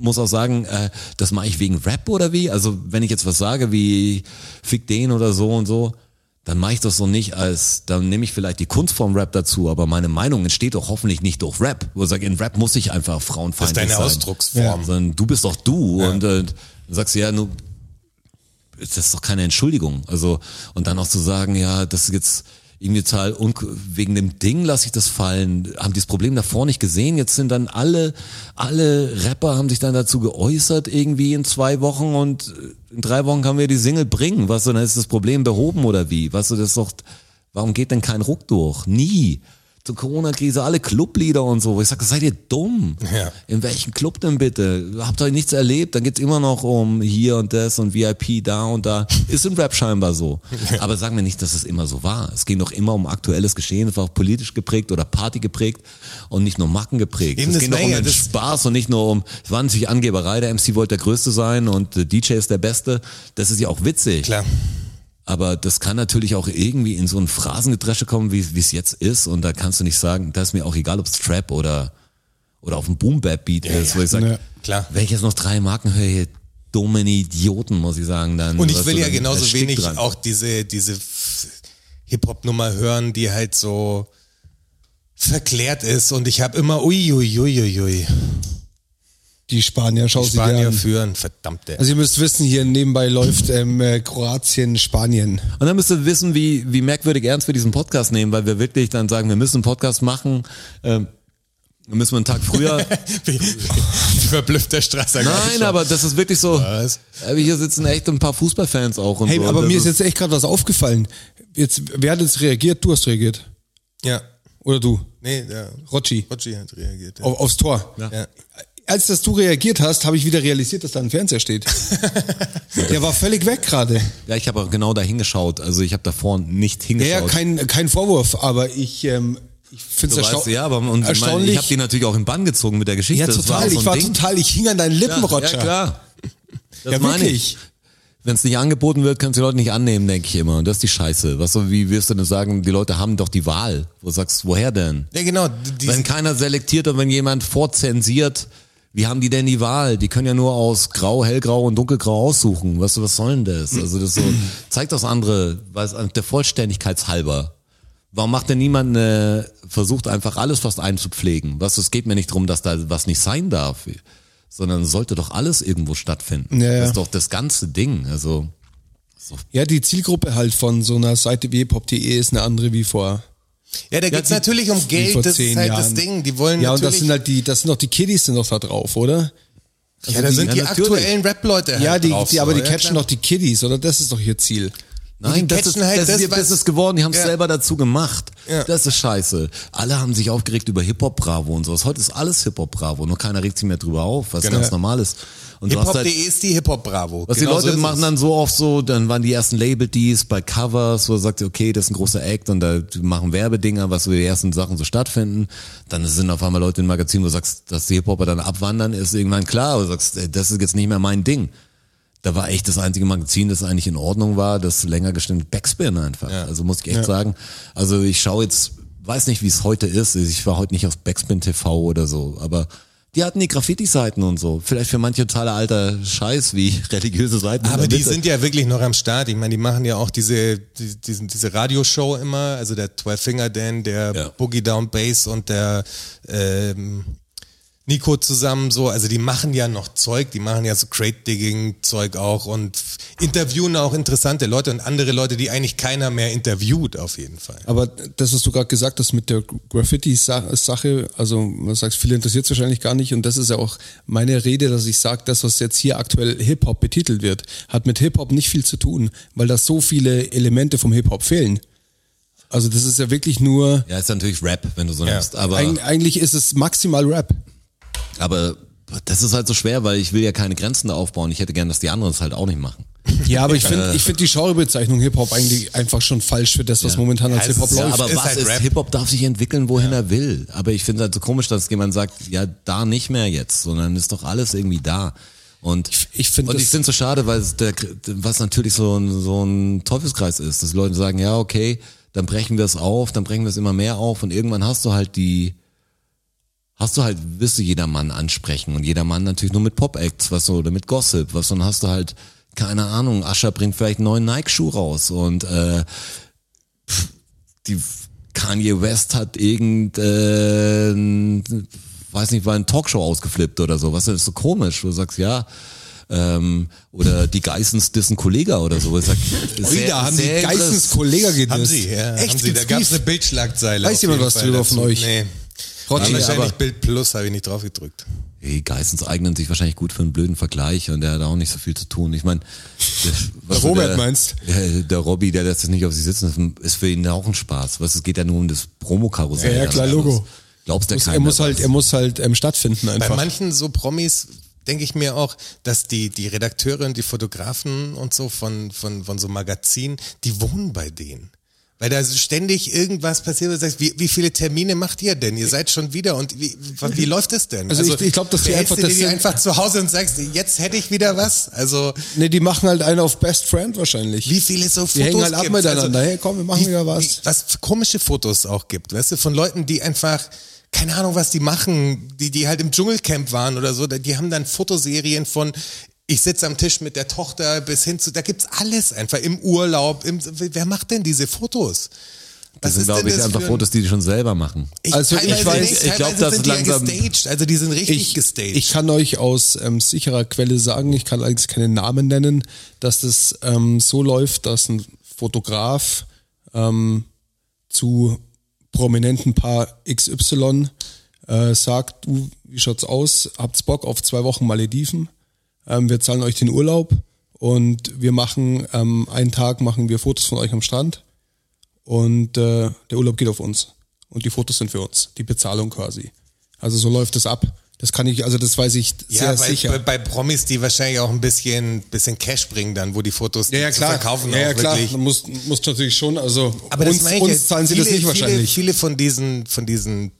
Speaker 4: muss auch sagen, äh, das mache ich wegen Rap oder wie? Also wenn ich jetzt was sage wie Fick den oder so und so, dann mache ich das so nicht als, dann nehme ich vielleicht die Kunstform Rap dazu, aber meine Meinung entsteht doch hoffentlich nicht durch Rap. Wo ich sage, in Rap muss ich einfach frauenfeindlich sein.
Speaker 2: Das ist deine Ausdrucksform.
Speaker 4: Ja. Sondern du bist doch du und äh, dann sagst du, ja, nur das ist doch keine Entschuldigung. Also, und dann auch zu sagen, ja, das ist jetzt irgendwie total un wegen dem Ding lasse ich das fallen, haben dieses Problem davor nicht gesehen. Jetzt sind dann alle, alle Rapper haben sich dann dazu geäußert, irgendwie in zwei Wochen und äh, in drei Wochen können wir die Single bringen. Was weißt du, dann ist das Problem behoben oder wie? Weißt du, das ist doch, warum geht denn kein Ruck durch? Nie. zur Corona-Krise alle Clublieder und so. wo Ich sage, seid ihr dumm?
Speaker 2: Ja.
Speaker 4: In welchem Club denn bitte? Habt ihr nichts erlebt? Dann geht's immer noch um hier und das und VIP da und da. Ist im Rap scheinbar
Speaker 2: (laughs)
Speaker 4: so. Aber sagen wir nicht, dass es immer so war. Es ging doch immer um aktuelles Geschehen. Es war auch politisch geprägt oder Party geprägt und nicht nur Macken geprägt.
Speaker 2: Eben,
Speaker 4: es
Speaker 2: das
Speaker 4: ging doch um
Speaker 2: meine ich
Speaker 4: den
Speaker 2: ja, das-
Speaker 4: Spaß und nicht nur um, es war natürlich Angeberei, der MC wollte der Größte sein und der DJ ist der Beste. Das ist ja auch witzig.
Speaker 2: Klar.
Speaker 4: Aber das kann natürlich auch irgendwie in so ein Phrasengedresche kommen, wie wie es jetzt ist. Und da kannst du nicht sagen, das ist mir auch egal, ob es Trap oder, oder auf dem Boom-Bap-Beat ist, wo ich sage,
Speaker 5: Ja.
Speaker 2: Klar.
Speaker 4: wenn ich jetzt noch drei Marken höre, ihr dummen Idioten, muss ich sagen, dann.
Speaker 2: Und ich
Speaker 4: weißt
Speaker 2: will
Speaker 4: du,
Speaker 2: ja
Speaker 4: dann
Speaker 2: genauso
Speaker 4: erstickt
Speaker 2: wenig
Speaker 4: dran.
Speaker 2: auch diese, diese F- Hip-Hop-Nummer hören, die halt so verklärt ist und ich habe immer uiuiuiui.
Speaker 3: Die Spanier schauen sich
Speaker 2: Spanier
Speaker 3: an.
Speaker 2: führen, verdammte.
Speaker 3: Also ihr müsst wissen, hier nebenbei läuft ähm, äh, Kroatien, Spanien.
Speaker 4: Und dann müsst ihr wissen, wie, wie merkwürdig ernst wir diesen Podcast nehmen, weil wir wirklich dann sagen, wir müssen einen Podcast machen, ähm, müssen wir einen Tag
Speaker 2: (laughs)
Speaker 4: früher.
Speaker 2: (laughs) Wie- wie Verblüfft der Strasser.
Speaker 4: Nein, aber das ist wirklich so.
Speaker 2: Was?
Speaker 4: Aber hier sitzen echt ein paar Fußballfans auch und
Speaker 3: Hey,
Speaker 4: so.
Speaker 3: aber
Speaker 4: Das
Speaker 3: mir ist jetzt echt gerade was aufgefallen. Jetzt, wer hat jetzt reagiert? Du hast reagiert.
Speaker 2: Ja.
Speaker 3: Oder du?
Speaker 2: Nee, der
Speaker 3: Rotschi.
Speaker 2: Rotschi hat reagiert. Ja.
Speaker 3: Auf, aufs Tor.
Speaker 2: Ja.
Speaker 3: Als dass du reagiert hast, habe ich wieder realisiert, dass da ein Fernseher steht. Der war völlig weg gerade.
Speaker 4: Ja, ich habe auch genau da hingeschaut. Also ich habe davor nicht
Speaker 3: Ja,
Speaker 4: hingeschaut.
Speaker 3: ja, kein, kein Vorwurf, aber ich, ähm, ich finde
Speaker 4: du
Speaker 3: es
Speaker 4: weißt, ja, aber und ich meine,
Speaker 3: erstaunlich.
Speaker 4: ich habe die natürlich auch in Bann gezogen mit der Geschichte.
Speaker 3: ja,
Speaker 4: Das war
Speaker 3: total.
Speaker 4: auch so
Speaker 3: ich
Speaker 4: ein
Speaker 3: war
Speaker 4: Ding.
Speaker 3: total, ich hing an deinen Lippen,
Speaker 4: ja,
Speaker 3: Roger.
Speaker 4: Ja, klar. Das
Speaker 3: Ja,
Speaker 4: meine ich.
Speaker 3: wirklich.
Speaker 4: Wenn es nicht angeboten wird, können es die Leute nicht annehmen, denke ich immer. Und das ist die Scheiße. Was so, wie wirst du denn sagen, die Leute haben doch die Wahl. Wo sagst du, woher denn?
Speaker 2: ja, genau. d-
Speaker 4: Wenn
Speaker 2: Diesen,
Speaker 4: keiner selektiert und wenn jemand vorzensiert, wie haben die denn die Wahl? Die können ja nur aus Grau, Hellgrau und Dunkelgrau aussuchen. Weißt du, was soll denn das? Also das so,
Speaker 3: (clears throat)
Speaker 4: zeigt das andere, was, der Vollständigkeit halber. Warum macht denn niemand eine, versucht einfach alles fast einzupflegen? Weißt du, es geht mir nicht drum, dass da was nicht sein darf, sondern sollte doch alles irgendwo stattfinden.
Speaker 3: Ja, ja.
Speaker 4: Das ist doch das ganze Ding. Also,
Speaker 3: Ja, die Zielgruppe halt von so einer Seite wie hiphop.de ist eine andere wie vor.
Speaker 2: ja, da geht's
Speaker 3: die-
Speaker 2: natürlich um
Speaker 3: wie
Speaker 2: Geld.
Speaker 3: vor
Speaker 2: Das ist
Speaker 3: zehn
Speaker 2: halt
Speaker 3: Jahren.
Speaker 2: das Ding. Die wollen
Speaker 3: Ja, und das
Speaker 2: natürlich.
Speaker 3: sind halt die, das sind auch die Kiddies sind noch da drauf, oder? Also
Speaker 2: ja, da
Speaker 4: die-
Speaker 2: sind
Speaker 4: ja,
Speaker 2: die
Speaker 4: natürlich.
Speaker 2: aktuellen Rap-Leute halt
Speaker 3: Ja, die,
Speaker 2: drauf,
Speaker 3: die aber
Speaker 2: so,
Speaker 3: die
Speaker 2: ja,
Speaker 3: catchen
Speaker 2: klar.
Speaker 3: doch die Kiddies, oder? Das ist doch ihr Ziel.
Speaker 4: Nein, das
Speaker 2: catchen
Speaker 4: ist,
Speaker 2: halt
Speaker 4: das,
Speaker 2: das,
Speaker 4: ist,
Speaker 2: was-
Speaker 4: das ist geworden, die haben es
Speaker 2: Ja.
Speaker 4: selber dazu gemacht.
Speaker 2: Ja.
Speaker 4: Das ist scheiße. Alle haben sich aufgeregt über Hip-Hop-Bravo und sowas. Heute ist alles Hip-Hop-Bravo, nur keiner regt sich mehr drüber auf, was ganz normal ist. Und du hast halt,
Speaker 2: Hip-Hop.de ist Genau. die Hip-Hop-Bravo.
Speaker 4: was
Speaker 2: Genau
Speaker 4: die Leute
Speaker 2: so ist
Speaker 4: machen
Speaker 2: es.
Speaker 4: dann so oft so, dann waren die ersten Label-Deals bei Covers, wo er sagt, okay, das ist ein großer Act und da machen Werbedinger, was so die ersten Sachen so stattfinden. Dann sind auf einmal Leute in Magazinen, wo du sagst, dass die Hip-Hopper dann abwandern, ist irgendwann klar. Wo du sagst, ey, das ist jetzt nicht mehr mein Ding. Da war echt das einzige Magazin, das eigentlich in Ordnung war, das länger gestimmt Backspin einfach. Also muss ich echt sagen. Also ich schaue jetzt, weiß nicht, wie es heute ist. Ich war heute nicht auf Backspin TV oder so, aber die hatten die Graffiti-Seiten und so. Vielleicht für manche totaler alter Scheiß wie (laughs) religiöse Seiten. in
Speaker 2: Aber
Speaker 4: der
Speaker 2: die
Speaker 4: Mitte.
Speaker 2: sind ja wirklich noch am Start. Ich meine, die machen ja auch diese, die, diesen, diese Radioshow immer, also der Twelve Finger Dan, der
Speaker 4: Ja.
Speaker 2: Boogie Down Bass und der ähm, Nico zusammen so. Also die machen ja noch Zeug, die machen ja so Crate-Digging-Zeug auch und f- interviewen auch interessante Leute und andere Leute, die eigentlich keiner mehr interviewt, auf jeden Fall.
Speaker 3: Aber das, was du gerade gesagt hast mit der Graffiti-Sache, also man sagt, viele interessiert es wahrscheinlich gar nicht und das ist ja auch meine Rede, dass ich sage, das, was jetzt hier aktuell Hip-Hop betitelt wird, hat mit Hip-Hop nicht viel zu tun, weil da so viele Elemente vom Hip-Hop fehlen. Also das ist ja wirklich nur,
Speaker 4: Ja, ist natürlich Rap, wenn du so
Speaker 2: Ja.
Speaker 4: nimmst. Aber,
Speaker 3: eig eigentlich ist es maximal Rap.
Speaker 4: aber das ist halt so schwer, weil ich will ja keine Grenzen da aufbauen. Ich hätte gern, dass die anderen es halt auch nicht machen.
Speaker 3: Ja, aber ich finde ich find die Genrebezeichnung Hip-Hop eigentlich einfach schon falsch für das, was momentan als
Speaker 2: Ja, es
Speaker 3: Hip-Hop
Speaker 2: ist ja
Speaker 3: läuft.
Speaker 4: aber
Speaker 2: ist
Speaker 4: was
Speaker 2: halt
Speaker 4: ist,
Speaker 2: Rap.
Speaker 4: Hip-Hop darf sich entwickeln, wohin er will. Aber ich finde es halt so komisch, dass jemand sagt, ja, da nicht mehr jetzt, sondern ist doch alles irgendwie da. Und
Speaker 3: ich find
Speaker 4: und
Speaker 3: das-
Speaker 4: ich finde es so schade, weil es der, was natürlich so ein, so ein Teufelskreis ist, dass Leute sagen, ja, okay, dann brechen wir es auf, dann brechen wir es immer mehr auf und irgendwann hast du halt die, hast du halt, wirst du jedermann ansprechen und jedermann natürlich nur mit Pop-Acts, was so, oder mit Gossip, was, dann hast du halt, keine Ahnung, Ascher bringt vielleicht einen neuen Nike-Schuh raus und, äh, die Kanye West hat irgend, äh, weiß nicht, war eine Talkshow ausgeflippt oder so. Was ist so komisch? Wo du sagst, ja. Ähm, oder die Geissens dissen Kollega oder so. Wo ich sag,
Speaker 3: (laughs) Ui, da haben die
Speaker 4: interess-
Speaker 3: Geistens Kollegen gedisst.
Speaker 2: Haben sie, ja.
Speaker 3: Echt,
Speaker 2: haben sie. Da
Speaker 3: gibt's
Speaker 2: gab
Speaker 3: Beef?
Speaker 2: es eine Bildschlagzeile.
Speaker 3: Weiß
Speaker 2: auf
Speaker 3: jemand
Speaker 2: jeden
Speaker 3: was
Speaker 2: Fall
Speaker 3: drüber von
Speaker 2: dazu.
Speaker 3: euch?
Speaker 2: Nee. War
Speaker 5: Rotschi,
Speaker 2: wahrscheinlich
Speaker 5: aber
Speaker 2: Bild Plus, habe ich nicht drauf gedrückt.
Speaker 4: Hey, Geissens eignen sich wahrscheinlich gut für einen blöden Vergleich und der hat auch nicht so viel zu tun. Ich meine,
Speaker 3: (laughs)
Speaker 4: der- was
Speaker 3: Der Robert
Speaker 4: der,
Speaker 3: meinst?
Speaker 4: Der, der Robby, der lässt das nicht auf sich sitzen, ist für ihn auch ein Spaß. Was es geht ja nur um das Promokarussell. Also
Speaker 3: Ja, ja, klar, Logo.
Speaker 4: Glaubst der
Speaker 3: Muss,
Speaker 4: keiner.
Speaker 3: er muss
Speaker 4: weiß.
Speaker 3: halt, er muss halt ähm, stattfinden
Speaker 2: Bei
Speaker 3: einfach.
Speaker 2: manchen so Promis denke ich mir auch, dass die, die Redakteure und die Fotografen und so von, von, von so Magazinen, die wohnen bei denen. Weil da ständig irgendwas passiert, wo du sagst, wie, wie viele Termine macht ihr denn? Ihr seid schon wieder und wie, was- wie läuft das denn?
Speaker 3: Also ich- ich glaub, dass die
Speaker 2: behältst
Speaker 3: einfach
Speaker 2: du dir
Speaker 3: das
Speaker 2: die
Speaker 3: sind-
Speaker 2: einfach zu Hause und sagst, jetzt hätte ich wieder was. Also
Speaker 3: Ne, die machen halt einen auf Best Friend wahrscheinlich.
Speaker 2: wie viele so Fotos
Speaker 3: Die hängen halt ab
Speaker 2: gibt's?
Speaker 3: miteinander.
Speaker 2: Also,
Speaker 3: hey, komm, wir machen wieder was.
Speaker 2: wie- Was für komische Fotos auch gibt, weißt du, von Leuten, die einfach, keine Ahnung, was die machen, die, die halt im Dschungelcamp waren oder so, die haben dann Fotoserien von ich sitze am Tisch mit der Tochter bis hin zu, da gibt's alles einfach im Urlaub, im, wer macht denn diese Fotos?
Speaker 4: Das
Speaker 2: Was
Speaker 4: sind,
Speaker 2: ist denn
Speaker 4: glaube ich,
Speaker 2: das
Speaker 4: einfach
Speaker 2: für ein-
Speaker 4: Fotos, die die schon selber machen.
Speaker 2: Ich,
Speaker 3: Also ich
Speaker 2: teilweise
Speaker 3: weiß-
Speaker 2: nicht,
Speaker 4: ich glaub,
Speaker 2: teilweise
Speaker 4: das
Speaker 2: sind
Speaker 4: ist
Speaker 2: die ja
Speaker 4: langsam-
Speaker 2: gestaged, also die sind richtig
Speaker 3: ich,
Speaker 2: gestaged.
Speaker 3: ich kann euch aus ähm, sicherer Quelle sagen, ich kann allerdings keinen Namen nennen, dass das ähm, so läuft, dass ein Fotograf ähm, zu prominenten Paar XY äh, sagt, du, wie schaut's aus? Habt's Bock auf zwei Wochen Malediven? Ähm, wir zahlen euch den Urlaub und wir machen ähm, einen Tag machen wir Fotos von euch am Strand und äh, der Urlaub geht auf uns und die Fotos sind für uns, die Bezahlung quasi. Also so läuft das ab. Das kann ich, also das weiß ich sehr
Speaker 2: Ja, bei,
Speaker 3: sicher.
Speaker 2: Bei, bei Promis, die wahrscheinlich auch ein bisschen, bisschen Cash bringen dann, wo die Fotos zu verkaufen
Speaker 3: ja, ja,
Speaker 2: auch
Speaker 3: klar.
Speaker 2: wirklich.
Speaker 3: Man muss, muss natürlich schon, also
Speaker 2: Aber das
Speaker 3: uns,
Speaker 2: meine ich
Speaker 3: uns
Speaker 2: jetzt,
Speaker 3: zahlen sie das
Speaker 2: viele-
Speaker 3: nicht wahrscheinlich.
Speaker 2: Viele, viele von diesen, von diesen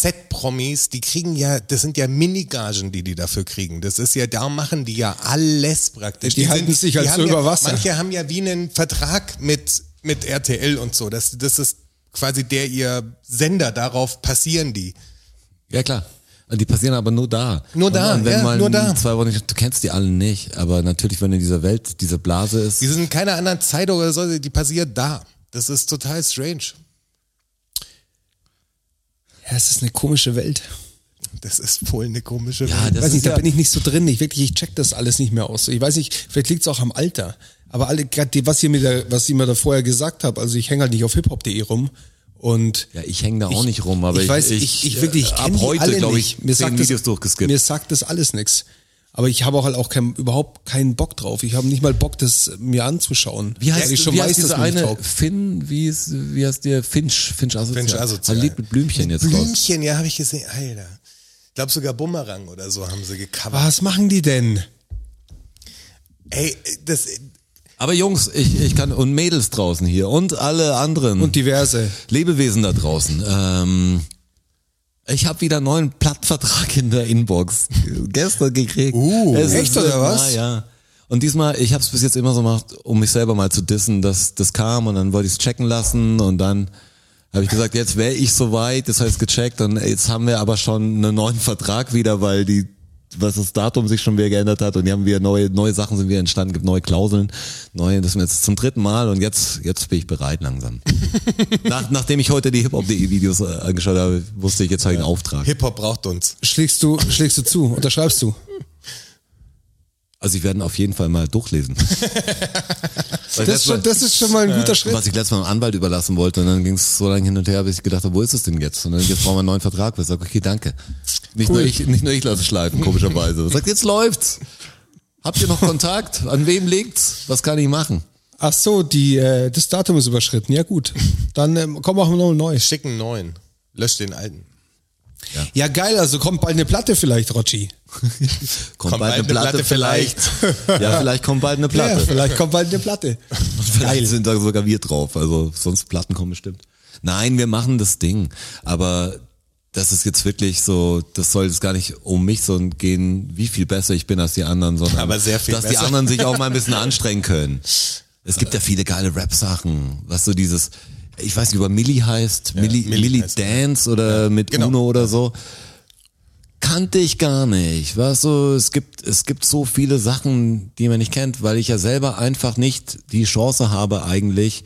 Speaker 2: Z-Promis, die kriegen ja, das sind ja Minigagen, die die dafür kriegen. Das ist ja, da machen die ja alles praktisch.
Speaker 3: Die halten sich halt
Speaker 2: die
Speaker 3: so
Speaker 2: haben
Speaker 3: über
Speaker 2: ja,
Speaker 3: Wasser.
Speaker 2: Manche haben ja wie einen Vertrag mit, mit RTL und so. Das, das ist quasi der ihr Sender, darauf passieren die.
Speaker 4: Ja, klar. Und Die passieren aber nur da.
Speaker 2: Nur
Speaker 4: Und-
Speaker 2: da,
Speaker 4: und wenn
Speaker 2: ja,
Speaker 4: mal
Speaker 2: nur da.
Speaker 4: Zwei Wochen, du kennst die alle nicht, aber natürlich, wenn du in dieser Welt, dieser Blase ist,
Speaker 2: Die sind in keiner anderen Zeit oder so, die passiert da. Das ist total strange.
Speaker 3: Ja, es ist eine komische Welt.
Speaker 2: Das ist wohl eine komische
Speaker 4: ja,
Speaker 2: Welt.
Speaker 4: das
Speaker 3: weiß
Speaker 4: ist
Speaker 3: nicht,
Speaker 4: ja,
Speaker 3: da bin ich nicht so drin. Ich wirklich, ich check das alles nicht mehr aus. Ich weiß nicht, vielleicht liegt es auch am Alter. Aber alle, gerade die, was ihr mir da, was ich mir da vorher gesagt habe, also ich hänge halt nicht auf hiphop.de rum und
Speaker 4: ja, ich hänge da auch nicht rum, aber ich, äh,
Speaker 3: ich weiß, ich, ich, wirklich, ich
Speaker 4: ab
Speaker 3: kenn die
Speaker 4: heute,
Speaker 3: alle
Speaker 4: glaube ich,
Speaker 3: nicht. mir
Speaker 4: zehn
Speaker 3: sagt
Speaker 4: Videos
Speaker 3: das,
Speaker 4: durchgeskippt.
Speaker 3: Mir sagt das alles nichts. Aber ich habe auch halt auch kein, überhaupt keinen Bock drauf. Ich habe nicht mal Bock, das mir anzuschauen.
Speaker 4: Wie
Speaker 3: Weil
Speaker 4: heißt,
Speaker 3: ich schon
Speaker 4: wie
Speaker 3: weiß,
Speaker 4: heißt
Speaker 3: dass
Speaker 4: dieser
Speaker 3: mir nicht
Speaker 4: eine
Speaker 3: taugt.
Speaker 4: Finn, wie, ist, wie heißt der Finch, Finch Asozial.
Speaker 2: Finch Asozial.
Speaker 4: Er lebt mit Blümchen jetzt raus.
Speaker 2: Blümchen, ja, habe ich gesehen. Alter. Ich glaube sogar Bumerang oder so haben sie gecovert.
Speaker 3: Was machen die denn?
Speaker 2: Ey, das,
Speaker 4: Aber Jungs, ich, ich kann, und Mädels draußen hier und alle anderen
Speaker 3: Und diverse.
Speaker 4: Lebewesen da draußen, ähm, ich habe wieder einen neuen Plattvertrag in der Inbox. Gestern gekriegt.
Speaker 3: Uh, echt oder
Speaker 4: äh,
Speaker 3: was?
Speaker 4: Ja, ja. Und diesmal, ich habe es bis jetzt immer so gemacht, um mich selber mal zu dissen, dass das kam und dann wollte ich es checken lassen und dann habe ich gesagt, jetzt wäre ich soweit, das heißt gecheckt und jetzt haben wir aber schon einen neuen Vertrag wieder, weil die was das Datum sich schon wieder geändert hat und die haben wieder neue neue Sachen sind wieder entstanden, gibt neue Klauseln, neue, das ist mir jetzt zum dritten Mal und jetzt jetzt bin ich bereit langsam. Nach, nachdem ich heute die Hip-Hop.de Videos äh, angeschaut habe, wusste ich, jetzt habe ich einen Auftrag.
Speaker 2: Hip-Hop braucht uns.
Speaker 3: Schlägst du, schlägst du zu? Unterschreibst du?
Speaker 4: Also ich werde ihn auf jeden Fall mal (laughs) durchlesen. Weil
Speaker 3: Das ist schon, das ist schon mal ein guter Schritt.
Speaker 4: was ich letztes Mal dem Anwalt überlassen wollte und dann ging es so lange hin und her, bis ich gedacht habe, wo ist es denn jetzt? Und dann jetzt brauchen wir einen neuen Vertrag. Ich sage, okay, danke. Nicht, nur ich, nicht nur ich lasse es schleifen, (laughs) komischerweise. Sagt, jetzt läuft's. Habt ihr noch Kontakt? An wem legt's? Was kann ich (laughs) machen?
Speaker 3: Ach so, die, äh, das Datum ist überschritten. Ja
Speaker 4: (laughs)
Speaker 3: gut, dann ähm, komm machen wir noch ein neues.
Speaker 2: Schicken neuen. Lösch den alten.
Speaker 3: Ja geil, also kommt bald eine Platte vielleicht, Rotschi.
Speaker 4: Kommt, bald eine Platte, vielleicht. (laughs) ja, vielleicht kommt bald eine
Speaker 3: Ja,
Speaker 4: Platte.
Speaker 3: vielleicht kommt bald eine Platte.
Speaker 4: (laughs) Vielleicht sind da sogar wir drauf. Also sonst Platten kommen bestimmt. Nein, wir machen das Ding. Aber das ist jetzt wirklich so, das soll jetzt gar nicht um mich so gehen, wie viel besser ich bin als die anderen, sondern
Speaker 2: Aber sehr viel
Speaker 4: dass die
Speaker 2: besser.
Speaker 4: anderen sich auch mal ein bisschen anstrengen können. Es gibt ja viele geile Rap-Sachen, was so dieses, ich weiß nicht, über Milli heißt, Milli,
Speaker 2: Milli
Speaker 4: Milli
Speaker 2: heißt-
Speaker 4: Dance oder mit
Speaker 2: genau.
Speaker 4: Uno oder so kannte ich gar nicht. Weißt du, es gibt, es gibt so viele Sachen, die man nicht kennt, weil ich ja selber einfach nicht die Chance habe, eigentlich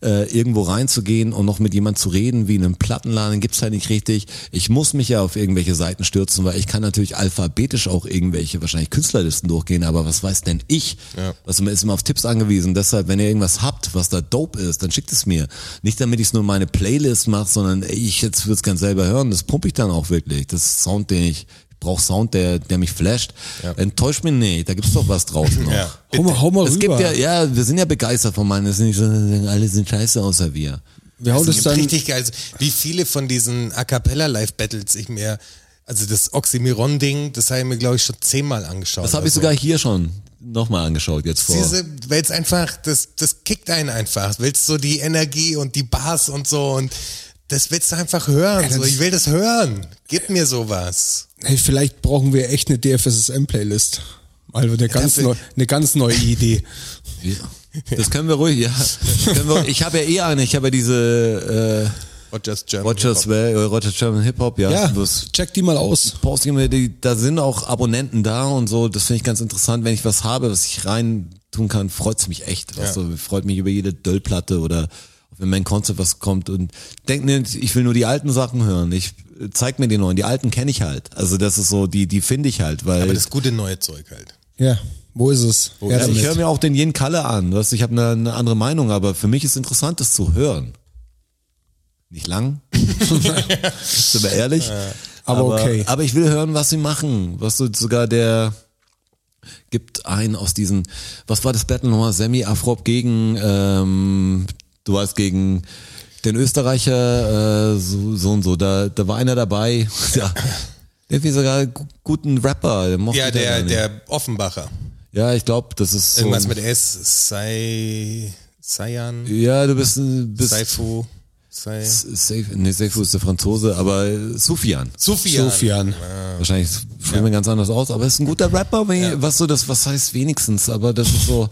Speaker 4: äh, irgendwo reinzugehen und noch mit jemand zu reden, wie in einem Plattenladen, gibt's halt nicht richtig. Ich muss mich ja auf irgendwelche Seiten stürzen, weil ich kann natürlich alphabetisch auch irgendwelche, wahrscheinlich Künstlerlisten durchgehen, aber was weiß denn ich?
Speaker 2: Ja.
Speaker 4: Also man ist immer auf Tipps angewiesen. Deshalb, wenn ihr irgendwas habt, was da dope ist, dann schickt es mir. Nicht damit ich es nur in meine Playlist mache, sondern ey, ich jetzt würde es gern selber hören. Das pumpe ich dann auch wirklich. Das ist Sound, den ich, ich brauche Sound, der, der mich flasht. Enttäuscht mich nicht, da gibt's doch was draußen noch.
Speaker 2: Ja.
Speaker 3: Hau mal, hau mal
Speaker 4: Es
Speaker 3: rüber.
Speaker 4: gibt ja, ja, wir sind ja begeistert von meinen, es ist nicht so, alle sind scheiße außer wir.
Speaker 3: wir hauen
Speaker 2: Das
Speaker 3: das
Speaker 2: ist
Speaker 3: dann.
Speaker 2: richtig geil. Also, Wie viele von diesen A Cappella Live Battles ich mir, also das Oxymiron Ding, das habe ich mir glaube ich schon zehnmal angeschaut.
Speaker 4: Das habe ich
Speaker 2: Also,
Speaker 4: sogar hier schon nochmal angeschaut, jetzt vor.
Speaker 2: Diese, weil es einfach, das, das kickt einen einfach. Willst so die Energie und die Bars und so und das willst du einfach hören. so, ich will das hören. Gib mir sowas.
Speaker 3: Hey, vielleicht brauchen wir echt eine DFSSM-Playlist. Also eine ganz,
Speaker 2: dafür-
Speaker 3: neu, eine ganz neue Idee.
Speaker 4: Ja. Das können wir ruhig, ja. Können wir, ich habe ja eh eine, ich habe ja diese
Speaker 2: Rogers
Speaker 4: äh,
Speaker 2: German.
Speaker 4: Rogers, Well- äh, Rogers German Hip Hop, ja.
Speaker 3: Ja,
Speaker 4: Das
Speaker 3: check die mal aus.
Speaker 4: poste ich mir, die, da sind auch Abonnenten da und so. Das finde ich ganz interessant. Wenn ich was habe, was ich rein tun kann, freut's mich echt. Weißt du, freut mich über jede Döllplatte oder wenn mein Konzert was kommt und denk nicht, ich will nur die alten Sachen hören. Ich äh, zeig mir die neuen. Die alten kenne ich halt. Also das ist so, die, die finde ich halt, weil
Speaker 2: Aber das gute neue Zeug halt.
Speaker 3: Ja, wo ist es? Ja,
Speaker 4: ja, ich
Speaker 3: damit.
Speaker 4: höre mir auch den Jen Kalle an. Weißt, du, ich habe eine, eine andere Meinung, aber für mich ist interessant, das zu hören. Nicht lang, (laughs) sind wir ehrlich.
Speaker 3: Aber okay.
Speaker 4: Aber ich will hören, was sie machen. Was so, sogar der gibt einen aus diesen, was war das Battle nochmal? Semi Afrop gegen, ähm, du weißt, gegen den Österreicher, äh, so, so und so. Da, da war einer dabei. (laughs) Ja. Irgendwie sogar gu- guten Rapper. den mochte
Speaker 2: Ja,
Speaker 4: ich dann
Speaker 2: der,
Speaker 4: gar nicht.
Speaker 2: der Offenbacher.
Speaker 4: Ja, ich glaube, das ist so.
Speaker 2: Irgendwas
Speaker 4: ein-
Speaker 2: mit S. Sei, Seian.
Speaker 4: Ja, du bist, ein- bist
Speaker 2: Seifu. Sei.
Speaker 4: safe, nee, Seifu ist der Franzose, aber äh, Sufian.
Speaker 2: Sufian.
Speaker 3: Sofian.
Speaker 4: Wahrscheinlich spricht man ganz anders aus, aber ist ein guter Rapper, wenn- was so das, was heißt wenigstens, aber das ist so,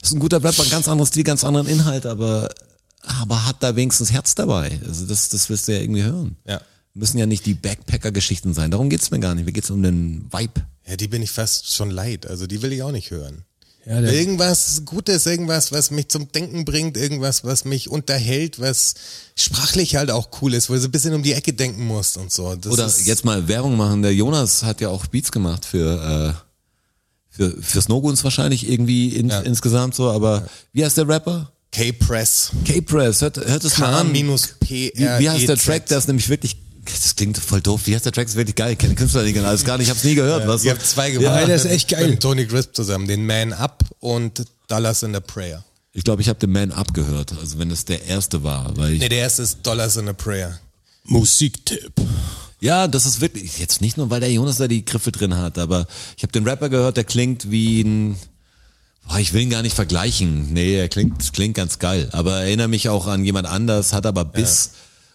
Speaker 4: ist ein guter Rapper, ganz anderes Stil, ganz anderen Inhalt, aber, aber hat da wenigstens Herz dabei. Also das, das willst du ja irgendwie hören.
Speaker 2: Ja.
Speaker 4: Müssen ja nicht die Backpacker-Geschichten sein. Darum geht's mir gar nicht. Mir geht's um den Vibe.
Speaker 2: Ja, die bin ich fast schon leid. Also die will ich auch nicht hören.
Speaker 4: Ah,
Speaker 3: Ja, der-
Speaker 2: irgendwas Gutes, irgendwas, was mich zum Denken bringt, irgendwas, was mich unterhält, was sprachlich halt auch cool ist, wo du so ein bisschen um die Ecke denken musst und so. Das
Speaker 4: Oder
Speaker 2: ist,
Speaker 4: jetzt mal Werbung machen. Der Jonas hat ja auch Beats gemacht für, äh, für, für Snowguns wahrscheinlich irgendwie in, insgesamt so, aber wie heißt der Rapper?
Speaker 2: K-Press.
Speaker 4: K-Press, hört, hört es mal an. Wie,
Speaker 2: K-P-R.
Speaker 4: wie heißt der Track? Der ist nämlich wirklich, das klingt voll doof. Wie heißt der Track? Das ist wirklich geil. Ich kenne Künstler nicht, alles gar nicht. Ich hab's nie gehört. was?
Speaker 2: Ich habe zwei gemacht.
Speaker 3: einer ist echt geil.
Speaker 2: Mit Tony Crisp zusammen, den Man Up und Dollars in a Prayer.
Speaker 4: Ich glaube, ich habe den Man Up gehört. Also wenn es der erste war, weil ich,
Speaker 2: Nee, der erste ist Dollars in a Prayer.
Speaker 3: Musiktipp.
Speaker 4: ja, das ist wirklich jetzt nicht nur, weil der Jonas da die Griffe drin hat, aber ich habe den Rapper gehört, der klingt wie ein Boah, ich will ihn gar nicht vergleichen. Nee, er klingt, klingt ganz geil. Aber erinnere mich auch an jemand anders, hat aber Biss.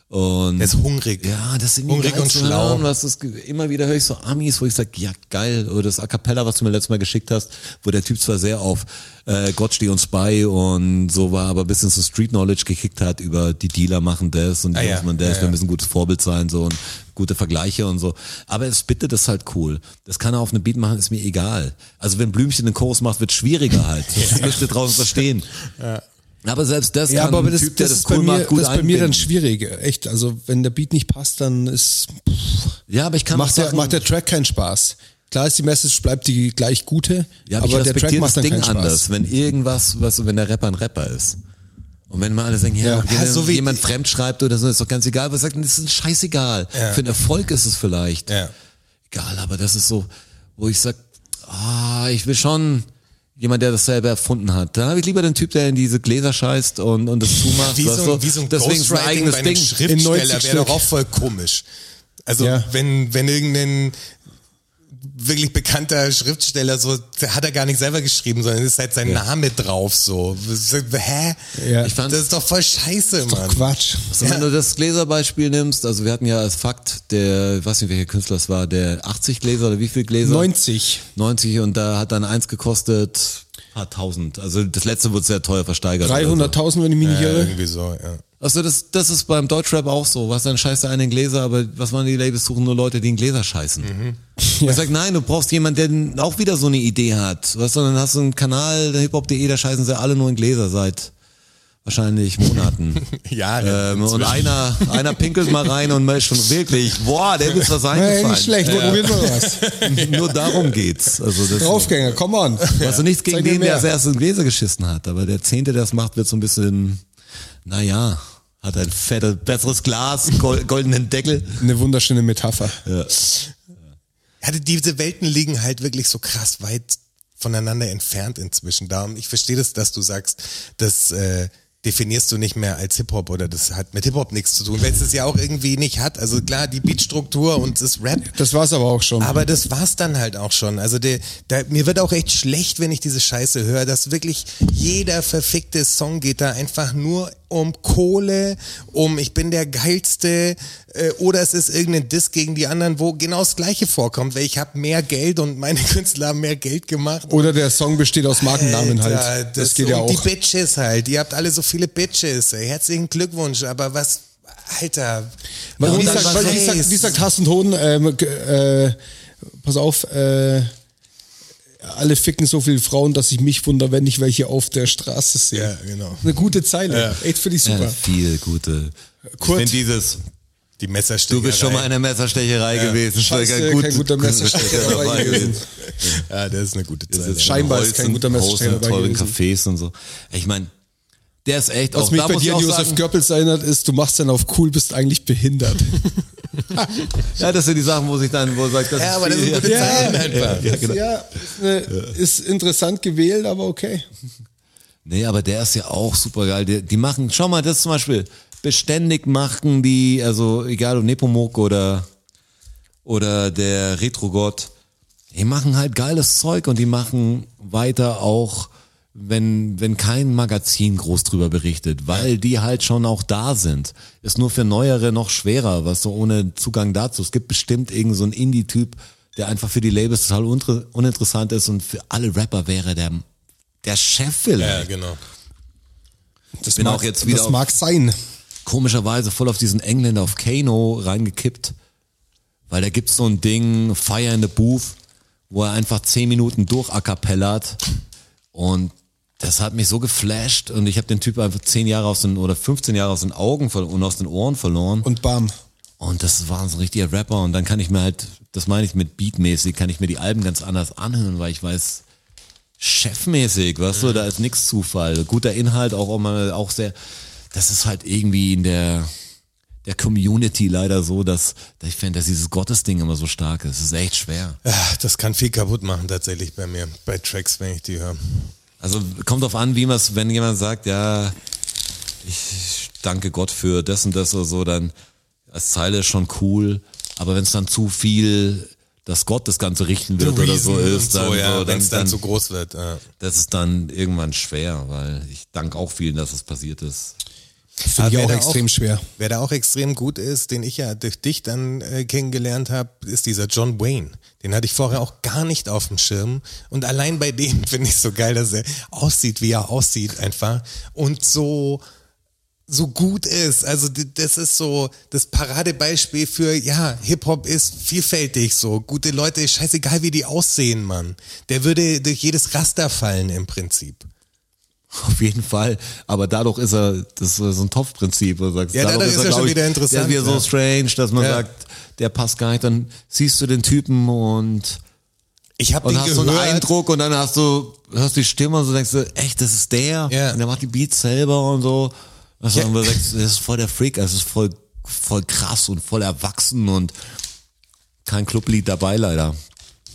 Speaker 4: Und
Speaker 2: Der ist hungrig.
Speaker 4: Ja, das sind
Speaker 2: Hungrig
Speaker 4: geil
Speaker 2: und
Speaker 4: zu
Speaker 2: schlau.
Speaker 4: Hören, was das, ge- immer wieder höre ich so Amis, wo ich sage, ja geil, oder das A Cappella, was du mir letztes Mal geschickt hast, wo der Typ zwar sehr auf äh, Gott steh uns bei und so war, aber ein bisschen so Street Knowledge gekickt hat über die Dealer machen das und die
Speaker 2: Ah, ja.
Speaker 4: muss man das,
Speaker 2: Ja,
Speaker 4: wir
Speaker 2: ja.
Speaker 4: müssen ein gutes Vorbild sein so und gute Vergleiche und so. Aber es bittet das halt cool. Das kann er auf einem Beat machen, ist mir egal. Also wenn Blümchen einen Chorus macht, wird
Speaker 3: (laughs)
Speaker 4: schwieriger halt. Das müsst ihr draußen verstehen. Aber selbst das
Speaker 3: Ja,
Speaker 4: kann
Speaker 3: aber
Speaker 4: ein
Speaker 3: das,
Speaker 4: Typ, der
Speaker 3: das, ist
Speaker 4: das, cool
Speaker 3: bei mir,
Speaker 4: macht, gut
Speaker 3: das ist bei mir dann
Speaker 4: einbinden.
Speaker 3: schwierig. Echt, also wenn der Beat nicht passt, dann ist,
Speaker 4: Ja, aber ich kann auch
Speaker 3: macht, der,
Speaker 4: Sachen-
Speaker 3: macht der Track keinen Spaß. Klar ist die Message, bleibt die gleich gute,
Speaker 4: Ja, aber,
Speaker 3: aber
Speaker 4: ich
Speaker 3: der Track
Speaker 4: respektiere
Speaker 3: macht
Speaker 4: das
Speaker 3: dann
Speaker 4: Ding
Speaker 3: keinen Spaß.
Speaker 4: anders, wenn irgendwas, weißt du, wenn der Rapper ein Rapper ist. Und wenn mal alle sagen, ja,
Speaker 3: Ja.
Speaker 4: wenn
Speaker 2: Ja, so wie-
Speaker 4: jemand fremd schreibt oder so, ist doch ganz egal, was sagt, das ist scheißegal.
Speaker 2: Ja.
Speaker 4: Für einen Erfolg ist es vielleicht.
Speaker 2: Ja.
Speaker 4: Egal, aber das ist so, wo ich sag, ah, ich will schon jemand, der das selber erfunden hat. Da habe ich lieber den Typ, der in diese Gläser scheißt und, und
Speaker 2: (laughs)
Speaker 4: das zumacht.
Speaker 2: wie
Speaker 4: weißt
Speaker 2: so,
Speaker 4: du?
Speaker 2: wie so ein
Speaker 4: Deswegen ist ein
Speaker 2: Ghostwriting
Speaker 4: eigenes
Speaker 2: bei einem
Speaker 4: Ding.
Speaker 3: In 90
Speaker 2: Schriftsteller wäre
Speaker 3: Stück.
Speaker 2: doch auch voll komisch. Also
Speaker 3: Ja.
Speaker 2: wenn, wenn irgendein wirklich bekannter Schriftsteller so, hat er gar nicht selber geschrieben, sondern ist halt sein Name drauf so. Hä?
Speaker 3: Ja.
Speaker 4: Ich fand-
Speaker 2: das ist doch voll scheiße, Mann.
Speaker 3: Quatsch.
Speaker 4: Also wenn du das Gläserbeispiel nimmst, also wir hatten ja als Fakt, der, ich weiß nicht welcher Künstler es war, der 80 Gläser oder wie viel Gläser?
Speaker 3: 90.
Speaker 4: 90 und da hat dann eins gekostet, paar tausend. Also das letzte wurde sehr teuer versteigert. Also. äh,
Speaker 3: 300.000, wenn ich mich nicht
Speaker 2: Ja,
Speaker 3: irre.
Speaker 2: irgendwie so, ja. (laughs)
Speaker 4: Also das, das ist beim Deutschrap auch so. Was dann scheißt du einen Gläser, aber was waren die Labels suchen nur Leute, die einen Gläser scheißen.
Speaker 3: Mhm.
Speaker 4: Und ich sag, nein, du brauchst jemanden, der auch wieder so eine Idee hat. Weißt du, dann hast du einen Kanal, der hiphop.de, da scheißen sie alle nur in Gläser seit, wahrscheinlich Monaten.
Speaker 3: (laughs)
Speaker 2: Jahre.
Speaker 4: ähm, und einer, einer pinkelt
Speaker 2: (laughs)
Speaker 4: mal rein und ist schon wirklich, boah, der ist was
Speaker 3: Hey, nicht
Speaker 4: eingefallen.
Speaker 3: schlecht, probieren wir
Speaker 4: (laughs)
Speaker 3: was.
Speaker 4: Nur darum geht's. Also das
Speaker 3: Draufgänger, come on.
Speaker 4: Hast du Also nichts gegen
Speaker 3: Zeig mir
Speaker 4: den, der
Speaker 3: mehr.
Speaker 4: als erstes in Gläser geschissen hat, aber der Zehnte, der das macht, wird so ein bisschen, naja, hat ein fettes, besseres Glas,
Speaker 3: (laughs)
Speaker 4: gol- goldenen Deckel.
Speaker 3: Eine wunderschöne Metapher.
Speaker 2: Ja, die- diese Welten liegen halt wirklich so krass weit voneinander entfernt inzwischen. Darum, ich verstehe das, dass du sagst, das äh, definierst du nicht mehr als Hip-Hop oder das hat mit Hip-Hop nichts zu tun, weil es das ja auch irgendwie nicht hat. Also klar, die Beatstruktur und das Rap.
Speaker 3: Das war's aber auch schon.
Speaker 2: Aber das war's dann halt auch schon. Also der, der, mir wird auch echt schlecht, wenn ich diese Scheiße höre, dass wirklich jeder verfickte Song geht da einfach nur um Kohle, um ich bin der geilste äh, oder es ist irgendein Diss gegen die anderen, wo genau das gleiche vorkommt, weil ich habe mehr Geld und meine (laughs) Künstler haben mehr Geld gemacht.
Speaker 3: Oder der Song besteht aus Markennamen
Speaker 2: Alter,
Speaker 3: halt. Das, geht ja
Speaker 2: und
Speaker 3: auch.
Speaker 2: Die Bitches halt. Ihr habt alle so viele Bitches. Ey. Herzlichen Glückwunsch, aber was, Alter.
Speaker 3: Wie
Speaker 4: Und dann
Speaker 3: sagt,
Speaker 4: war
Speaker 3: wie,
Speaker 4: Race.
Speaker 3: sagt, wie sagt Hass und Hoden, ähm, g- äh, pass auf, äh, alle ficken so viele Frauen, dass ich mich wundere, wenn ich welche auf der Straße sehe.
Speaker 2: Ja, genau.
Speaker 3: Eine gute Zeile. Echt finde ich super.
Speaker 4: Ja, viel gute.
Speaker 3: Kurt.
Speaker 4: Wenn dieses,
Speaker 2: Die Messerstiche.
Speaker 4: du bist schon mal in der Messerstecherei gewesen, ist
Speaker 3: Scheiße,
Speaker 4: kein, gut,
Speaker 3: kein guter Messerstecher dabei gewesen.
Speaker 2: Ja, das ist eine gute Zeit.
Speaker 3: Scheinbar ist kein guter Messerstecher
Speaker 4: Messerstecher
Speaker 3: dabei
Speaker 4: teuren
Speaker 3: gewesen.
Speaker 4: Cafés und so. Ich meine, der ist echt
Speaker 3: Was
Speaker 4: auch
Speaker 3: mich
Speaker 4: da
Speaker 3: bei
Speaker 4: muss
Speaker 3: dir
Speaker 4: ich
Speaker 3: an
Speaker 4: auch
Speaker 3: Josef
Speaker 4: sagen,
Speaker 3: Goebbels erinnert, ist, du machst dann auf cool, bist eigentlich behindert.
Speaker 4: Ja, das sind die Sachen, wo sich dann, wo sagt, das
Speaker 2: Ja, aber das
Speaker 4: viel- (laughs)
Speaker 2: sind gute Zeilen einfach.
Speaker 4: Ja, genau.
Speaker 3: Ja, ist, eine, ist interessant gewählt, aber okay.
Speaker 4: Nee, aber der ist ja auch super geil. Die, die machen, schau mal, das zum Beispiel, beständig machen die, also egal ob Nepomuk oder, oder der Retrogott, die machen halt geiles Zeug und die machen weiter auch, wenn, wenn kein Magazin groß drüber berichtet, weil die halt schon auch da sind. Ist nur für Neuere noch schwerer, was so ohne Zugang dazu. Es gibt bestimmt irgend so einen Indie-Typ, der einfach für die Labels total unter- uninteressant ist und für alle Rapper wäre der, der Chef vielleicht.
Speaker 2: Ja, genau.
Speaker 3: Das
Speaker 4: bin auch jetzt wieder
Speaker 3: Das
Speaker 4: auf-
Speaker 3: mag sein.
Speaker 4: komischerweise voll auf diesen Engländer auf Kano reingekippt, weil da gibt's so ein Ding, Fire in the Booth, wo er einfach zehn Minuten durch a cappellert und das hat mich so geflasht und ich habe den Typ einfach zehn Jahre aus den oder 15 Jahre aus den Augen ver- und aus den Ohren verloren
Speaker 3: Und bam.
Speaker 4: und das war so ein richtiger Rapper und dann kann ich mir halt, das meine ich mit beatmäßig, kann ich mir die Alben ganz anders anhören, weil ich weiß, chefmäßig, weißt du, da ist nix Zufall. Guter Inhalt, auch immer, auch sehr, das ist halt irgendwie in der, der Community leider so, dass, dass ich finde, dass dieses Gottesding immer so stark ist. Das ist echt schwer.
Speaker 2: Ah, Das kann viel kaputt machen tatsächlich bei mir, bei Tracks, wenn ich die höre.
Speaker 4: Also kommt drauf an, wie man es, wenn jemand sagt, ja, ich danke Gott für das und das oder so, dann als Zeile ist schon cool. Aber wenn es dann zu viel, dass Gott das Ganze richten wird oder so
Speaker 2: Reason
Speaker 4: ist,
Speaker 2: und
Speaker 4: dann,
Speaker 2: so, ja,
Speaker 4: so,
Speaker 2: wenn
Speaker 4: dann,
Speaker 2: es dann,
Speaker 4: dann
Speaker 2: zu groß wird. Ja.
Speaker 4: das ist dann irgendwann schwer, weil ich danke auch vielen, dass es passiert ist.
Speaker 3: Finde ich
Speaker 2: wer
Speaker 3: auch
Speaker 2: da
Speaker 3: extrem
Speaker 2: auch-
Speaker 3: schwer.
Speaker 2: Wer da auch extrem gut ist, den ich ja durch dich dann äh, kennengelernt habe, ist dieser John Wayne. Den hatte ich vorher auch gar nicht auf dem Schirm. Und allein bei dem (laughs) finde ich so geil, dass er aussieht, wie er aussieht einfach. Und so, so gut ist. Also d- das ist so das Paradebeispiel für, ja, Hip-Hop ist vielfältig so. Gute Leute, ist scheißegal wie die aussehen, Mann. Der würde durch jedes Raster fallen im Prinzip.
Speaker 4: (laughs) Auf jeden Fall. Aber dadurch ist er, das ist so ein Topfprinzip. wo du sagst,
Speaker 2: Ja, dadurch ist er
Speaker 4: glaub
Speaker 2: schon
Speaker 4: ich,
Speaker 2: wieder interessant,
Speaker 4: Der ist wieder
Speaker 2: ja.
Speaker 4: so strange, dass man
Speaker 2: Ja.
Speaker 4: sagt, der passt gar nicht. Dann siehst du den Typen und
Speaker 2: Ich habe
Speaker 4: Und
Speaker 2: den
Speaker 4: hast
Speaker 2: gehört.
Speaker 4: so einen Eindruck und dann hast du, hörst die Stimme und so denkst du, echt, das ist der.
Speaker 2: Ja.
Speaker 4: Und der macht die Beats selber und so. Also
Speaker 2: Ja.
Speaker 4: dann denkst du, das ist voll der Freak, das ist voll, voll krass und voll erwachsen und kein Clublied dabei leider.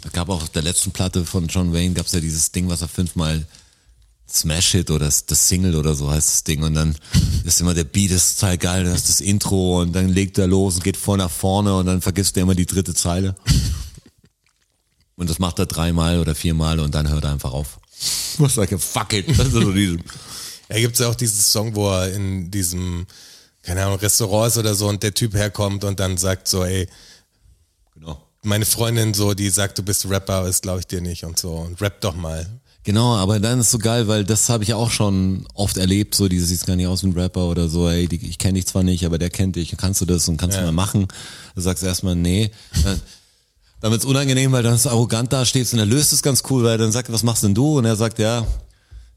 Speaker 4: Es gab auch auf der letzten Platte von John Wayne gab's ja dieses Ding, was er fünfmal Smash Hit oder das das Single oder so heißt das Ding und dann ist immer der Beat ist total geil, dann ist das Intro und dann legt er los und geht voll nach vorne und dann vergisst er immer die dritte Zeile. Und das macht er dreimal oder viermal und dann hört er einfach auf. Was sag ich, fuck it. Das ist so diese,
Speaker 2: Da gibt's ja auch diesen Song, wo er in diesem, keine Ahnung, Restaurant ist oder so und der Typ herkommt und dann sagt so, ey,
Speaker 4: genau.
Speaker 2: meine Freundin so, die sagt, du bist Rapper, ist glaube ich dir nicht und so und rap doch mal.
Speaker 4: Genau, aber dann ist so geil, weil das habe ich auch schon oft erlebt, so dieses sieht gar nicht aus wie ein Rapper oder so, ey, die, ich kenne dich zwar nicht, aber der kennt dich, kannst du das und kannst du mal machen. Du sagst erstmal nee. Dann, dann wird's unangenehm, weil dann ist arrogant da stehst und er löst es ganz cool, weil dann sagt, er, was machst denn du? Und er sagt, ja,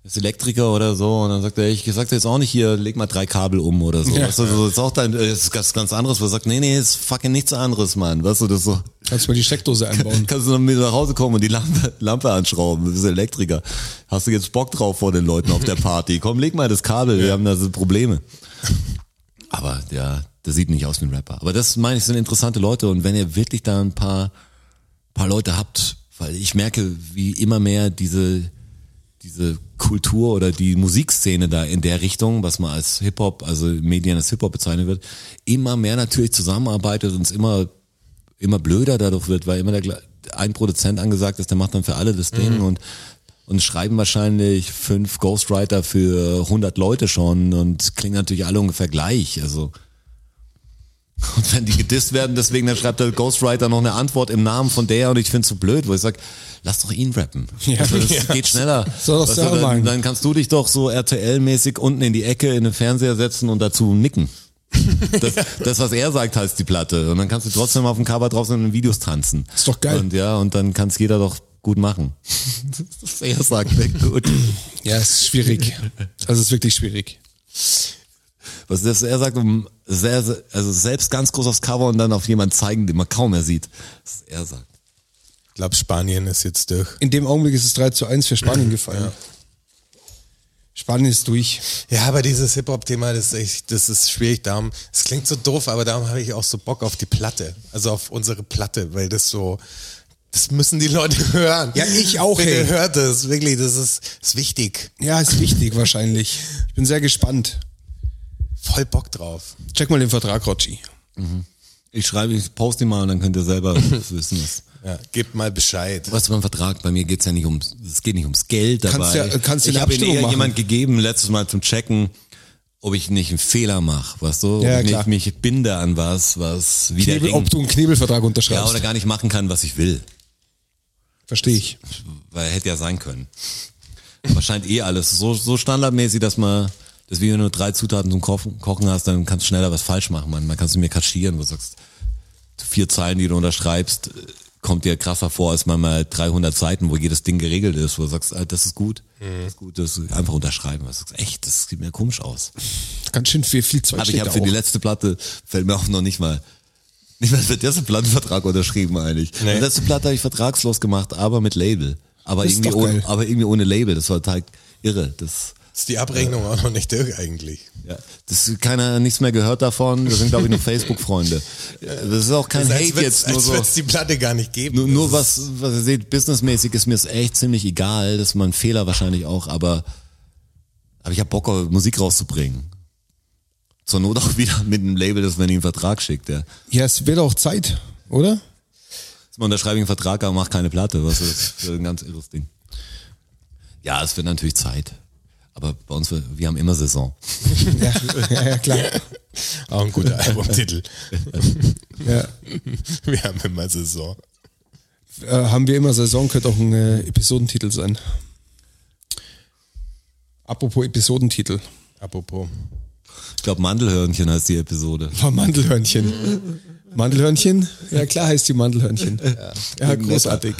Speaker 4: ist Elektriker oder so und dann sagt er, ich sagte jetzt auch nicht hier, leg mal drei Kabel um oder so. Weißt du, so ist auch dein, äh, ist ganz, ganz anderes, was sagt, nee, nee, ist fucking nichts anderes, Mann. Weißt du, das so.
Speaker 3: Kannst mal die Steckdose einbauen.
Speaker 4: Kannst du noch mit nach Hause kommen und die Lampe, Lampe anschrauben, du bist Elektriker. Hast du jetzt Bock drauf vor den Leuten auf der Party? Komm, leg mal das Kabel, wir haben da so Probleme. Aber ja, das sieht nicht aus wie ein Rapper. Aber das meine ich, sind interessante Leute und wenn ihr wirklich da ein paar, paar Leute habt, weil ich merke, wie immer mehr diese, diese Kultur oder die Musikszene da in der Richtung, was man als Hip-Hop, also Medien als Hip-Hop bezeichnet wird, immer mehr natürlich zusammenarbeitet und es immer, immer blöder dadurch wird, weil immer der, gle- ein Produzent angesagt ist, der macht dann für alle das Ding und, und schreiben wahrscheinlich fünf Ghostwriter für 100 Leute schon und klingen natürlich alle ungefähr gleich, also. Und wenn die gedisst werden, deswegen, dann schreibt der Ghostwriter noch eine Antwort im Namen von der und ich find's so blöd, wo ich sag, lass doch ihn rappen. also das geht schneller.
Speaker 3: Soll doch
Speaker 4: Weißt du,
Speaker 3: selber
Speaker 4: dann,
Speaker 3: machen.
Speaker 4: dann kannst du dich doch so RTL-mäßig unten in die Ecke in den Fernseher setzen und
Speaker 3: (laughs)
Speaker 4: dazu nicken. Das, das, was er sagt, heißt die Platte. Und dann kannst du trotzdem auf dem Cover drauf sein und in Videos tanzen.
Speaker 3: Ist doch geil.
Speaker 4: Und ja, und dann kann's jeder doch
Speaker 3: (laughs)
Speaker 4: gut machen. Was er sagt, wäre gut.
Speaker 3: Ja, ist schwierig. (laughs) Also ist wirklich schwierig.
Speaker 4: Was das, er sagt, um sehr, sehr- also selbst ganz groß aufs Cover und dann auf jemanden zeigen, den man kaum mehr sieht. Was er sagt.
Speaker 2: Ich glaube, Spanien ist jetzt durch.
Speaker 3: In dem Augenblick ist es 3 zu 1 für (clears throat) Spanien gefallen. Spanien ist durch.
Speaker 2: Ja, aber dieses Hip-Hop-Thema, das, ist echt- das ist schwierig. Darum, es klingt so doof, aber darum habe ich auch so Bock auf die Platte. Also auf unsere Platte, weil das so, das müssen die Leute (laughs) hören.
Speaker 3: Ja, ich auch,
Speaker 2: Bitte
Speaker 3: ey.
Speaker 2: hört es, wirklich, das ist, ist wichtig.
Speaker 3: Ja, ist wichtig wahrscheinlich. Ich bin sehr gespannt.
Speaker 2: Voll Bock drauf.
Speaker 3: Check mal den Vertrag, Rocci.
Speaker 4: Ich schreibe, ich poste ihn mal und dann könnt
Speaker 3: (laughs)
Speaker 4: ihr selber wissen. Was,
Speaker 2: Ja, gebt mal Bescheid.
Speaker 4: was beim Vertrag, bei mir geht's ja nicht ums, es geht nicht ums Geld dabei.
Speaker 3: Kannst ja- kannst du
Speaker 4: ich
Speaker 3: eine
Speaker 4: habe
Speaker 3: Abstimmung
Speaker 4: eher
Speaker 3: machen.
Speaker 4: jemand gegeben, letztes Mal zum Checken, ob ich nicht einen Fehler mache, weißt du? Ob
Speaker 3: Ja,
Speaker 4: ich
Speaker 3: klar.
Speaker 4: nicht mich binde an was, was wieder
Speaker 3: Knebel, ob du einen Knebelvertrag
Speaker 4: ja,
Speaker 3: unterschreibst.
Speaker 4: oder gar nicht machen kann, was ich will.
Speaker 3: Verstehe ich.
Speaker 4: Weil hätte ja sein können. Aber scheint eh alles so, so standardmäßig, dass man, dass wenn du nur drei Zutaten zum Kochen, Kochen hast, dann kannst du schneller was falsch machen. Man, man kannst du mir kaschieren, wo du sagst, vier Zeilen, die du unterschreibst, äh, kommt dir krasser vor, als manchmal 300 Seiten, wo jedes Ding geregelt ist, wo du sagst, ah, das ist gut, das ist gut, das ist einfach unterschreiben. Was sagst, echt, das sieht mir komisch aus.
Speaker 3: Ganz schön viel, viel Zeug
Speaker 4: Aber ich
Speaker 3: steht
Speaker 4: habe
Speaker 3: da
Speaker 4: für die
Speaker 3: auch.
Speaker 4: letzte Platte, fällt mir auch noch nicht mal, nicht mal für dessen Plattenvertrag unterschrieben eigentlich. Die letzte Platte habe ich vertragslos gemacht, aber mit Label. Aber
Speaker 3: Ist
Speaker 4: irgendwie,
Speaker 3: doch geil.
Speaker 4: ohne, aber irgendwie ohne Label. Das war total irre. Das,
Speaker 2: Ist die Abrechnung auch noch nicht durch eigentlich.
Speaker 4: ja, das keiner nichts mehr gehört davon. Das sind glaube
Speaker 3: (laughs)
Speaker 4: ich nur Facebook-Freunde. Das ist auch kein
Speaker 2: Das ist,
Speaker 4: Hate
Speaker 2: wird's-
Speaker 4: jetzt nur
Speaker 2: als
Speaker 4: so.
Speaker 2: wird's die Platte gar nicht geben.
Speaker 4: Nur, nur
Speaker 2: Das
Speaker 4: was, was ihr seht, businessmäßig ist mir es echt ziemlich egal, dass man Fehler wahrscheinlich auch, aber, aber ich habe Bock, auf Musik rauszubringen. Zur Not auch (laughs) wieder mit einem Label, dass man ihm einen Vertrag schickt, ja.
Speaker 3: Ja, es wird auch Zeit, oder?
Speaker 4: Jetzt mal unterschreibe ich einen Vertrag, aber mach keine Platte. Was ist das für ein ganz irres Ding. Ja, es wird natürlich Zeit. Aber bei uns, wir wir haben immer Saison.
Speaker 3: Ja, (laughs) ja, ja klar.
Speaker 2: ist Auch ein guter Albumtitel. (laughs)
Speaker 3: Ja.
Speaker 2: Wir haben immer Saison.
Speaker 3: Äh, haben wir immer Saison, könnte auch ein äh, Episodentitel sein. Apropos Episodentitel.
Speaker 2: Apropos.
Speaker 4: Ich glaube, Mandelhörnchen heißt die Episode.
Speaker 3: Boah, Mandelhörnchen. Mandelhörnchen? Ja, klar heißt die Mandelhörnchen. Ja, großartig.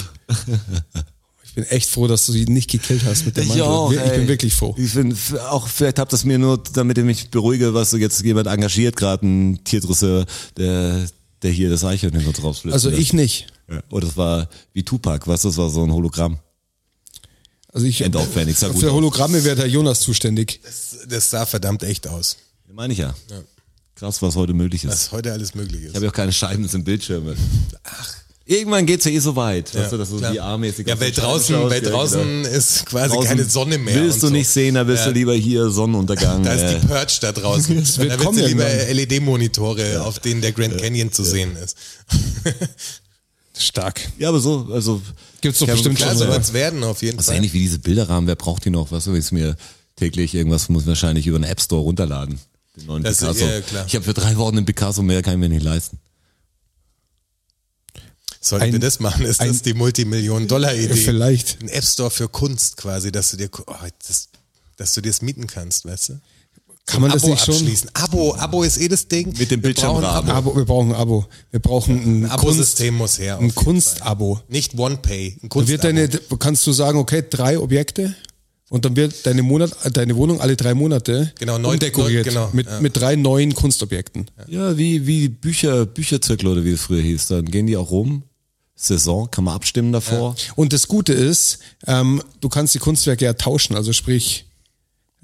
Speaker 3: Ich bin echt froh, dass du sie nicht gekillt hast mit dem Mandel. Wir- ich bin wirklich froh.
Speaker 4: Ich bin f- auch, vielleicht habt ihr es mir nur, damit ihr mich beruhige, was so jetzt jemand engagiert, gerade ein Tierdresseur, der, der hier das Eichhörnchen kurz rausflüsst.
Speaker 3: Also ich nicht.
Speaker 4: Ja. Und das war wie Tupac, was? Das war so ein Hologramm.
Speaker 3: Also ich.
Speaker 4: End of Phoenix, sah gut
Speaker 3: Für
Speaker 4: aus.
Speaker 3: Hologramme wäre der Jonas zuständig.
Speaker 2: Das, das sah verdammt echt aus.
Speaker 4: Meine ich ja. Krass, was heute möglich ist.
Speaker 2: Was heute alles möglich
Speaker 4: Ich
Speaker 2: ist.
Speaker 4: habe ja auch keine Scheiben, das sind Bildschirme. Ach. Irgendwann geht's ja eh so weit, weißt du, dass du
Speaker 2: klar.
Speaker 4: VR-mäßig
Speaker 2: Ja,
Speaker 4: auf
Speaker 2: weil
Speaker 4: den Scheiben
Speaker 2: draußen,
Speaker 4: schaust,
Speaker 2: weil
Speaker 4: ja, genau.
Speaker 2: draußen ist quasi keine
Speaker 4: Draußen
Speaker 2: Sonne mehr.
Speaker 4: Willst
Speaker 2: und
Speaker 4: du
Speaker 2: so.
Speaker 4: nicht sehen, da willst
Speaker 2: Ja.
Speaker 4: du lieber hier Sonnenuntergang.
Speaker 2: (laughs) Da ist
Speaker 4: äh,
Speaker 2: die Purge
Speaker 4: (laughs)
Speaker 2: da draußen. Und
Speaker 3: wird
Speaker 2: da willst
Speaker 3: kommen
Speaker 2: du lieber
Speaker 3: irgendwann.
Speaker 2: LED-Monitore, auf denen der Grand Canyon zu sehen ist.
Speaker 3: Stark.
Speaker 4: ja, aber so, also.
Speaker 3: Gibt's doch
Speaker 4: ich habe-
Speaker 3: bestimmt
Speaker 2: Klar,
Speaker 3: schon,
Speaker 2: so
Speaker 3: oder?
Speaker 2: wird's werden auf jeden
Speaker 4: Das ist
Speaker 2: Fall.
Speaker 4: ähnlich wie diese Bilderrahmen, wer braucht die noch? Weißt du, wenn ich mir täglich irgendwas muss wahrscheinlich über den App Store runterladen. Den neuen
Speaker 2: Das ist-
Speaker 4: Picasso.
Speaker 2: ja, klar.
Speaker 4: Ich habe für drei Wochen einen Picasso mehr, kann ich mir nicht leisten.
Speaker 2: Sollten
Speaker 3: Ein-
Speaker 2: wir das machen, ist das
Speaker 3: ein-
Speaker 2: die Multimillionen-Dollar-Idee.
Speaker 3: Vielleicht.
Speaker 2: Ein App-Store für Kunst quasi, dass du dir, oh, das, dass du dir das mieten kannst, weißt du?
Speaker 3: Kann man
Speaker 2: Abo
Speaker 3: das nicht schon?
Speaker 2: abschließen. Abo, Abo ist eh das Ding.
Speaker 4: Mit dem
Speaker 2: Wir brauchen ein
Speaker 4: Bildschirmrahmen.
Speaker 3: Abo, wir brauchen ein Abo. Wir brauchen ein,
Speaker 2: Abo.
Speaker 3: Kunst,
Speaker 2: Abo-System muss her.
Speaker 3: ein
Speaker 2: auf jeden Fall.
Speaker 3: Kunstabo.
Speaker 2: Nicht OnePay, ein Kunstabo.
Speaker 3: Wird deine, kannst du sagen, okay, drei Objekte Und dann wird deine, Monat, äh, deine Wohnung alle drei Monate
Speaker 2: Genau, neu-
Speaker 3: umdekoriert
Speaker 2: neu- genau,
Speaker 3: mit,
Speaker 2: ja.
Speaker 3: mit drei neuen Kunstobjekten.
Speaker 4: Ja, wie, wie Bücher, Bücherzirkel oder wie es früher hieß. Dann gehen die auch rum. Saison, kann man abstimmen davor.
Speaker 3: Und das Gute ist, ähm, du kannst die Kunstwerke ja tauschen. Also sprich,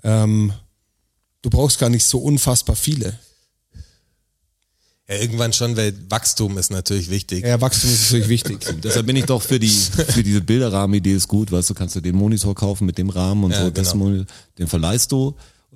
Speaker 3: ähm, du brauchst gar nicht so unfassbar viele.
Speaker 2: Ja, irgendwann schon, weil Wachstum ist natürlich wichtig.
Speaker 3: Ja, Wachstum ist natürlich wichtig.
Speaker 4: Deshalb bin ich doch für die, für diese Bilderrahmenidee ist gut, weißt du, kannst du den Monitor kaufen mit dem Rahmen und
Speaker 2: Ja,
Speaker 4: so, das
Speaker 2: genau.
Speaker 4: Moni- den verleihst du,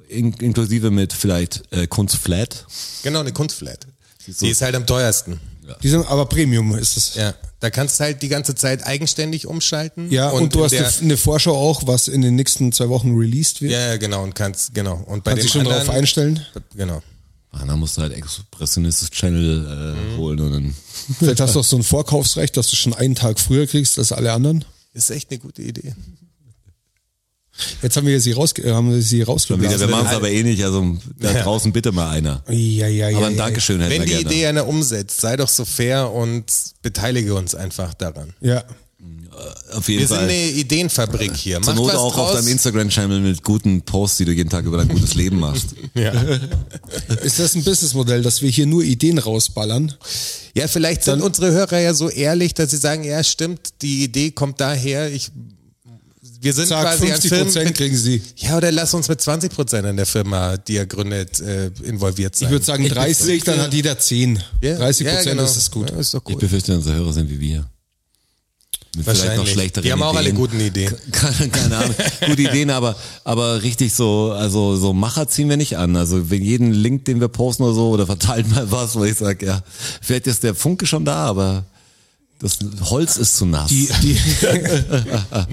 Speaker 4: in, inklusive mit vielleicht äh, Kunstflat.
Speaker 2: Genau, eine Kunstflat.
Speaker 4: so-
Speaker 2: Die ist halt am teuersten.
Speaker 3: Die sind aber Premium ist es.
Speaker 2: Ja. Da kannst du halt die ganze Zeit eigenständig umschalten.
Speaker 3: Ja, und, du
Speaker 2: in
Speaker 3: hast
Speaker 2: der,
Speaker 3: eine- eine Vorschau auch, was in den nächsten zwei Wochen released wird.
Speaker 2: Ja, ja, genau, und kannst, genau. Und bei
Speaker 3: Kannst
Speaker 2: dem
Speaker 3: dich schon
Speaker 2: anderen,
Speaker 3: darauf einstellen.
Speaker 2: Genau.
Speaker 4: Ah, dann musst du halt expressionistisches Channel äh, holen und dann.
Speaker 3: Vielleicht hast du auch so ein Vorkaufsrecht, dass du schon einen Tag früher kriegst als alle anderen.
Speaker 2: Ist echt eine gute Idee.
Speaker 3: Jetzt haben wir sie, rausge äh, haben wir sie
Speaker 4: Wieder, wir
Speaker 3: rausgeblasen.
Speaker 4: machen es aber eh nicht, also da draußen bitte mal einer.
Speaker 3: Ja, ja, ja,
Speaker 4: Aber ein
Speaker 3: ja,
Speaker 4: Dankeschön hätten
Speaker 2: Wenn
Speaker 4: wir
Speaker 2: die
Speaker 4: gerne.
Speaker 2: Idee einer umsetzt, sei doch so fair und beteilige uns einfach daran.
Speaker 3: Ja.
Speaker 4: Auf jeden
Speaker 2: Wir sind
Speaker 4: Fall.
Speaker 2: eine Ideenfabrik hier.
Speaker 4: Zur
Speaker 2: Macht
Speaker 4: Not
Speaker 2: was
Speaker 4: auch
Speaker 2: draus.
Speaker 4: auf deinem Instagram-Channel mit guten Posts, die du jeden Tag über dein gutes Leben machst.
Speaker 3: (laughs) Ist das ein Businessmodell, dass wir hier nur Ideen rausballern?
Speaker 2: Ja, vielleicht sind unsere Hörer ja so ehrlich, dass sie sagen, ja, stimmt, die Idee kommt daher. Ich, wir sind
Speaker 3: Sag,
Speaker 2: quasi
Speaker 3: 50
Speaker 2: an Firmen.
Speaker 3: Prozent kriegen sie.
Speaker 2: Ja, oder lass uns mit 20 Prozent an der Firma, die er gründet, äh, involviert sein.
Speaker 3: Ich würde
Speaker 2: (laughs)
Speaker 3: sagen 30, dann hat jeder 10.
Speaker 2: ja,
Speaker 3: 30 Prozent
Speaker 2: ja, genau.
Speaker 3: ist es gut.
Speaker 2: Ja, ist doch
Speaker 4: Ich
Speaker 2: gut.
Speaker 4: befürchte, unsere Hörer sind wie wir. Mit vielleicht noch
Speaker 2: Wahrscheinlich.
Speaker 4: schlechteren
Speaker 2: Die haben auch alle
Speaker 4: Ideen.
Speaker 2: guten Ideen.
Speaker 4: (laughs) Keine, keine Ahnung. Gute Ideen, aber, aber richtig so, also so Macher ziehen wir nicht an. Also wenn jeden Link, den wir posten oder so, oder verteilt mal was, wo ich sage, ja, vielleicht ist der Funke schon da, aber das Holz ist zu nass.
Speaker 3: Die, die,
Speaker 4: (laughs)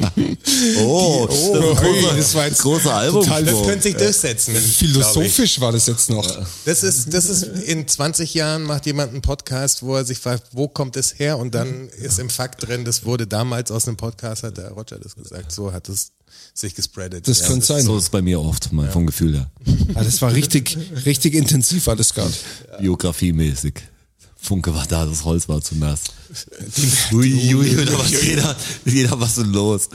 Speaker 4: oh, das, ist ein
Speaker 3: hey, das war
Speaker 4: großer,
Speaker 3: jetzt
Speaker 4: großer Album.
Speaker 3: total-
Speaker 2: Das könnte
Speaker 4: äh,
Speaker 2: sich durchsetzen. glaub ich.
Speaker 3: philosophisch war das jetzt noch.
Speaker 2: Das ist, das
Speaker 3: (laughs)
Speaker 2: ist, in 20 Jahren macht jemand einen Podcast, wo er sich fragt, wo kommt es her? Und dann ist im Fakt drin, das wurde damals aus einem Podcast, hat der Roger das gesagt. So hat es sich gespreadet.
Speaker 3: Das könnte sein.
Speaker 4: So ist es bei mir oft, mal vom Gefühl her.
Speaker 3: Ah, das war richtig, richtig intensiv war das
Speaker 2: (laughs)
Speaker 3: gerade.
Speaker 4: Biografiemäßig. Funke war da, das Holz war zu nass. Uiuiui, da war jeder, jeder was denn los.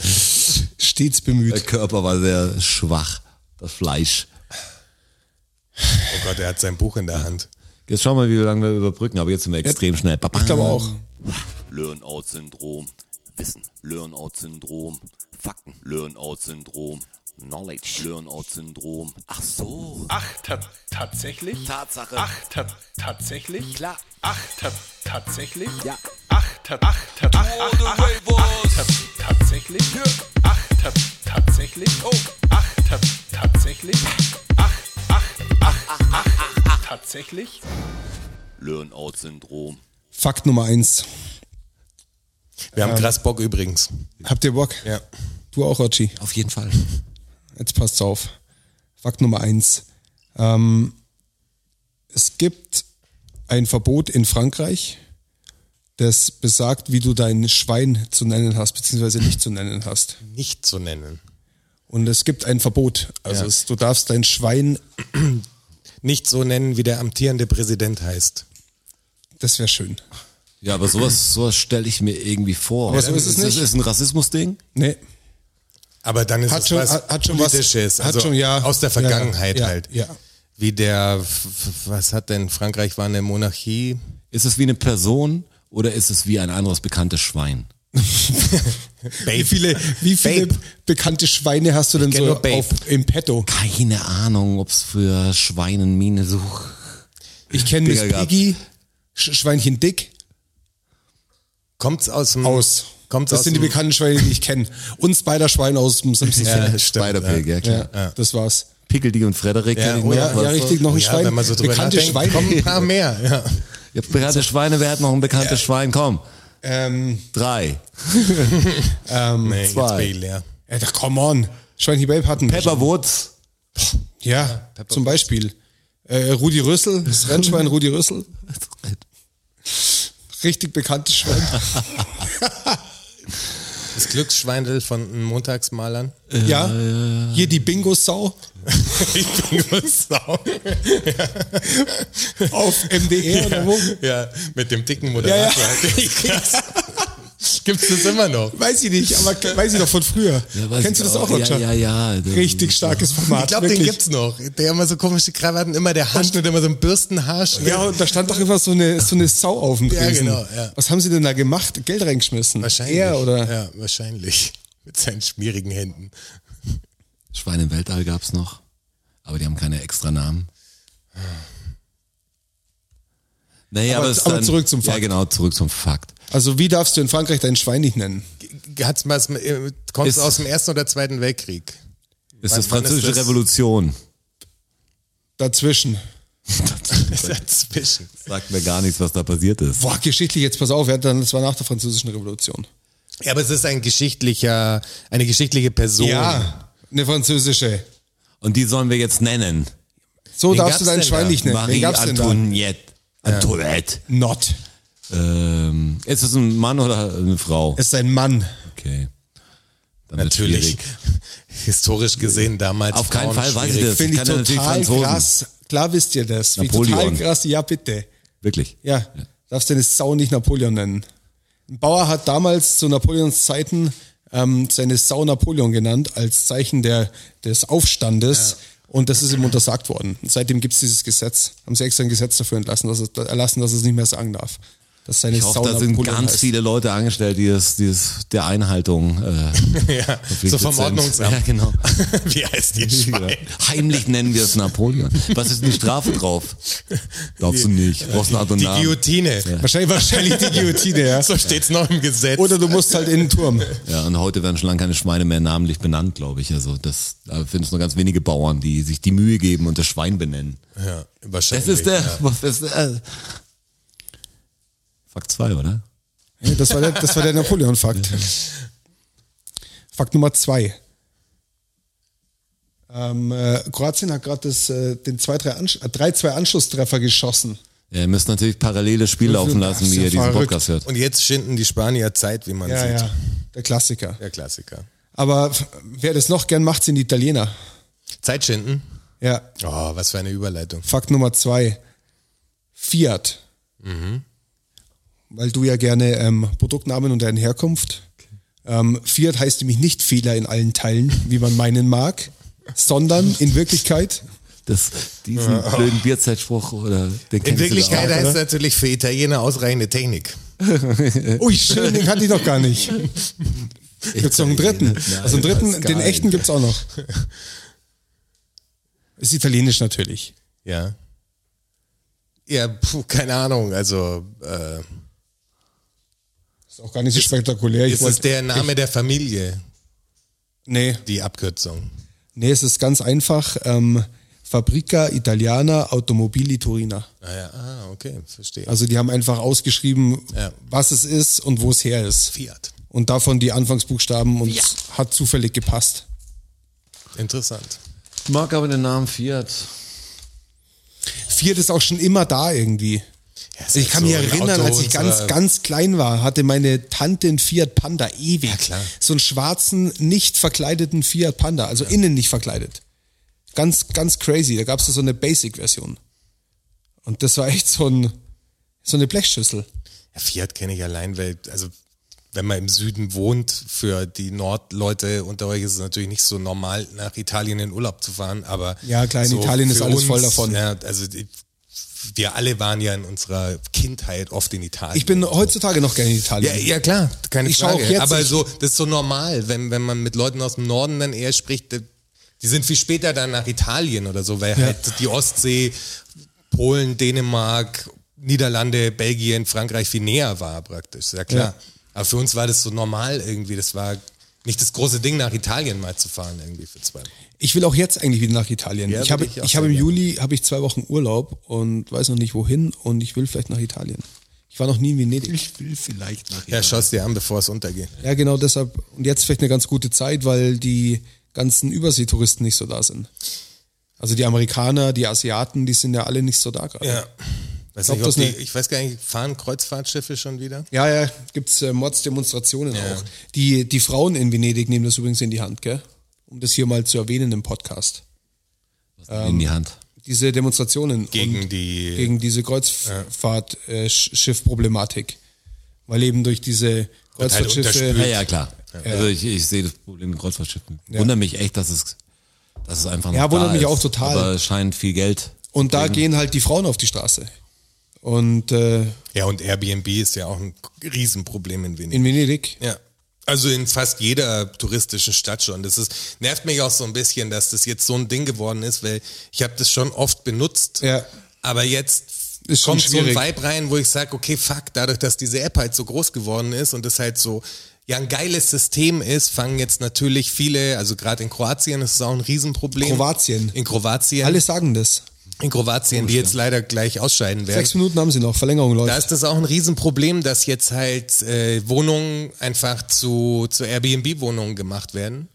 Speaker 3: Stets bemüht.
Speaker 4: Der Körper war sehr schwach, das Fleisch.
Speaker 2: Oh Gott, er hat sein Buch in der Hand.
Speaker 4: Jetzt schauen wir mal, wie lange wir überbrücken, aber jetzt sind wir extrem schnell.
Speaker 3: Ich glaube auch.
Speaker 6: Learn-out-Syndrom. Wissen. Learn-out-Syndrom. Fakten. Learn-out-Syndrom. Knowledge. Learn-out-Syndrom. Ach so.
Speaker 7: Ach, ta tatsächlich?
Speaker 6: Tatsache.
Speaker 7: Ach, ta tatsächlich?
Speaker 6: Klar.
Speaker 7: Ach, ta tatsächlich?
Speaker 6: Ja.
Speaker 7: Ach, ta ach, ta ach, ach, ach, ach, ta tatsächlich? Ach, ta tatsächlich? Oh. Ach, ta tatsächlich? Ach, ach, ach, ach, ach, ach, tatsächlich?
Speaker 6: Learn-out-Syndrom.
Speaker 3: Fakt Nummer eins.
Speaker 2: Wir haben krass Bock übrigens.
Speaker 3: Habt ihr Bock?
Speaker 2: Ja.
Speaker 3: Du auch, Ochi.
Speaker 4: Auf jeden Fall.
Speaker 3: Jetzt passt auf. Fakt Nummer eins. Ähm, es gibt ein Verbot in Frankreich, das besagt, wie du dein Schwein zu nennen hast, beziehungsweise nicht zu nennen hast.
Speaker 2: Nicht zu nennen.
Speaker 3: Und es gibt ein Verbot. Also
Speaker 2: Ja.
Speaker 3: es, du darfst dein Schwein,
Speaker 2: Nicht so nennen, wie der amtierende Präsident heißt.
Speaker 3: das wäre schön.
Speaker 4: Ja, aber sowas, sowas stelle ich mir irgendwie vor.
Speaker 3: Aber so ist es nicht.
Speaker 4: Das ist ein Rassismus-Ding.
Speaker 3: Nee.
Speaker 2: Aber dann ist
Speaker 3: Hat
Speaker 2: es
Speaker 3: schon-
Speaker 2: was
Speaker 3: hat- hat schon was-
Speaker 2: Politisches.
Speaker 3: hat
Speaker 2: also
Speaker 3: schon, ja.
Speaker 2: Aus der
Speaker 3: Ja, ja.
Speaker 2: Vergangenheit
Speaker 3: Ja,
Speaker 2: halt.
Speaker 3: ja.
Speaker 2: Wie der, f- f- was hat denn, Frankreich war eine Monarchie.
Speaker 4: Ist es wie eine Person oder ist es wie ein anderes bekanntes Schwein?
Speaker 3: Wie viele, wie viele
Speaker 2: Babe.
Speaker 3: bekannte Schweine hast du denn
Speaker 2: kenn
Speaker 3: so
Speaker 2: nur Babe.
Speaker 3: auf, im Petto?
Speaker 4: Keine Ahnung, ob es für Schweinenmine sucht.
Speaker 3: Ich kenne Miss
Speaker 4: Dinger gehabt.
Speaker 3: Piggy, Sch Schweinchen Dick,
Speaker 2: Kommt's aus dem,
Speaker 3: aus.
Speaker 2: Kommt's
Speaker 3: das
Speaker 2: aus
Speaker 3: sind die
Speaker 2: dem-
Speaker 3: bekannten Schweine, die ich kenne. Und Spider-Schwein aus
Speaker 2: (laughs)
Speaker 3: dem Simpsons.
Speaker 2: Ja,
Speaker 3: ja,
Speaker 2: stimmt,
Speaker 4: Spider-Pig, ja, klar.
Speaker 3: das war's. ne?
Speaker 4: Pickledy und Frederik kenn ich
Speaker 2: oh
Speaker 4: noch.
Speaker 2: ja,
Speaker 4: was-
Speaker 3: ja, richtig, noch ein
Speaker 2: ja,
Speaker 3: Schwein.
Speaker 2: Wenn man so drüber
Speaker 3: Bekannte
Speaker 2: nachdenkt,
Speaker 3: Schweine.
Speaker 2: kommen ein paar mehr.
Speaker 3: (laughs)
Speaker 2: Ja.
Speaker 4: Ja, bekannte Schweine, wer hat noch ein bekanntes Schwein? Komm,
Speaker 3: Ähm,
Speaker 4: drei.
Speaker 2: Nee, jetzt
Speaker 4: Zwei.
Speaker 2: bin ich leer.
Speaker 3: ja, da- come on. Schweinchen Babe hatten.
Speaker 4: Pepper (laughs) Woods.
Speaker 3: Ja, zum Beispiel. Äh, Rudi Rüssel, das Rennschwein Rudi Rüssel. Richtig bekanntes Schwein.
Speaker 2: Das Glücksschweindel von den Montagsmalern. (laughs)
Speaker 3: Ja. Hier die Bingo-Sau
Speaker 2: ich bin Gussau.
Speaker 3: auf MDR oder wo?
Speaker 2: (laughs) ja, mit dem dicken Moderator.
Speaker 3: Ja,
Speaker 2: Ja, Gibt's das immer noch?
Speaker 3: (laughs) Weiß ich nicht, aber weiß ich noch von früher.
Speaker 4: weiß
Speaker 3: Kennst du
Speaker 4: ich
Speaker 3: das auch, Roger?
Speaker 4: Ja, ja, ja.
Speaker 3: Richtig starkes Format.
Speaker 2: Ich glaube, den
Speaker 3: wirklich.
Speaker 2: gibt's noch. Der immer so komische Krawatten, immer der Haarschnitt, immer so ein Bürstenhaarschnitt.
Speaker 3: Ja, und da stand doch immer so eine, so eine Sau auf dem
Speaker 2: Ja,
Speaker 3: Tresen.
Speaker 2: genau, ja.
Speaker 3: Was haben sie denn da gemacht? Geld reingeschmissen?
Speaker 2: wahrscheinlich.
Speaker 3: Er oder?
Speaker 2: Ja, wahrscheinlich. (laughs) Mit seinen schmierigen Händen.
Speaker 4: Schweine im Weltall gab's noch, aber die haben keine extra Namen. Naja, aber,
Speaker 3: Aber-
Speaker 4: es ist
Speaker 3: aber
Speaker 4: dann,
Speaker 3: zurück zum Fakt.
Speaker 4: Ja, genau, zurück zum Fakt.
Speaker 3: Also wie darfst du in Frankreich dein Schwein nicht nennen?
Speaker 2: Hat's mal, äh, kommt
Speaker 4: Ist-
Speaker 2: aus dem Ersten oder
Speaker 3: (laughs)
Speaker 2: Zweiten Weltkrieg?
Speaker 4: Ist
Speaker 2: Wann-
Speaker 4: das
Speaker 2: wann ist
Speaker 4: Französische
Speaker 2: das?
Speaker 4: Revolution? (laughs)
Speaker 3: Dazwischen.
Speaker 2: Ist dazwischen.
Speaker 4: Sagt mir gar nichts, was da passiert ist.
Speaker 3: Boah, geschichtlich, jetzt pass auf, ja, dann- das war nach der französischen Revolution.
Speaker 2: Ja, aber es ist ein geschichtlicher, eine geschichtliche Person.
Speaker 3: Ja, eine französische.
Speaker 4: Und die sollen wir jetzt nennen.
Speaker 3: So
Speaker 2: Wen
Speaker 3: darfst du
Speaker 2: gab's
Speaker 3: dein
Speaker 2: denn
Speaker 3: Schwein
Speaker 2: da?
Speaker 3: Äh, nicht nennen. Wen
Speaker 4: Marie
Speaker 3: gab's denn da?
Speaker 4: Antoinette. Antoinette.
Speaker 3: Not.
Speaker 4: Ähm, ist es ein Mann oder eine Frau?
Speaker 3: Es ist ein Mann.
Speaker 4: Okay. Dann wird's
Speaker 2: Natürlich.
Speaker 4: schwierig.
Speaker 2: (laughs) Historisch gesehen damals.
Speaker 4: Auf keinen
Speaker 2: Frauen
Speaker 4: Fall weiß ich
Speaker 2: schwierig.
Speaker 4: das.
Speaker 3: Finde ich
Speaker 4: kann ja natürlich
Speaker 3: total
Speaker 4: Franzosen.
Speaker 3: krass. Klar wisst ihr das. Wie
Speaker 4: Napoleon.
Speaker 3: total krass. Ja, bitte.
Speaker 4: Wirklich.
Speaker 3: Ja, darfst deine Sau nicht Napoleon nennen. Ein Bauer hat damals zu Napoleons Zeiten ähm, seine Sau Napoleon genannt, als Zeichen der, des Aufstandes. Und das ist ihm untersagt worden. Und seitdem gibt's dieses Gesetz. Haben sie extra ein Gesetz dafür entlassen, dass es, erlassen, dass es nicht mehr sagen darf. Dass seine
Speaker 4: Ich
Speaker 3: Sau
Speaker 4: hoffe, da sind
Speaker 3: Napoleon
Speaker 4: ganz
Speaker 3: heißt.
Speaker 4: viele Leute angestellt, die das, die das der Einhaltung äh,
Speaker 2: Ja, so
Speaker 4: verpflichtet
Speaker 2: vom
Speaker 4: sind. (laughs)
Speaker 2: Ordnungsamt.
Speaker 4: Ja, genau.
Speaker 2: (laughs) Wie
Speaker 4: (laughs)
Speaker 2: heißt ihr Schwein?
Speaker 4: Heimlich nennen wir es Napoleon. Was ist eine Strafe drauf? Darfst du nicht. Du brauchst einen anderen
Speaker 2: Die
Speaker 4: Namen.
Speaker 2: Guillotine.
Speaker 3: Wahrscheinlich, wahrscheinlich die Guillotine, ja.
Speaker 2: So steht's noch im Gesetz.
Speaker 3: Oder du musst halt in den
Speaker 4: (laughs)
Speaker 3: Turm.
Speaker 4: Ja, und heute werden schon lange keine Schweine mehr namentlich benannt, glaube ich. Also das da findest du nur ganz wenige Bauern, die sich die Mühe geben und das Schwein benennen.
Speaker 2: ja, wahrscheinlich.
Speaker 4: Das ist der.
Speaker 2: Ja.
Speaker 4: Was ist der Fakt 2, oder?
Speaker 3: Ja, Das war der, das war der Napoleon-Fakt. Fakt Nummer zwei. Ähm, äh, Kroatien hat gerade das, äh, den 2-3 Ansch- äh, 3-2 Anschlusstreffer geschossen.
Speaker 4: Ja, ihr müsst natürlich parallele Spiel
Speaker 3: Das ist-
Speaker 4: laufen
Speaker 3: das
Speaker 4: lassen,
Speaker 3: ist
Speaker 4: wie
Speaker 3: ja
Speaker 4: ihr diesen
Speaker 3: verrückt.
Speaker 4: Podcast hört.
Speaker 2: Und jetzt schinden die Spanier Zeit, wie man
Speaker 3: Ja,
Speaker 2: sieht.
Speaker 3: ja, der Klassiker.
Speaker 2: Der Klassiker.
Speaker 3: Aber f- wer das noch gern macht, sind die Italiener.
Speaker 2: Zeit schinden?
Speaker 3: Ja,
Speaker 2: Oh, was für eine Überleitung.
Speaker 3: Fakt Nummer zwei. Fiat. Weil du ja gerne ähm, Produktnamen und deine Herkunft. Ähm, Fiat heißt nämlich nicht Fehler in allen Teilen, wie man meinen mag, sondern in Wirklichkeit
Speaker 4: Das, diesen blöden Bierzeitspruch oder den
Speaker 2: In Wirklichkeit
Speaker 4: auch,
Speaker 2: heißt es natürlich für Italiener ausreichende Technik.
Speaker 3: Ui, schön, den kannte ich noch gar nicht. Gibt's noch einen dritten? Also einen dritten, den echten gibt's auch noch. Ist italienisch natürlich.
Speaker 2: Ja. Ja, puh, keine Ahnung. Also, äh,
Speaker 3: Ist auch gar nicht so spektakulär. Ich
Speaker 2: ist es
Speaker 3: wollte-
Speaker 2: der Name der Familie,
Speaker 3: nee,
Speaker 2: die Abkürzung?
Speaker 3: nee, es ist ganz einfach. Ähm, Fabrica Italiana Automobili Turina.
Speaker 2: Ah, ja, ah okay, verstehe.
Speaker 3: Also die haben einfach ausgeschrieben,
Speaker 2: Ja.
Speaker 3: was es ist und wo es her ist.
Speaker 2: Fiat.
Speaker 3: Und davon die Anfangsbuchstaben und es hat zufällig gepasst.
Speaker 2: Interessant.
Speaker 4: Ich mag aber den Namen Fiat.
Speaker 3: Viert ist auch schon immer da irgendwie.
Speaker 2: Ja,
Speaker 3: Also ich kann mich erinnern, als ich ganz, ganz klein war, hatte meine Tante einen Fiat Panda ewig.
Speaker 2: klar.
Speaker 3: So einen schwarzen, nicht verkleideten Fiat Panda, also innen nicht verkleidet. Ganz, ganz crazy. Da gab es so eine Basic-Version. Und das war echt so, ein, so eine Blechschüssel.
Speaker 2: Ja, Fiat kenne ich allein, weil, also wenn man im Süden wohnt, für die Nordleute unter euch ist es natürlich nicht so normal, nach Italien in Urlaub zu fahren, aber
Speaker 3: Ja, klar, in
Speaker 2: so
Speaker 3: Italien ist
Speaker 2: für
Speaker 3: alles voll davon.
Speaker 2: Ja, also die, wir alle waren ja in unserer Kindheit oft in Italien.
Speaker 3: Ich bin heutzutage noch gerne in
Speaker 2: ja,
Speaker 3: Italien.
Speaker 2: ja klar, keine
Speaker 3: Ich schau
Speaker 2: Frage.
Speaker 3: auch jetzt-
Speaker 2: aber
Speaker 3: ich-
Speaker 2: so, das ist so normal, wenn, wenn man mit Leuten aus dem Norden dann eher spricht, die sind viel später dann nach Italien oder so, weil halt die Ostsee, Polen, Dänemark, Niederlande, Belgien, Frankreich viel näher war praktisch. Ja klar.
Speaker 3: Ja.
Speaker 2: Aber für uns war das so normal irgendwie. Das war nicht das große Ding, nach Italien mal zu fahren irgendwie für zwei Wochen.
Speaker 3: Ich will auch jetzt eigentlich wieder nach Italien.
Speaker 2: Ja,
Speaker 3: ich
Speaker 2: würde
Speaker 3: habe,
Speaker 2: ich
Speaker 3: ich
Speaker 2: auch
Speaker 3: habe im
Speaker 2: gerne.
Speaker 3: Juli habe ich zwei Wochen Urlaub und weiß noch nicht wohin und ich will vielleicht nach Italien. Ich war noch nie in Venedig.
Speaker 4: Ich will vielleicht nach
Speaker 2: Ja, schau es dir an, bevor es untergeht.
Speaker 3: Ja, genau deshalb. Und jetzt vielleicht eine ganz gute Zeit, weil die ganzen Überseetouristen nicht so da sind. Also die Amerikaner, die Asiaten, die sind ja alle nicht so da gerade.
Speaker 2: Ja. Weiß
Speaker 3: Glaub
Speaker 2: nicht, ob
Speaker 3: das
Speaker 2: die,
Speaker 3: nicht.
Speaker 2: ich weiß gar nicht, fahren Kreuzfahrtschiffe schon wieder?
Speaker 3: Ja, ja, gibt's äh, Mordsdemonstrationen auch. Die, die Frauen in Venedig nehmen das übrigens in die Hand, gell? Um das hier mal zu erwähnen im Podcast.
Speaker 2: ähm,
Speaker 4: In die Hand.
Speaker 3: Diese Demonstrationen
Speaker 2: Gegen
Speaker 3: und
Speaker 2: die
Speaker 3: gegen diese Kreuzfahrtschiffproblematik. Äh, Sch- Schiffproblematik. Weil eben durch diese
Speaker 2: halt
Speaker 5: Kreuzfahrtschiffe.
Speaker 4: Ja, ja, klar. Also ich, ich sehe das Problem mit Kreuzfahrtschiffen. Wundert mich echt, dass es, dass es einfach noch
Speaker 5: Ja, wundert
Speaker 4: da
Speaker 5: mich
Speaker 4: ist.
Speaker 5: auch total.
Speaker 4: Aber es scheint viel Geld.
Speaker 5: Und da gehen halt die Frauen auf die Straße. Und äh,
Speaker 2: Ja, und Airbnb ist ja auch ein Riesenproblem in Venedig.
Speaker 5: in Venedig.
Speaker 2: Ja. Also in fast jeder touristischen Stadt schon. Das ist, nervt mich auch so ein bisschen, dass das jetzt so ein Ding geworden ist, weil ich habe das schon oft benutzt.
Speaker 5: Ja.
Speaker 2: Aber jetzt
Speaker 5: Ist schon
Speaker 2: kommt so ein
Speaker 5: schwierig.
Speaker 2: Vibe rein, wo ich sage, okay, fuck, dadurch, dass diese App halt so groß geworden ist und das halt so ja ein geiles System ist, fangen jetzt natürlich viele, also gerade in Kroatien ist es auch ein Riesenproblem.
Speaker 5: Kroatien.
Speaker 2: In Kroatien.
Speaker 5: Alle sagen das.
Speaker 2: in Kroatien, die jetzt leider gleich ausscheiden werden.
Speaker 5: Sechs Minuten haben sie noch, Verlängerung läuft.
Speaker 2: Da ist das auch ein Riesenproblem, dass jetzt halt äh, Wohnungen einfach zu, zu Airbnb-Wohnungen gemacht werden.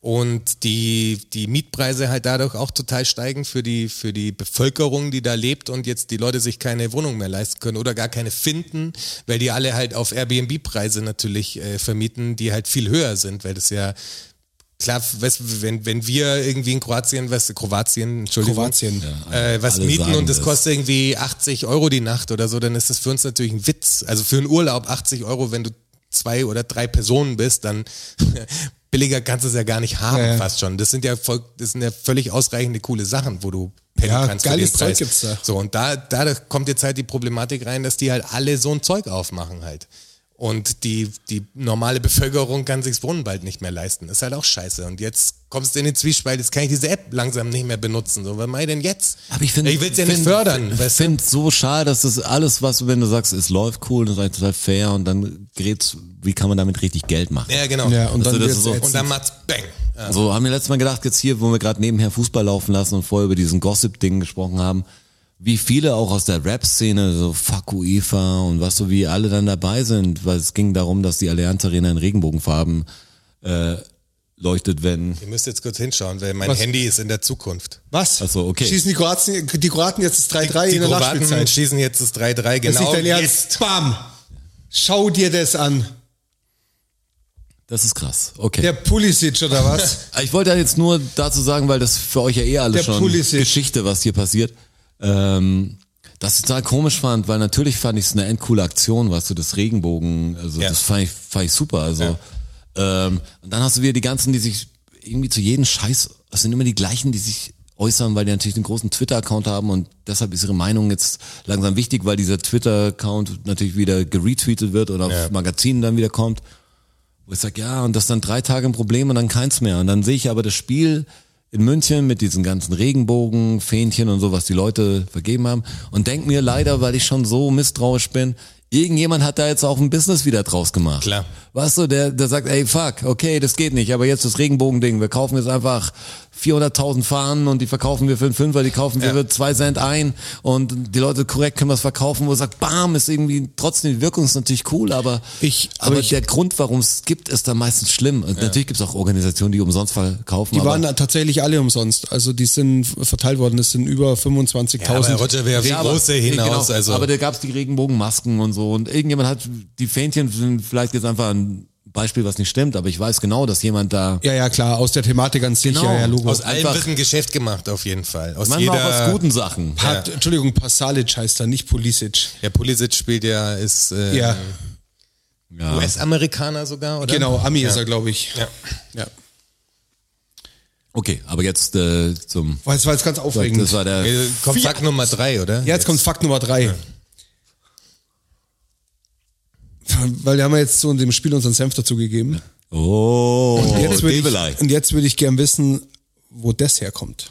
Speaker 2: Und die, die Mietpreise halt dadurch auch total steigen für die, für die Bevölkerung, die da lebt und jetzt die Leute sich keine Wohnung mehr leisten können oder gar keine finden, weil die alle halt auf Airbnb-Preise natürlich äh, vermieten, die halt viel höher sind, weil das ja klar, weißt, du, wenn, wenn wir irgendwie in Kroatien, was Kroatien, Entschuldigung,
Speaker 5: Kroatien.
Speaker 2: äh, was
Speaker 4: Also alle
Speaker 2: mieten
Speaker 4: sagen
Speaker 2: und das
Speaker 4: das.
Speaker 2: kostet irgendwie 80 Euro die Nacht oder so, dann ist das für uns natürlich ein Witz. Also für einen Urlaub 80 Euro, wenn du zwei oder drei Personen bist, dann (laughs) billiger kannst du es ja gar nicht haben, fast schon. Das sind ja voll, das sind ja völlig ausreichende coole Sachen, wo du pennen
Speaker 5: Ja,
Speaker 2: kannst für
Speaker 5: geiles
Speaker 2: den
Speaker 5: Zeug
Speaker 2: Preis.
Speaker 5: gibt's da.
Speaker 2: So, und da, da kommt jetzt halt die Problematik rein, dass die halt alle so ein Zeug aufmachen halt. Und die, die normale Bevölkerung kann sich's Brunnen bald nicht mehr leisten. Ist halt auch scheiße. Und jetzt kommst du in den Zwiespalt, jetzt kann ich diese App langsam nicht mehr benutzen. So, was mach ich denn jetzt?
Speaker 4: Aber ich finde,
Speaker 2: ich will's ja nicht
Speaker 4: find-
Speaker 2: fördern.
Speaker 4: Ich
Speaker 2: weißt du?
Speaker 4: finde so schade, dass das alles, was du, wenn du sagst, es läuft cool, das ist eigentlich total fair und dann gerät's, wie kann man damit richtig Geld machen?
Speaker 2: Ja, genau.
Speaker 5: ja, und
Speaker 4: Also
Speaker 5: dann
Speaker 4: das
Speaker 5: wird's
Speaker 4: ist so-
Speaker 5: ätzend.
Speaker 2: und dann macht's Bang. Ja.
Speaker 4: So haben wir letztes Mal gedacht, jetzt hier, wo wir gerade nebenher Fußball laufen lassen und vorher über diesen Gossip-Ding gesprochen haben, wie viele auch aus der Rap-Szene, so Fuck UEFA und was so, wie alle dann dabei sind, weil es ging darum, dass die Allianz Arena in Regenbogenfarben äh, leuchtet, wenn...
Speaker 2: Ihr müsst jetzt kurz hinschauen, weil mein Handy ist in der Zukunft.
Speaker 5: Was?
Speaker 4: Ach so, okay.
Speaker 5: Schießen die Kroaten, die Kroaten jetzt das 3-3
Speaker 2: Also, die
Speaker 5: in der
Speaker 2: Kroaten
Speaker 5: Nachspielzeit.
Speaker 2: schießen jetzt das 3-3
Speaker 5: Das ist
Speaker 2: genau.
Speaker 5: nicht dein
Speaker 2: jetzt.
Speaker 5: Ernst. Bam! Schau dir das an.
Speaker 4: Das ist krass, okay.
Speaker 5: Der Pulisic oder
Speaker 2: (laughs)
Speaker 5: was?
Speaker 4: Ah, Ich wollte ja jetzt nur dazu sagen, weil das für euch ja eh
Speaker 5: Der
Speaker 4: alles schon
Speaker 5: Pulisic.
Speaker 4: Geschichte, was hier passiert. Ähm, das total komisch fand, weil natürlich fand ich es eine endcoole Aktion, weißt du, das Regenbogen, also
Speaker 2: Ja.
Speaker 4: das fand ich, fand ich super. Also ähm, und dann hast du wieder die ganzen, die sich irgendwie zu jedem Scheiß, es sind immer die gleichen, die sich äußern, weil die natürlich einen großen Twitter-Account haben und deshalb ist ihre Meinung jetzt langsam wichtig, weil dieser Twitter-Account natürlich wieder geretweetet wird oder auf
Speaker 2: Ja.
Speaker 4: Magazinen dann wieder kommt wo ich sage, ja, und das dann drei Tage ein Problem und dann keins mehr. Und dann sehe ich aber das Spiel in München mit diesen ganzen Regenbogen, Fähnchen und so, was die Leute vergeben haben und denk mir leider, weil ich schon so misstrauisch bin, irgendjemand hat da jetzt auch ein Business wieder draus gemacht.
Speaker 2: Klar.
Speaker 4: Weißt du, der, der sagt, ey, fuck, okay, das geht nicht, aber jetzt das Regenbogending, wir kaufen jetzt einfach 400.000 Fahnen und die verkaufen wir für einen Fünfer, die kaufen wir
Speaker 2: Ja.
Speaker 4: für zwei Cent ein und die Leute korrekt können was verkaufen, wo er sagt, bam, ist irgendwie trotzdem die Wirkung ist natürlich cool, aber
Speaker 5: Ich-
Speaker 4: aber
Speaker 5: aber ich-
Speaker 4: der Grund, warum es gibt, ist dann meistens schlimm. Und Natürlich gibt es auch Organisationen, die umsonst verkaufen.
Speaker 5: Die
Speaker 4: aber
Speaker 5: waren tatsächlich alle umsonst. Also die sind verteilt worden. Das sind über 25.000.
Speaker 2: Ja, aber Roger wäre auf
Speaker 4: Ja,
Speaker 2: die
Speaker 4: aber-
Speaker 2: große hinaus.
Speaker 4: genau.
Speaker 2: also,
Speaker 4: Aber da gab es die Regenbogenmasken und so. Und irgendjemand hat, die Fähnchen sind vielleicht jetzt einfach ein Beispiel, was nicht stimmt, aber ich weiß genau, dass jemand da
Speaker 5: ja, ja, klar. Aus der Thematik an sich.
Speaker 4: Genau.
Speaker 5: Ja, ja, Logo.
Speaker 2: aus allem
Speaker 4: einfach-
Speaker 2: wird ein Geschäft gemacht, auf jeden Fall. Aus
Speaker 4: manchmal
Speaker 2: jeder,
Speaker 4: auch aus guten Sachen.
Speaker 5: Pat, Entschuldigung, Pasalic heißt er, nicht Pulisic.
Speaker 2: Der Pulisic spielt ja, ist äh,
Speaker 5: Ja,
Speaker 4: Ja.
Speaker 2: US-Amerikaner sogar, oder?
Speaker 5: genau. Ami ist er, glaube ich.
Speaker 2: Ja.
Speaker 5: Ja.
Speaker 4: Okay, aber jetzt äh, zum.
Speaker 5: Weil es war jetzt ganz aufregend.
Speaker 4: Das war der.
Speaker 2: Äh, Kommt Fakt Nummer drei, oder?
Speaker 5: Ja, jetzt kommt Fakt Nummer drei. Weil wir haben ja jetzt so in dem Spiel unseren Senf dazugegeben.
Speaker 4: Oh,
Speaker 5: Und jetzt würde
Speaker 4: Debelei.
Speaker 5: ich, und jetzt würde ich gern wissen, wo das herkommt.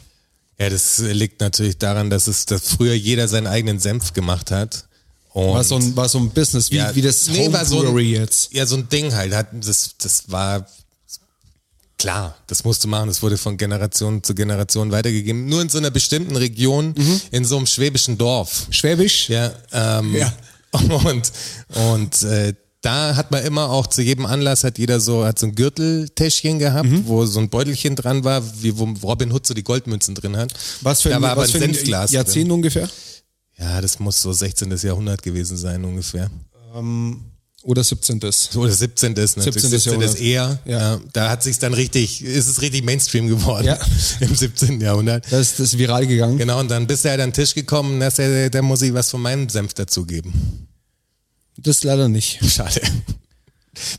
Speaker 2: Ja, das liegt natürlich daran, dass es, dass früher jeder seinen eigenen Senf gemacht hat. Und
Speaker 5: War so ein, war so ein Business, wie, wie das
Speaker 2: nee, war so ein,
Speaker 5: Homebrewery jetzt.
Speaker 2: Ja, so ein Ding halt. Hat, das, das war klar, das musst du machen. Das wurde von Generation zu Generation weitergegeben. Nur in so einer bestimmten Region,
Speaker 5: Mhm.
Speaker 2: in so einem schwäbischen Dorf.
Speaker 5: Schwäbisch?
Speaker 2: Ja, ähm,
Speaker 5: Ja.
Speaker 2: (laughs) Und, und äh, da hat man immer auch zu jedem Anlass hat jeder so, hat so ein Gürteltäschchen gehabt,
Speaker 5: Mhm.
Speaker 2: wo so ein Beutelchen dran war, wie wo Robin Hood so die Goldmünzen drin hat.
Speaker 5: Was für
Speaker 2: da
Speaker 5: ein,
Speaker 2: war aber
Speaker 5: was
Speaker 2: ein
Speaker 5: für ein
Speaker 2: Senfglas drin.
Speaker 5: Jahrzehnt ungefähr?
Speaker 2: Ja, das muss so 16. Jahrhundert gewesen sein ungefähr.
Speaker 5: Oder 17. Das
Speaker 2: So, Oder 17. ist natürlich.
Speaker 5: 17.
Speaker 2: 17. ist eher.
Speaker 5: Ja.
Speaker 2: Ja. Da hat sich's dann richtig, ist es richtig Mainstream geworden
Speaker 5: Ja.
Speaker 2: (laughs) im 17. Jahrhundert.
Speaker 5: ist, das ist viral gegangen.
Speaker 2: Genau, und dann bist du halt an den Tisch gekommen, dass er, da muss ich was von meinem Senf dazugeben.
Speaker 5: Das leider nicht.
Speaker 2: Schade.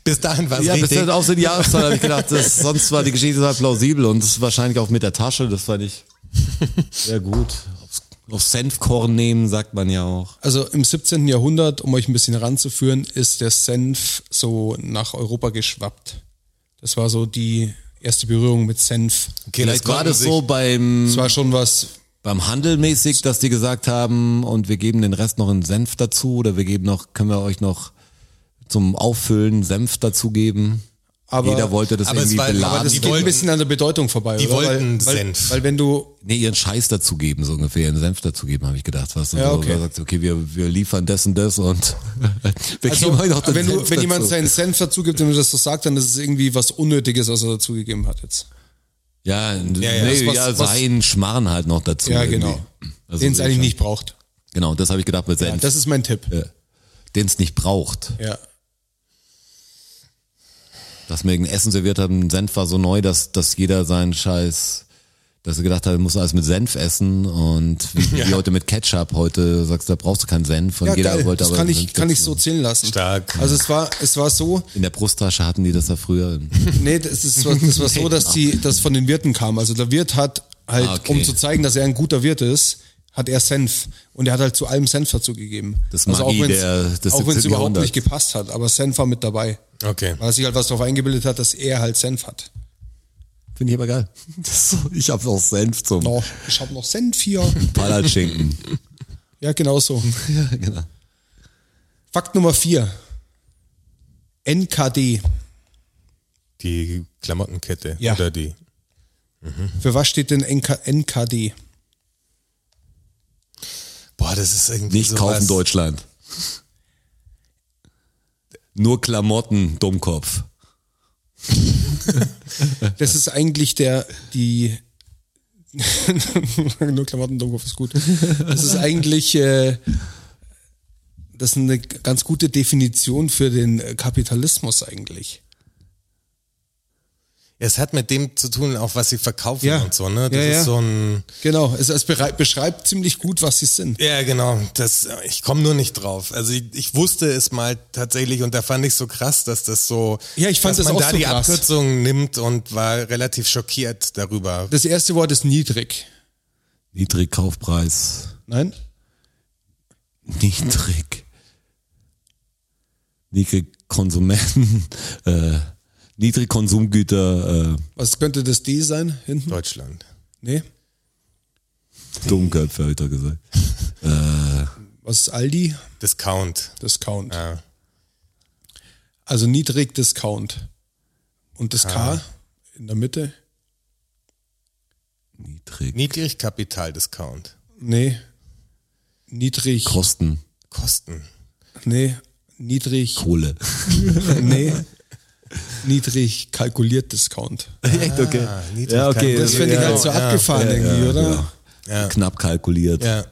Speaker 2: Bis dahin war es
Speaker 4: Ja, bis
Speaker 2: richtig.
Speaker 4: dann auf so die Jahreszahl habe ich gedacht, das, sonst war die Geschichte total plausibel und das ist wahrscheinlich auch mit der Tasche, das fand ich sehr gut. Aufs, aufs Senfkorn nehmen, sagt man ja auch.
Speaker 3: Also im 17. Jahrhundert, um euch ein bisschen ranzuführen, ist der Senf so nach Europa geschwappt. Das war so die erste Berührung mit Senf.
Speaker 2: Okay,
Speaker 4: Vielleicht war
Speaker 2: konnten
Speaker 4: das
Speaker 2: sich-
Speaker 4: so beim,
Speaker 3: Das war schon was,
Speaker 4: beim Handel mäßig, dass die gesagt haben, und wir geben den Rest noch in Senf dazu oder wir geben noch, können wir euch noch zum Auffüllen Senf dazugeben.
Speaker 3: aber
Speaker 4: Jeder wollte das
Speaker 2: aber es
Speaker 4: irgendwie
Speaker 2: war- aber
Speaker 4: beladen.
Speaker 2: das
Speaker 3: das
Speaker 2: Die
Speaker 3: geht ein
Speaker 2: wollten-
Speaker 3: bisschen an der Bedeutung vorbei.
Speaker 2: die
Speaker 3: oder?
Speaker 2: wollten
Speaker 3: weil, weil,
Speaker 2: Senf.
Speaker 3: Weil wenn du,
Speaker 4: Nee, ihren Scheiß dazugeben, so ungefähr, ihren Senf dazugeben, habe ich gedacht. Was
Speaker 3: Ja,
Speaker 4: so,
Speaker 3: okay.
Speaker 4: da sagt, okay, wir, wir liefern das und das und (laughs) wir
Speaker 3: also,
Speaker 4: geben euch noch den
Speaker 3: wenn, du,
Speaker 4: Senf
Speaker 3: wenn jemand
Speaker 4: dazu.
Speaker 3: seinen Senf dazu gibt und du das so sagt, dann ist es irgendwie was Unnötiges, was er dazugegeben hat jetzt.
Speaker 4: Also Ja,
Speaker 2: ja,
Speaker 4: nee,
Speaker 3: was-
Speaker 4: ja
Speaker 3: was-
Speaker 4: sein Schmarrn halt noch dazu.
Speaker 3: Ja,
Speaker 4: irgendwie.
Speaker 3: genau.
Speaker 4: Also
Speaker 3: Den es eigentlich
Speaker 4: schon.
Speaker 3: nicht braucht.
Speaker 4: Genau, das habe ich gedacht mit
Speaker 3: Ja,
Speaker 4: Senf,
Speaker 3: das ist mein Tipp.
Speaker 4: den es nicht braucht.
Speaker 3: Ja.
Speaker 4: Dass wir ein Essen serviert haben, Senf war so neu, dass, dass jeder seinen Scheiß, dass er gedacht hat, er muss alles mit Senf essen
Speaker 3: (laughs)
Speaker 4: und wie, wie heute mit Ketchup, heute sagst du, da brauchst du keinen Senf und
Speaker 3: Ja,
Speaker 4: jeder
Speaker 3: geil.
Speaker 4: wollte
Speaker 3: Das
Speaker 4: aber
Speaker 3: kann
Speaker 4: den
Speaker 3: ich,
Speaker 4: Senf
Speaker 3: kann ich
Speaker 4: dazu.
Speaker 3: so zählen lassen.
Speaker 2: Stark.
Speaker 3: Also es war, es war so,
Speaker 4: In der Brusttasche hatten die das ja früher.
Speaker 3: Nee, das, ist, so- das
Speaker 4: (laughs)
Speaker 3: war so, dass die, das von den Wirten kam. Also der Wirt hat halt,
Speaker 4: Ah, okay.
Speaker 3: um zu zeigen, dass er ein guter Wirt ist, hat er Senf. Und er hat halt zu allem Senf dazu gegeben.
Speaker 4: Das
Speaker 3: also
Speaker 4: Magie
Speaker 3: auch wenn's-
Speaker 4: der- des
Speaker 3: Auch wenn es
Speaker 4: 17.
Speaker 3: überhaupt
Speaker 4: Jahrhunderts.
Speaker 3: nicht gepasst hat, aber Senf war mit dabei.
Speaker 2: Okay.
Speaker 3: Weil er sich halt was darauf eingebildet hat, dass er halt Senf hat.
Speaker 4: Finde ich aber geil. (laughs) Das ist so, ich habe auch Senf zum
Speaker 3: Noch, ich hab noch Senf hier.
Speaker 4: (laughs) Palatschinken.
Speaker 3: Ja, genau so.
Speaker 4: (laughs) ja, genau.
Speaker 3: Fakt Nummer vier. NKD.
Speaker 2: Die Klamottenkette
Speaker 3: Ja.
Speaker 2: oder die.
Speaker 3: Für was steht denn NK, NKD?
Speaker 2: Boah, das ist irgendwie
Speaker 4: Nicht
Speaker 2: sowas.
Speaker 4: kaufen Deutschland. Nur Klamotten, Dummkopf.
Speaker 3: Das ist eigentlich der, die, (laughs) nur Klamotten, Dummkopf ist gut. Das ist eigentlich, äh, das ist eine ganz gute Definition für den Kapitalismus eigentlich.
Speaker 2: Es hat mit dem zu tun, auch was sie verkaufen
Speaker 3: Ja.
Speaker 2: und so, ne? Das
Speaker 3: Ja,
Speaker 2: ist
Speaker 3: ja.
Speaker 2: so ein.
Speaker 3: Genau, es, es berei- beschreibt ziemlich gut, was sie sind.
Speaker 2: Ja, genau. Das, ich komme nur nicht drauf. Also ich, ich wusste es mal tatsächlich und da fand ich so krass, dass das so,
Speaker 3: Ja, ich fand
Speaker 2: dass
Speaker 3: das
Speaker 2: man
Speaker 3: auch
Speaker 2: da
Speaker 3: so
Speaker 2: die
Speaker 3: krass.
Speaker 2: Abkürzung nimmt und war relativ schockiert darüber.
Speaker 3: Das erste Wort ist niedrig.
Speaker 4: Niedrigkaufpreis. (laughs)
Speaker 3: Nein?
Speaker 4: Niedrig. Niedrigkonsumenten. (laughs) Äh, Niedrigkonsumgüter.
Speaker 3: Was könnte das D sein hinten?
Speaker 2: Deutschland.
Speaker 3: Nee?
Speaker 4: Äh, Dummköpfe, hab ich da gesagt.
Speaker 3: Was ist Aldi?
Speaker 2: Discount.
Speaker 3: Discount.
Speaker 2: Ja.
Speaker 3: Also niedrig Discount. Und das K in der Mitte?
Speaker 4: Niedrig.
Speaker 2: Niedrigkapital-Discount.
Speaker 3: Nee. Niedrig.
Speaker 4: Kosten.
Speaker 2: Kosten.
Speaker 3: Nee. Niedrig.
Speaker 4: Kohle. (laughs)
Speaker 3: Nee.
Speaker 4: Ah,
Speaker 3: Niedrig kalkuliert Discount.
Speaker 4: Echt, okay. ja, okay.
Speaker 3: Das finde ich
Speaker 4: ja,
Speaker 3: halt so
Speaker 2: ja,
Speaker 3: abgefahren irgendwie, oder?
Speaker 4: genau. Knapp kalkuliert.
Speaker 2: Ja.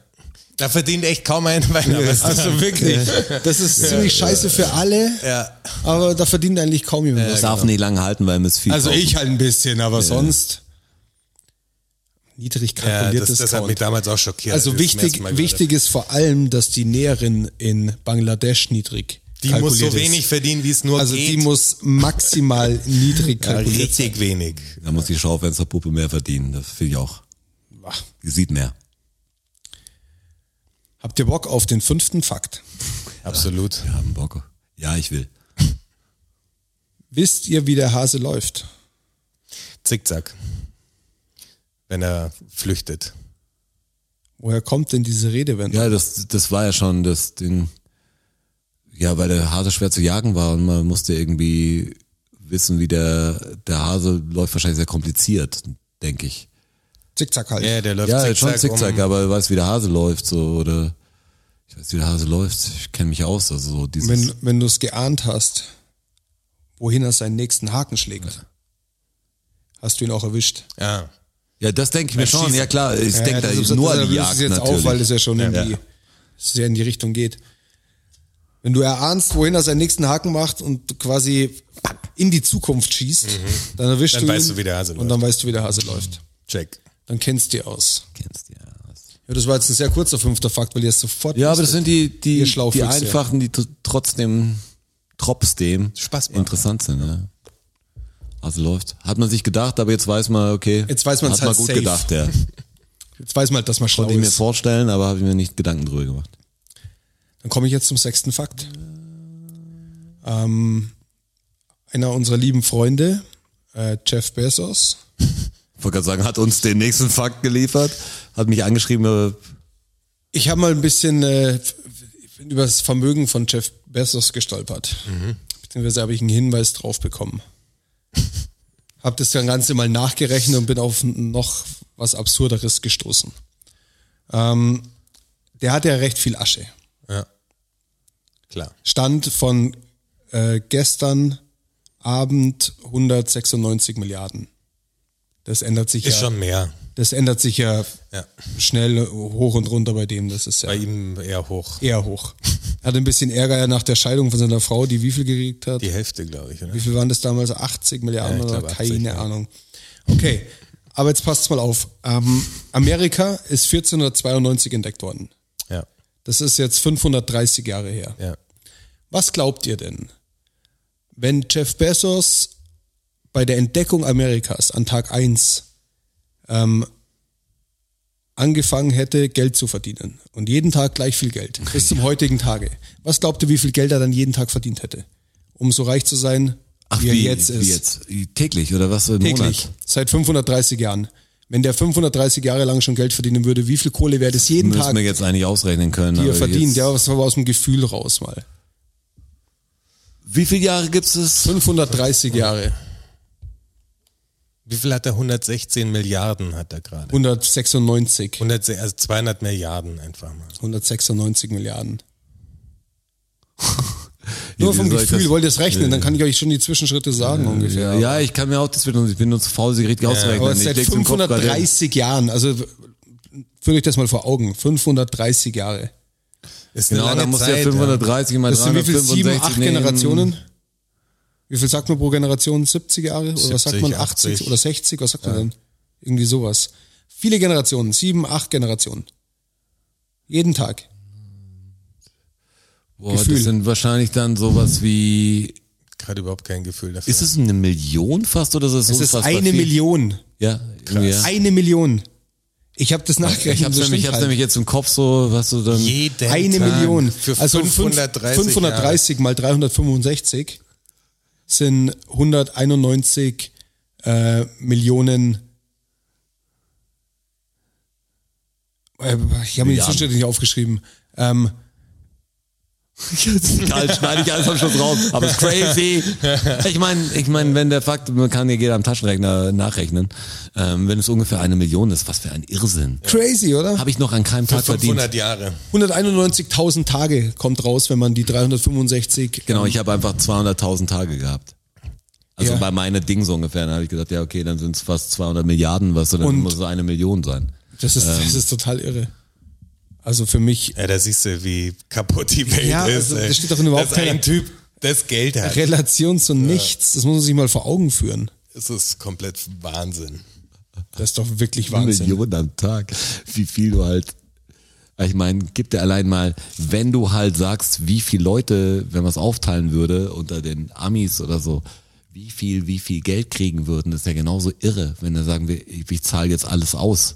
Speaker 2: Da verdient echt kaum einer Weihnachten.
Speaker 3: Also wirklich. Das ist ziemlich scheiße für alle,
Speaker 2: Ja. genau.
Speaker 3: aber da verdient eigentlich kaum jemand
Speaker 4: Das
Speaker 3: was.
Speaker 4: darf nicht lange halten, weil man es viel
Speaker 3: Also
Speaker 4: kaufen.
Speaker 3: ich halt ein bisschen, aber sonst. Niedrig
Speaker 2: ja
Speaker 3: kalkuliert
Speaker 2: Äh, das, das hat mich
Speaker 3: Discount.
Speaker 2: damals auch schockiert.
Speaker 3: Also
Speaker 2: als ich zum
Speaker 3: wichtig,
Speaker 2: ersten Mal gehört
Speaker 3: wichtig ist vor allem, dass die Näherin in Bangladesch niedrig
Speaker 2: habe. Die muss
Speaker 3: kalkuliert
Speaker 2: so
Speaker 3: ist.
Speaker 2: wenig verdienen, wie es nur
Speaker 3: Also
Speaker 2: geht.
Speaker 3: die muss
Speaker 2: (laughs)
Speaker 3: maximal niedrig
Speaker 2: ja,
Speaker 3: kalkuliert sein.
Speaker 2: richtig wenig.
Speaker 4: Da muss die Schaufensterpuppe mehr verdienen. Das finde ich auch. Die sieht mehr.
Speaker 3: Habt ihr Bock auf den fünften Fakt?
Speaker 2: Absolut.
Speaker 4: Wir haben Bock. Ja, ich will.
Speaker 3: Wisst ihr, wie der Hase läuft?
Speaker 2: Zickzack. Wenn er flüchtet.
Speaker 3: Woher kommt denn diese Redewendung?
Speaker 4: Ja, das, das war ja schon das, den, ja, weil der Hase schwer zu jagen war und man musste irgendwie wissen, wie der, der Hase läuft wahrscheinlich sehr kompliziert, denke ich.
Speaker 3: Zickzack halt.
Speaker 2: Ja, der läuft
Speaker 4: ja,
Speaker 2: zickzack.
Speaker 4: schon zickzack,
Speaker 2: um,
Speaker 4: aber weiß, wie der Hase läuft, so, oder, ich weiß, wie der Hase läuft, ich kenne mich aus, also so dieses,
Speaker 3: Wenn, wenn du es geahnt hast, wohin er seinen nächsten Haken schlägt, hast du ihn auch erwischt.
Speaker 2: ja.
Speaker 4: ja, das denke ich mir schon,
Speaker 2: Schießen.
Speaker 4: ja klar, ich denke da
Speaker 3: deshalb-
Speaker 4: nur an
Speaker 3: deshalb löst
Speaker 4: die Jagd
Speaker 3: es jetzt
Speaker 4: natürlich.
Speaker 3: auf, weil es ja schon in die, sehr in die Richtung geht. Wenn du erahnst, wohin er seinen nächsten Haken macht und quasi in die Zukunft schießt, dann erwischst
Speaker 2: Dann
Speaker 3: du
Speaker 2: weißt
Speaker 3: ihn
Speaker 2: du, wie der Hase
Speaker 3: und dann weißt du, wie der Hase läuft.
Speaker 2: Check.
Speaker 3: Dann kennst du die aus.
Speaker 4: Kennst du ja.
Speaker 3: Ja, das war jetzt ein sehr kurzer fünfter Fakt, weil ihr es sofort
Speaker 4: Ja, aber
Speaker 3: wusstet.
Speaker 4: das sind die, die,
Speaker 3: Ihr
Speaker 4: die
Speaker 3: Schlaufüchse.
Speaker 4: einfachen, die tr- trotzdem trotz dem
Speaker 2: Spaß macht.
Speaker 4: interessant sind. Ja. Also läuft. Hat man sich gedacht, aber jetzt weiß man, okay.
Speaker 3: Jetzt weiß man's
Speaker 4: Hat man
Speaker 3: halt
Speaker 4: gut
Speaker 3: safe. (laughs)
Speaker 4: gedacht, ja.
Speaker 3: Jetzt weiß man halt, dass man schlau
Speaker 4: Konnte ich mir
Speaker 3: ist.
Speaker 4: vorstellen, aber habe ich mir nicht Gedanken drüber gemacht.
Speaker 3: Dann komme ich jetzt zum sechsten Fakt. Ähm, einer unserer lieben Freunde, äh, Jeff Bezos,
Speaker 4: Ich wollte gerade sagen, hat uns den nächsten Fakt geliefert, hat mich angeschrieben, äh,
Speaker 3: Ich habe mal ein bisschen äh, über das Vermögen von Jeff Bezos gestolpert. Beziehungsweise habe ich einen Hinweis drauf bekommen. (laughs) habe das Ganze mal nachgerechnet und bin auf noch was Absurderes gestoßen. Ähm, der hat ja recht viel Asche.
Speaker 2: Ja. Klar.
Speaker 3: Stand von äh, gestern Abend 196 Milliarden. Das ändert sich
Speaker 2: Ist
Speaker 3: ja.
Speaker 2: schon mehr.
Speaker 3: Das ändert sich ja,
Speaker 2: Ja.
Speaker 3: schnell hoch und runter bei dem. Das ist ja.
Speaker 2: Bei ihm eher hoch.
Speaker 3: eher hoch. Er hatte ein bisschen Ärger nach der Scheidung von seiner Frau, die wie viel gekriegt hat.
Speaker 2: Die Hälfte, glaube ich, oder?
Speaker 3: Wie viel waren das damals? 80 Milliarden
Speaker 2: Ja, ich
Speaker 3: oder
Speaker 2: glaube,
Speaker 3: keine
Speaker 2: 80, ja.
Speaker 3: Ahnung. Okay, aber jetzt passt mal auf. Ähm, Amerika ist 1492 entdeckt worden.
Speaker 2: Ja.
Speaker 3: Das ist jetzt 530 Jahre her.
Speaker 2: Ja.
Speaker 3: Was glaubt ihr denn, wenn Jeff Bezos bei der Entdeckung Amerikas an Tag 1 ähm, angefangen hätte, Geld zu verdienen und jeden Tag gleich viel
Speaker 4: (laughs)
Speaker 3: Geld bis zum heutigen Tage? Was glaubt ihr, wie viel Geld er dann jeden Tag verdient hätte, um so reich zu sein,
Speaker 4: ach,
Speaker 3: wie,
Speaker 4: wie,
Speaker 3: er jetzt
Speaker 4: wie
Speaker 3: ist?
Speaker 4: jetzt? Äh, Täglich oder was? Im
Speaker 3: Täglich,
Speaker 4: Monat?
Speaker 3: seit 530 Jahren. Wenn der 530 Jahre lang schon Geld verdienen würde, wie viel Kohle wäre das jeden
Speaker 4: Müssen
Speaker 3: Tag,
Speaker 4: wir jetzt eigentlich ausrechnen können.
Speaker 3: die er
Speaker 4: aber
Speaker 3: verdient?
Speaker 4: jetzt-
Speaker 3: Ja, was war aus dem Gefühl raus mal?
Speaker 4: Wie viele Jahre gibt es?
Speaker 3: 530 Jahre.
Speaker 2: Wie viel hat er? 116 Milliarden hat er gerade.
Speaker 3: 196.
Speaker 2: 100, also 200 Milliarden einfach mal.
Speaker 3: 196 Milliarden. Nur vom
Speaker 4: soll ich
Speaker 3: Gefühl,
Speaker 4: das-
Speaker 3: wollt ihr es rechnen, dann kann ich euch schon die Zwischenschritte sagen ungefähr.
Speaker 4: Ja, ja, ich kann mir auch das wieder, ich bin nur zu faul, sie richtig auszurechnen.
Speaker 3: Aber
Speaker 4: Ich
Speaker 3: seit
Speaker 4: leg's im Kopf gerade hin.
Speaker 3: 530 Jahren, also w- führt euch das mal vor Augen, 530 Jahre.
Speaker 2: Ist eine
Speaker 4: Genau,
Speaker 2: lange
Speaker 4: da muss
Speaker 2: Zeit,
Speaker 4: ja 530 mal
Speaker 3: Das sind wie viel?
Speaker 4: 365
Speaker 3: Sieben, acht
Speaker 4: nehmen.
Speaker 3: Generationen? Wie viel sagt man pro Generation? 70 Jahre? Oder was sagt
Speaker 2: 70,
Speaker 3: man? 80
Speaker 2: 80?
Speaker 3: oder 60? Was sagt man denn? Irgendwie sowas. Viele Generationen, sieben, acht Generationen. Jeden Tag.
Speaker 4: Boah,
Speaker 3: Gefühl.
Speaker 4: das sind wahrscheinlich dann sowas wie,
Speaker 2: Gerade überhaupt kein Gefühl dafür.
Speaker 4: ist es eine Million fast oder ist es
Speaker 3: Das
Speaker 4: so
Speaker 3: ist
Speaker 4: fast
Speaker 3: eine Million.
Speaker 4: Ja, irgendwie, ja.
Speaker 3: Eine Million. Ich habe das nachgerechnet.
Speaker 4: Ich hab's
Speaker 3: so
Speaker 4: nämlich,
Speaker 3: stimmt
Speaker 4: hab's
Speaker 3: halt.
Speaker 4: nämlich jetzt im Kopf so, was du dann.
Speaker 2: jeden
Speaker 3: Eine
Speaker 2: Tag
Speaker 3: Million.
Speaker 2: Für
Speaker 3: also fünf-
Speaker 2: 530 Jahre.
Speaker 3: 530 mal 365 sind 191 äh, Millionen. Äh, Ich habe mir die
Speaker 4: Milliarden.
Speaker 3: Zuschnitte nicht aufgeschrieben. Ähm,
Speaker 4: (laughs) Egal, schneide ich alles am Schluss raus. Aber ist crazy. Ich meine, ich mein, wenn der Fakt, man kann ja jeder am Taschenrechner nachrechnen, ähm, wenn es ungefähr eine Million ist, was für ein Irrsinn.
Speaker 3: crazy, oder?
Speaker 4: Habe ich noch an keinem Tag verdient.
Speaker 2: 500 Jahre.
Speaker 3: 191.000 Tage kommt raus, wenn man die 365.
Speaker 4: Genau, ich habe einfach 200.000 Tage gehabt. Also
Speaker 3: Ja.
Speaker 4: bei meiner Ding so ungefähr. Dann habe ich gesagt, ja okay, dann sind es fast 200 Milliarden, was, so, dann
Speaker 3: Und-
Speaker 4: muss es eine Million sein.
Speaker 3: Das ist,
Speaker 4: Ähm.
Speaker 3: das ist total irre. Also für mich
Speaker 2: Ja, da siehst du, wie kaputt die Welt
Speaker 3: Ja,
Speaker 2: ist.
Speaker 3: also,
Speaker 2: ey.
Speaker 3: das steht doch in überhaupt
Speaker 2: Dass ein
Speaker 3: keiner-
Speaker 2: Typ das Geld hat.
Speaker 3: Relation zu nichts, das muss man sich mal vor Augen führen.
Speaker 2: Es ist komplett Wahnsinn.
Speaker 3: Das ist doch wirklich Wahnsinn.
Speaker 4: Millionen am Tag, wie viel du halt. Ich meine, gib dir allein mal, wenn du halt sagst, wie viele Leute, wenn man es aufteilen würde unter den Amis oder so, wie viel, wie viel Geld kriegen würden, das ist ja genauso irre, wenn dann sagen wir, ich, ich zahle jetzt alles aus.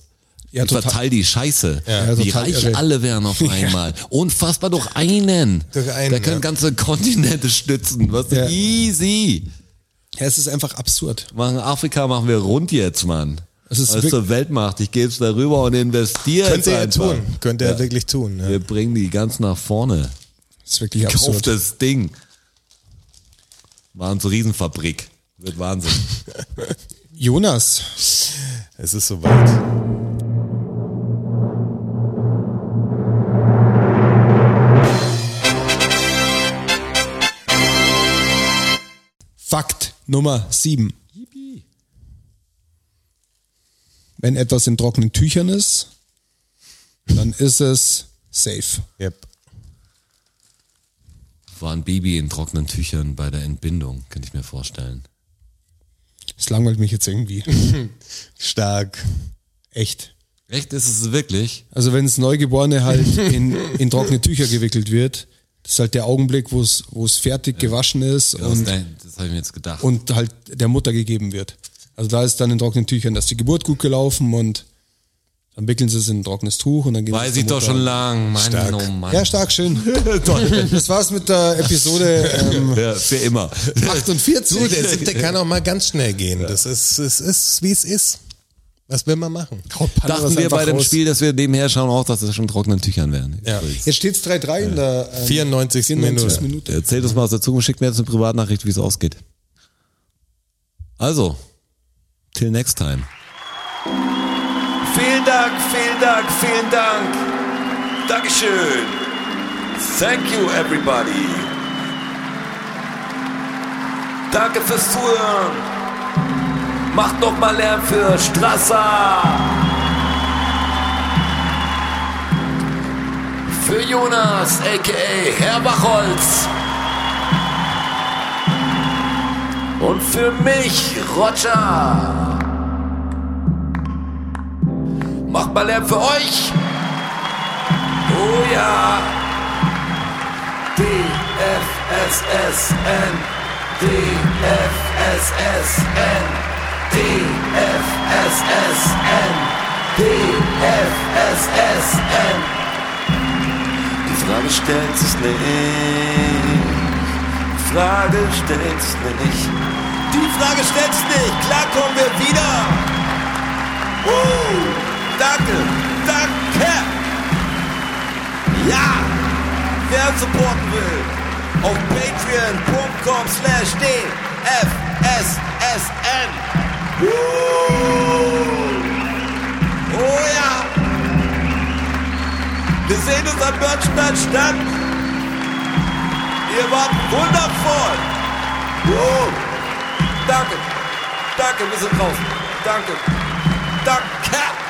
Speaker 3: Ja,
Speaker 4: ich
Speaker 3: total-
Speaker 4: verteile die Scheiße.
Speaker 3: Ja,
Speaker 4: wie
Speaker 3: total
Speaker 4: reich
Speaker 3: irre.
Speaker 4: alle wären
Speaker 3: (laughs)
Speaker 4: auf einmal. Unfassbar durch einen.
Speaker 2: Durch einen,
Speaker 4: Der kann
Speaker 2: ja.
Speaker 4: ganze Kontinente stützen. Was
Speaker 3: Ja.
Speaker 4: easy.
Speaker 3: Ja, es ist einfach absurd.
Speaker 4: Machen Afrika machen wir rund jetzt, Mann.
Speaker 3: Es ist
Speaker 4: Als
Speaker 3: wirk-
Speaker 4: zur Weltmacht. Ich geb's da rüber und investiere jetzt
Speaker 2: Könnte er
Speaker 4: einfach.
Speaker 2: tun. Könnte er wirklich tun. Ja.
Speaker 4: Wir bringen die ganz nach vorne.
Speaker 3: Es ist wirklich
Speaker 4: Kauf
Speaker 3: absurd.
Speaker 4: das Ding. War uns Riesenfabrik. Wird Wahnsinn.
Speaker 3: Jonas,
Speaker 2: Es ist soweit.
Speaker 3: Fakt Nummer 7. Wenn etwas in trockenen Tüchern ist, dann ist es safe.
Speaker 2: Yep.
Speaker 4: War ein Baby in trockenen Tüchern bei der Entbindung, könnte ich mir vorstellen.
Speaker 3: Das langweilt mich jetzt irgendwie.
Speaker 2: (laughs) Stark.
Speaker 3: Echt.
Speaker 4: Echt, ist es wirklich? (laughs)
Speaker 3: Also wenn das Neugeborene halt in, in trockene Tücher gewickelt wird, Das ist halt der Augenblick, wo es wo es fertig gewaschen ist
Speaker 4: Ja, das
Speaker 3: und,
Speaker 4: nein, das habe ich mir jetzt gedacht.
Speaker 3: Mhm. und halt der Mutter gegeben wird. Also da ist dann in trockenen Tüchern, dass die Geburt gut gelaufen und dann wickeln sie es in ein trockenes Tuch und dann gehen
Speaker 4: Weiß
Speaker 3: sie
Speaker 4: ich doch schon lang, Mann,
Speaker 2: Stark.
Speaker 4: oh Mann.
Speaker 3: Ja, stark,
Speaker 4: (laughs)
Speaker 3: schön. das war's mit der Episode ähm,
Speaker 4: Ja, für
Speaker 3: (laughs)
Speaker 4: immer.
Speaker 3: 48.
Speaker 2: Du, (laughs) der siebte kann auch mal ganz schnell gehen. Das ist, es ist, wie es ist. Was will man machen?
Speaker 4: Dachten wir bei dem Spiel, dass wir nebenher schauen, auch, dass das schon trockenen Tüchern wären.
Speaker 2: Ja.
Speaker 3: Jetzt steht's 3-3 in der ähm,
Speaker 2: 94. Minute.
Speaker 3: 94. Minute.
Speaker 4: Erzählt uns mal aus der Zunge, schickt mir jetzt eine Privatnachricht, wie es ausgeht. Also, till next time.
Speaker 1: Vielen Dank, vielen Dank, vielen Dank. Dankeschön. Thank you, everybody. Danke fürs Zuhören. Macht noch mal Lärm für Strasser. Für Jonas, a.k.a. Herr Bachholz. Und für mich, Roger. Macht mal Lärm für euch. Oh ja. DFSSN. DFSSN. DFSSN. DFSSN. Die Frage stellt sich nicht. Die Frage stellt sich nicht. Die Frage stellt sich nicht. Klar kommen wir wieder. Uh, danke, danke. Ja, wer uns supporten will, auf patreon.com slash dfssn. Uh, oh ja. Wir sehen uns am Börnstadt statt. Ihr wart wundervoll. Uh, danke, danke, wir sind draußen. Danke. Danke.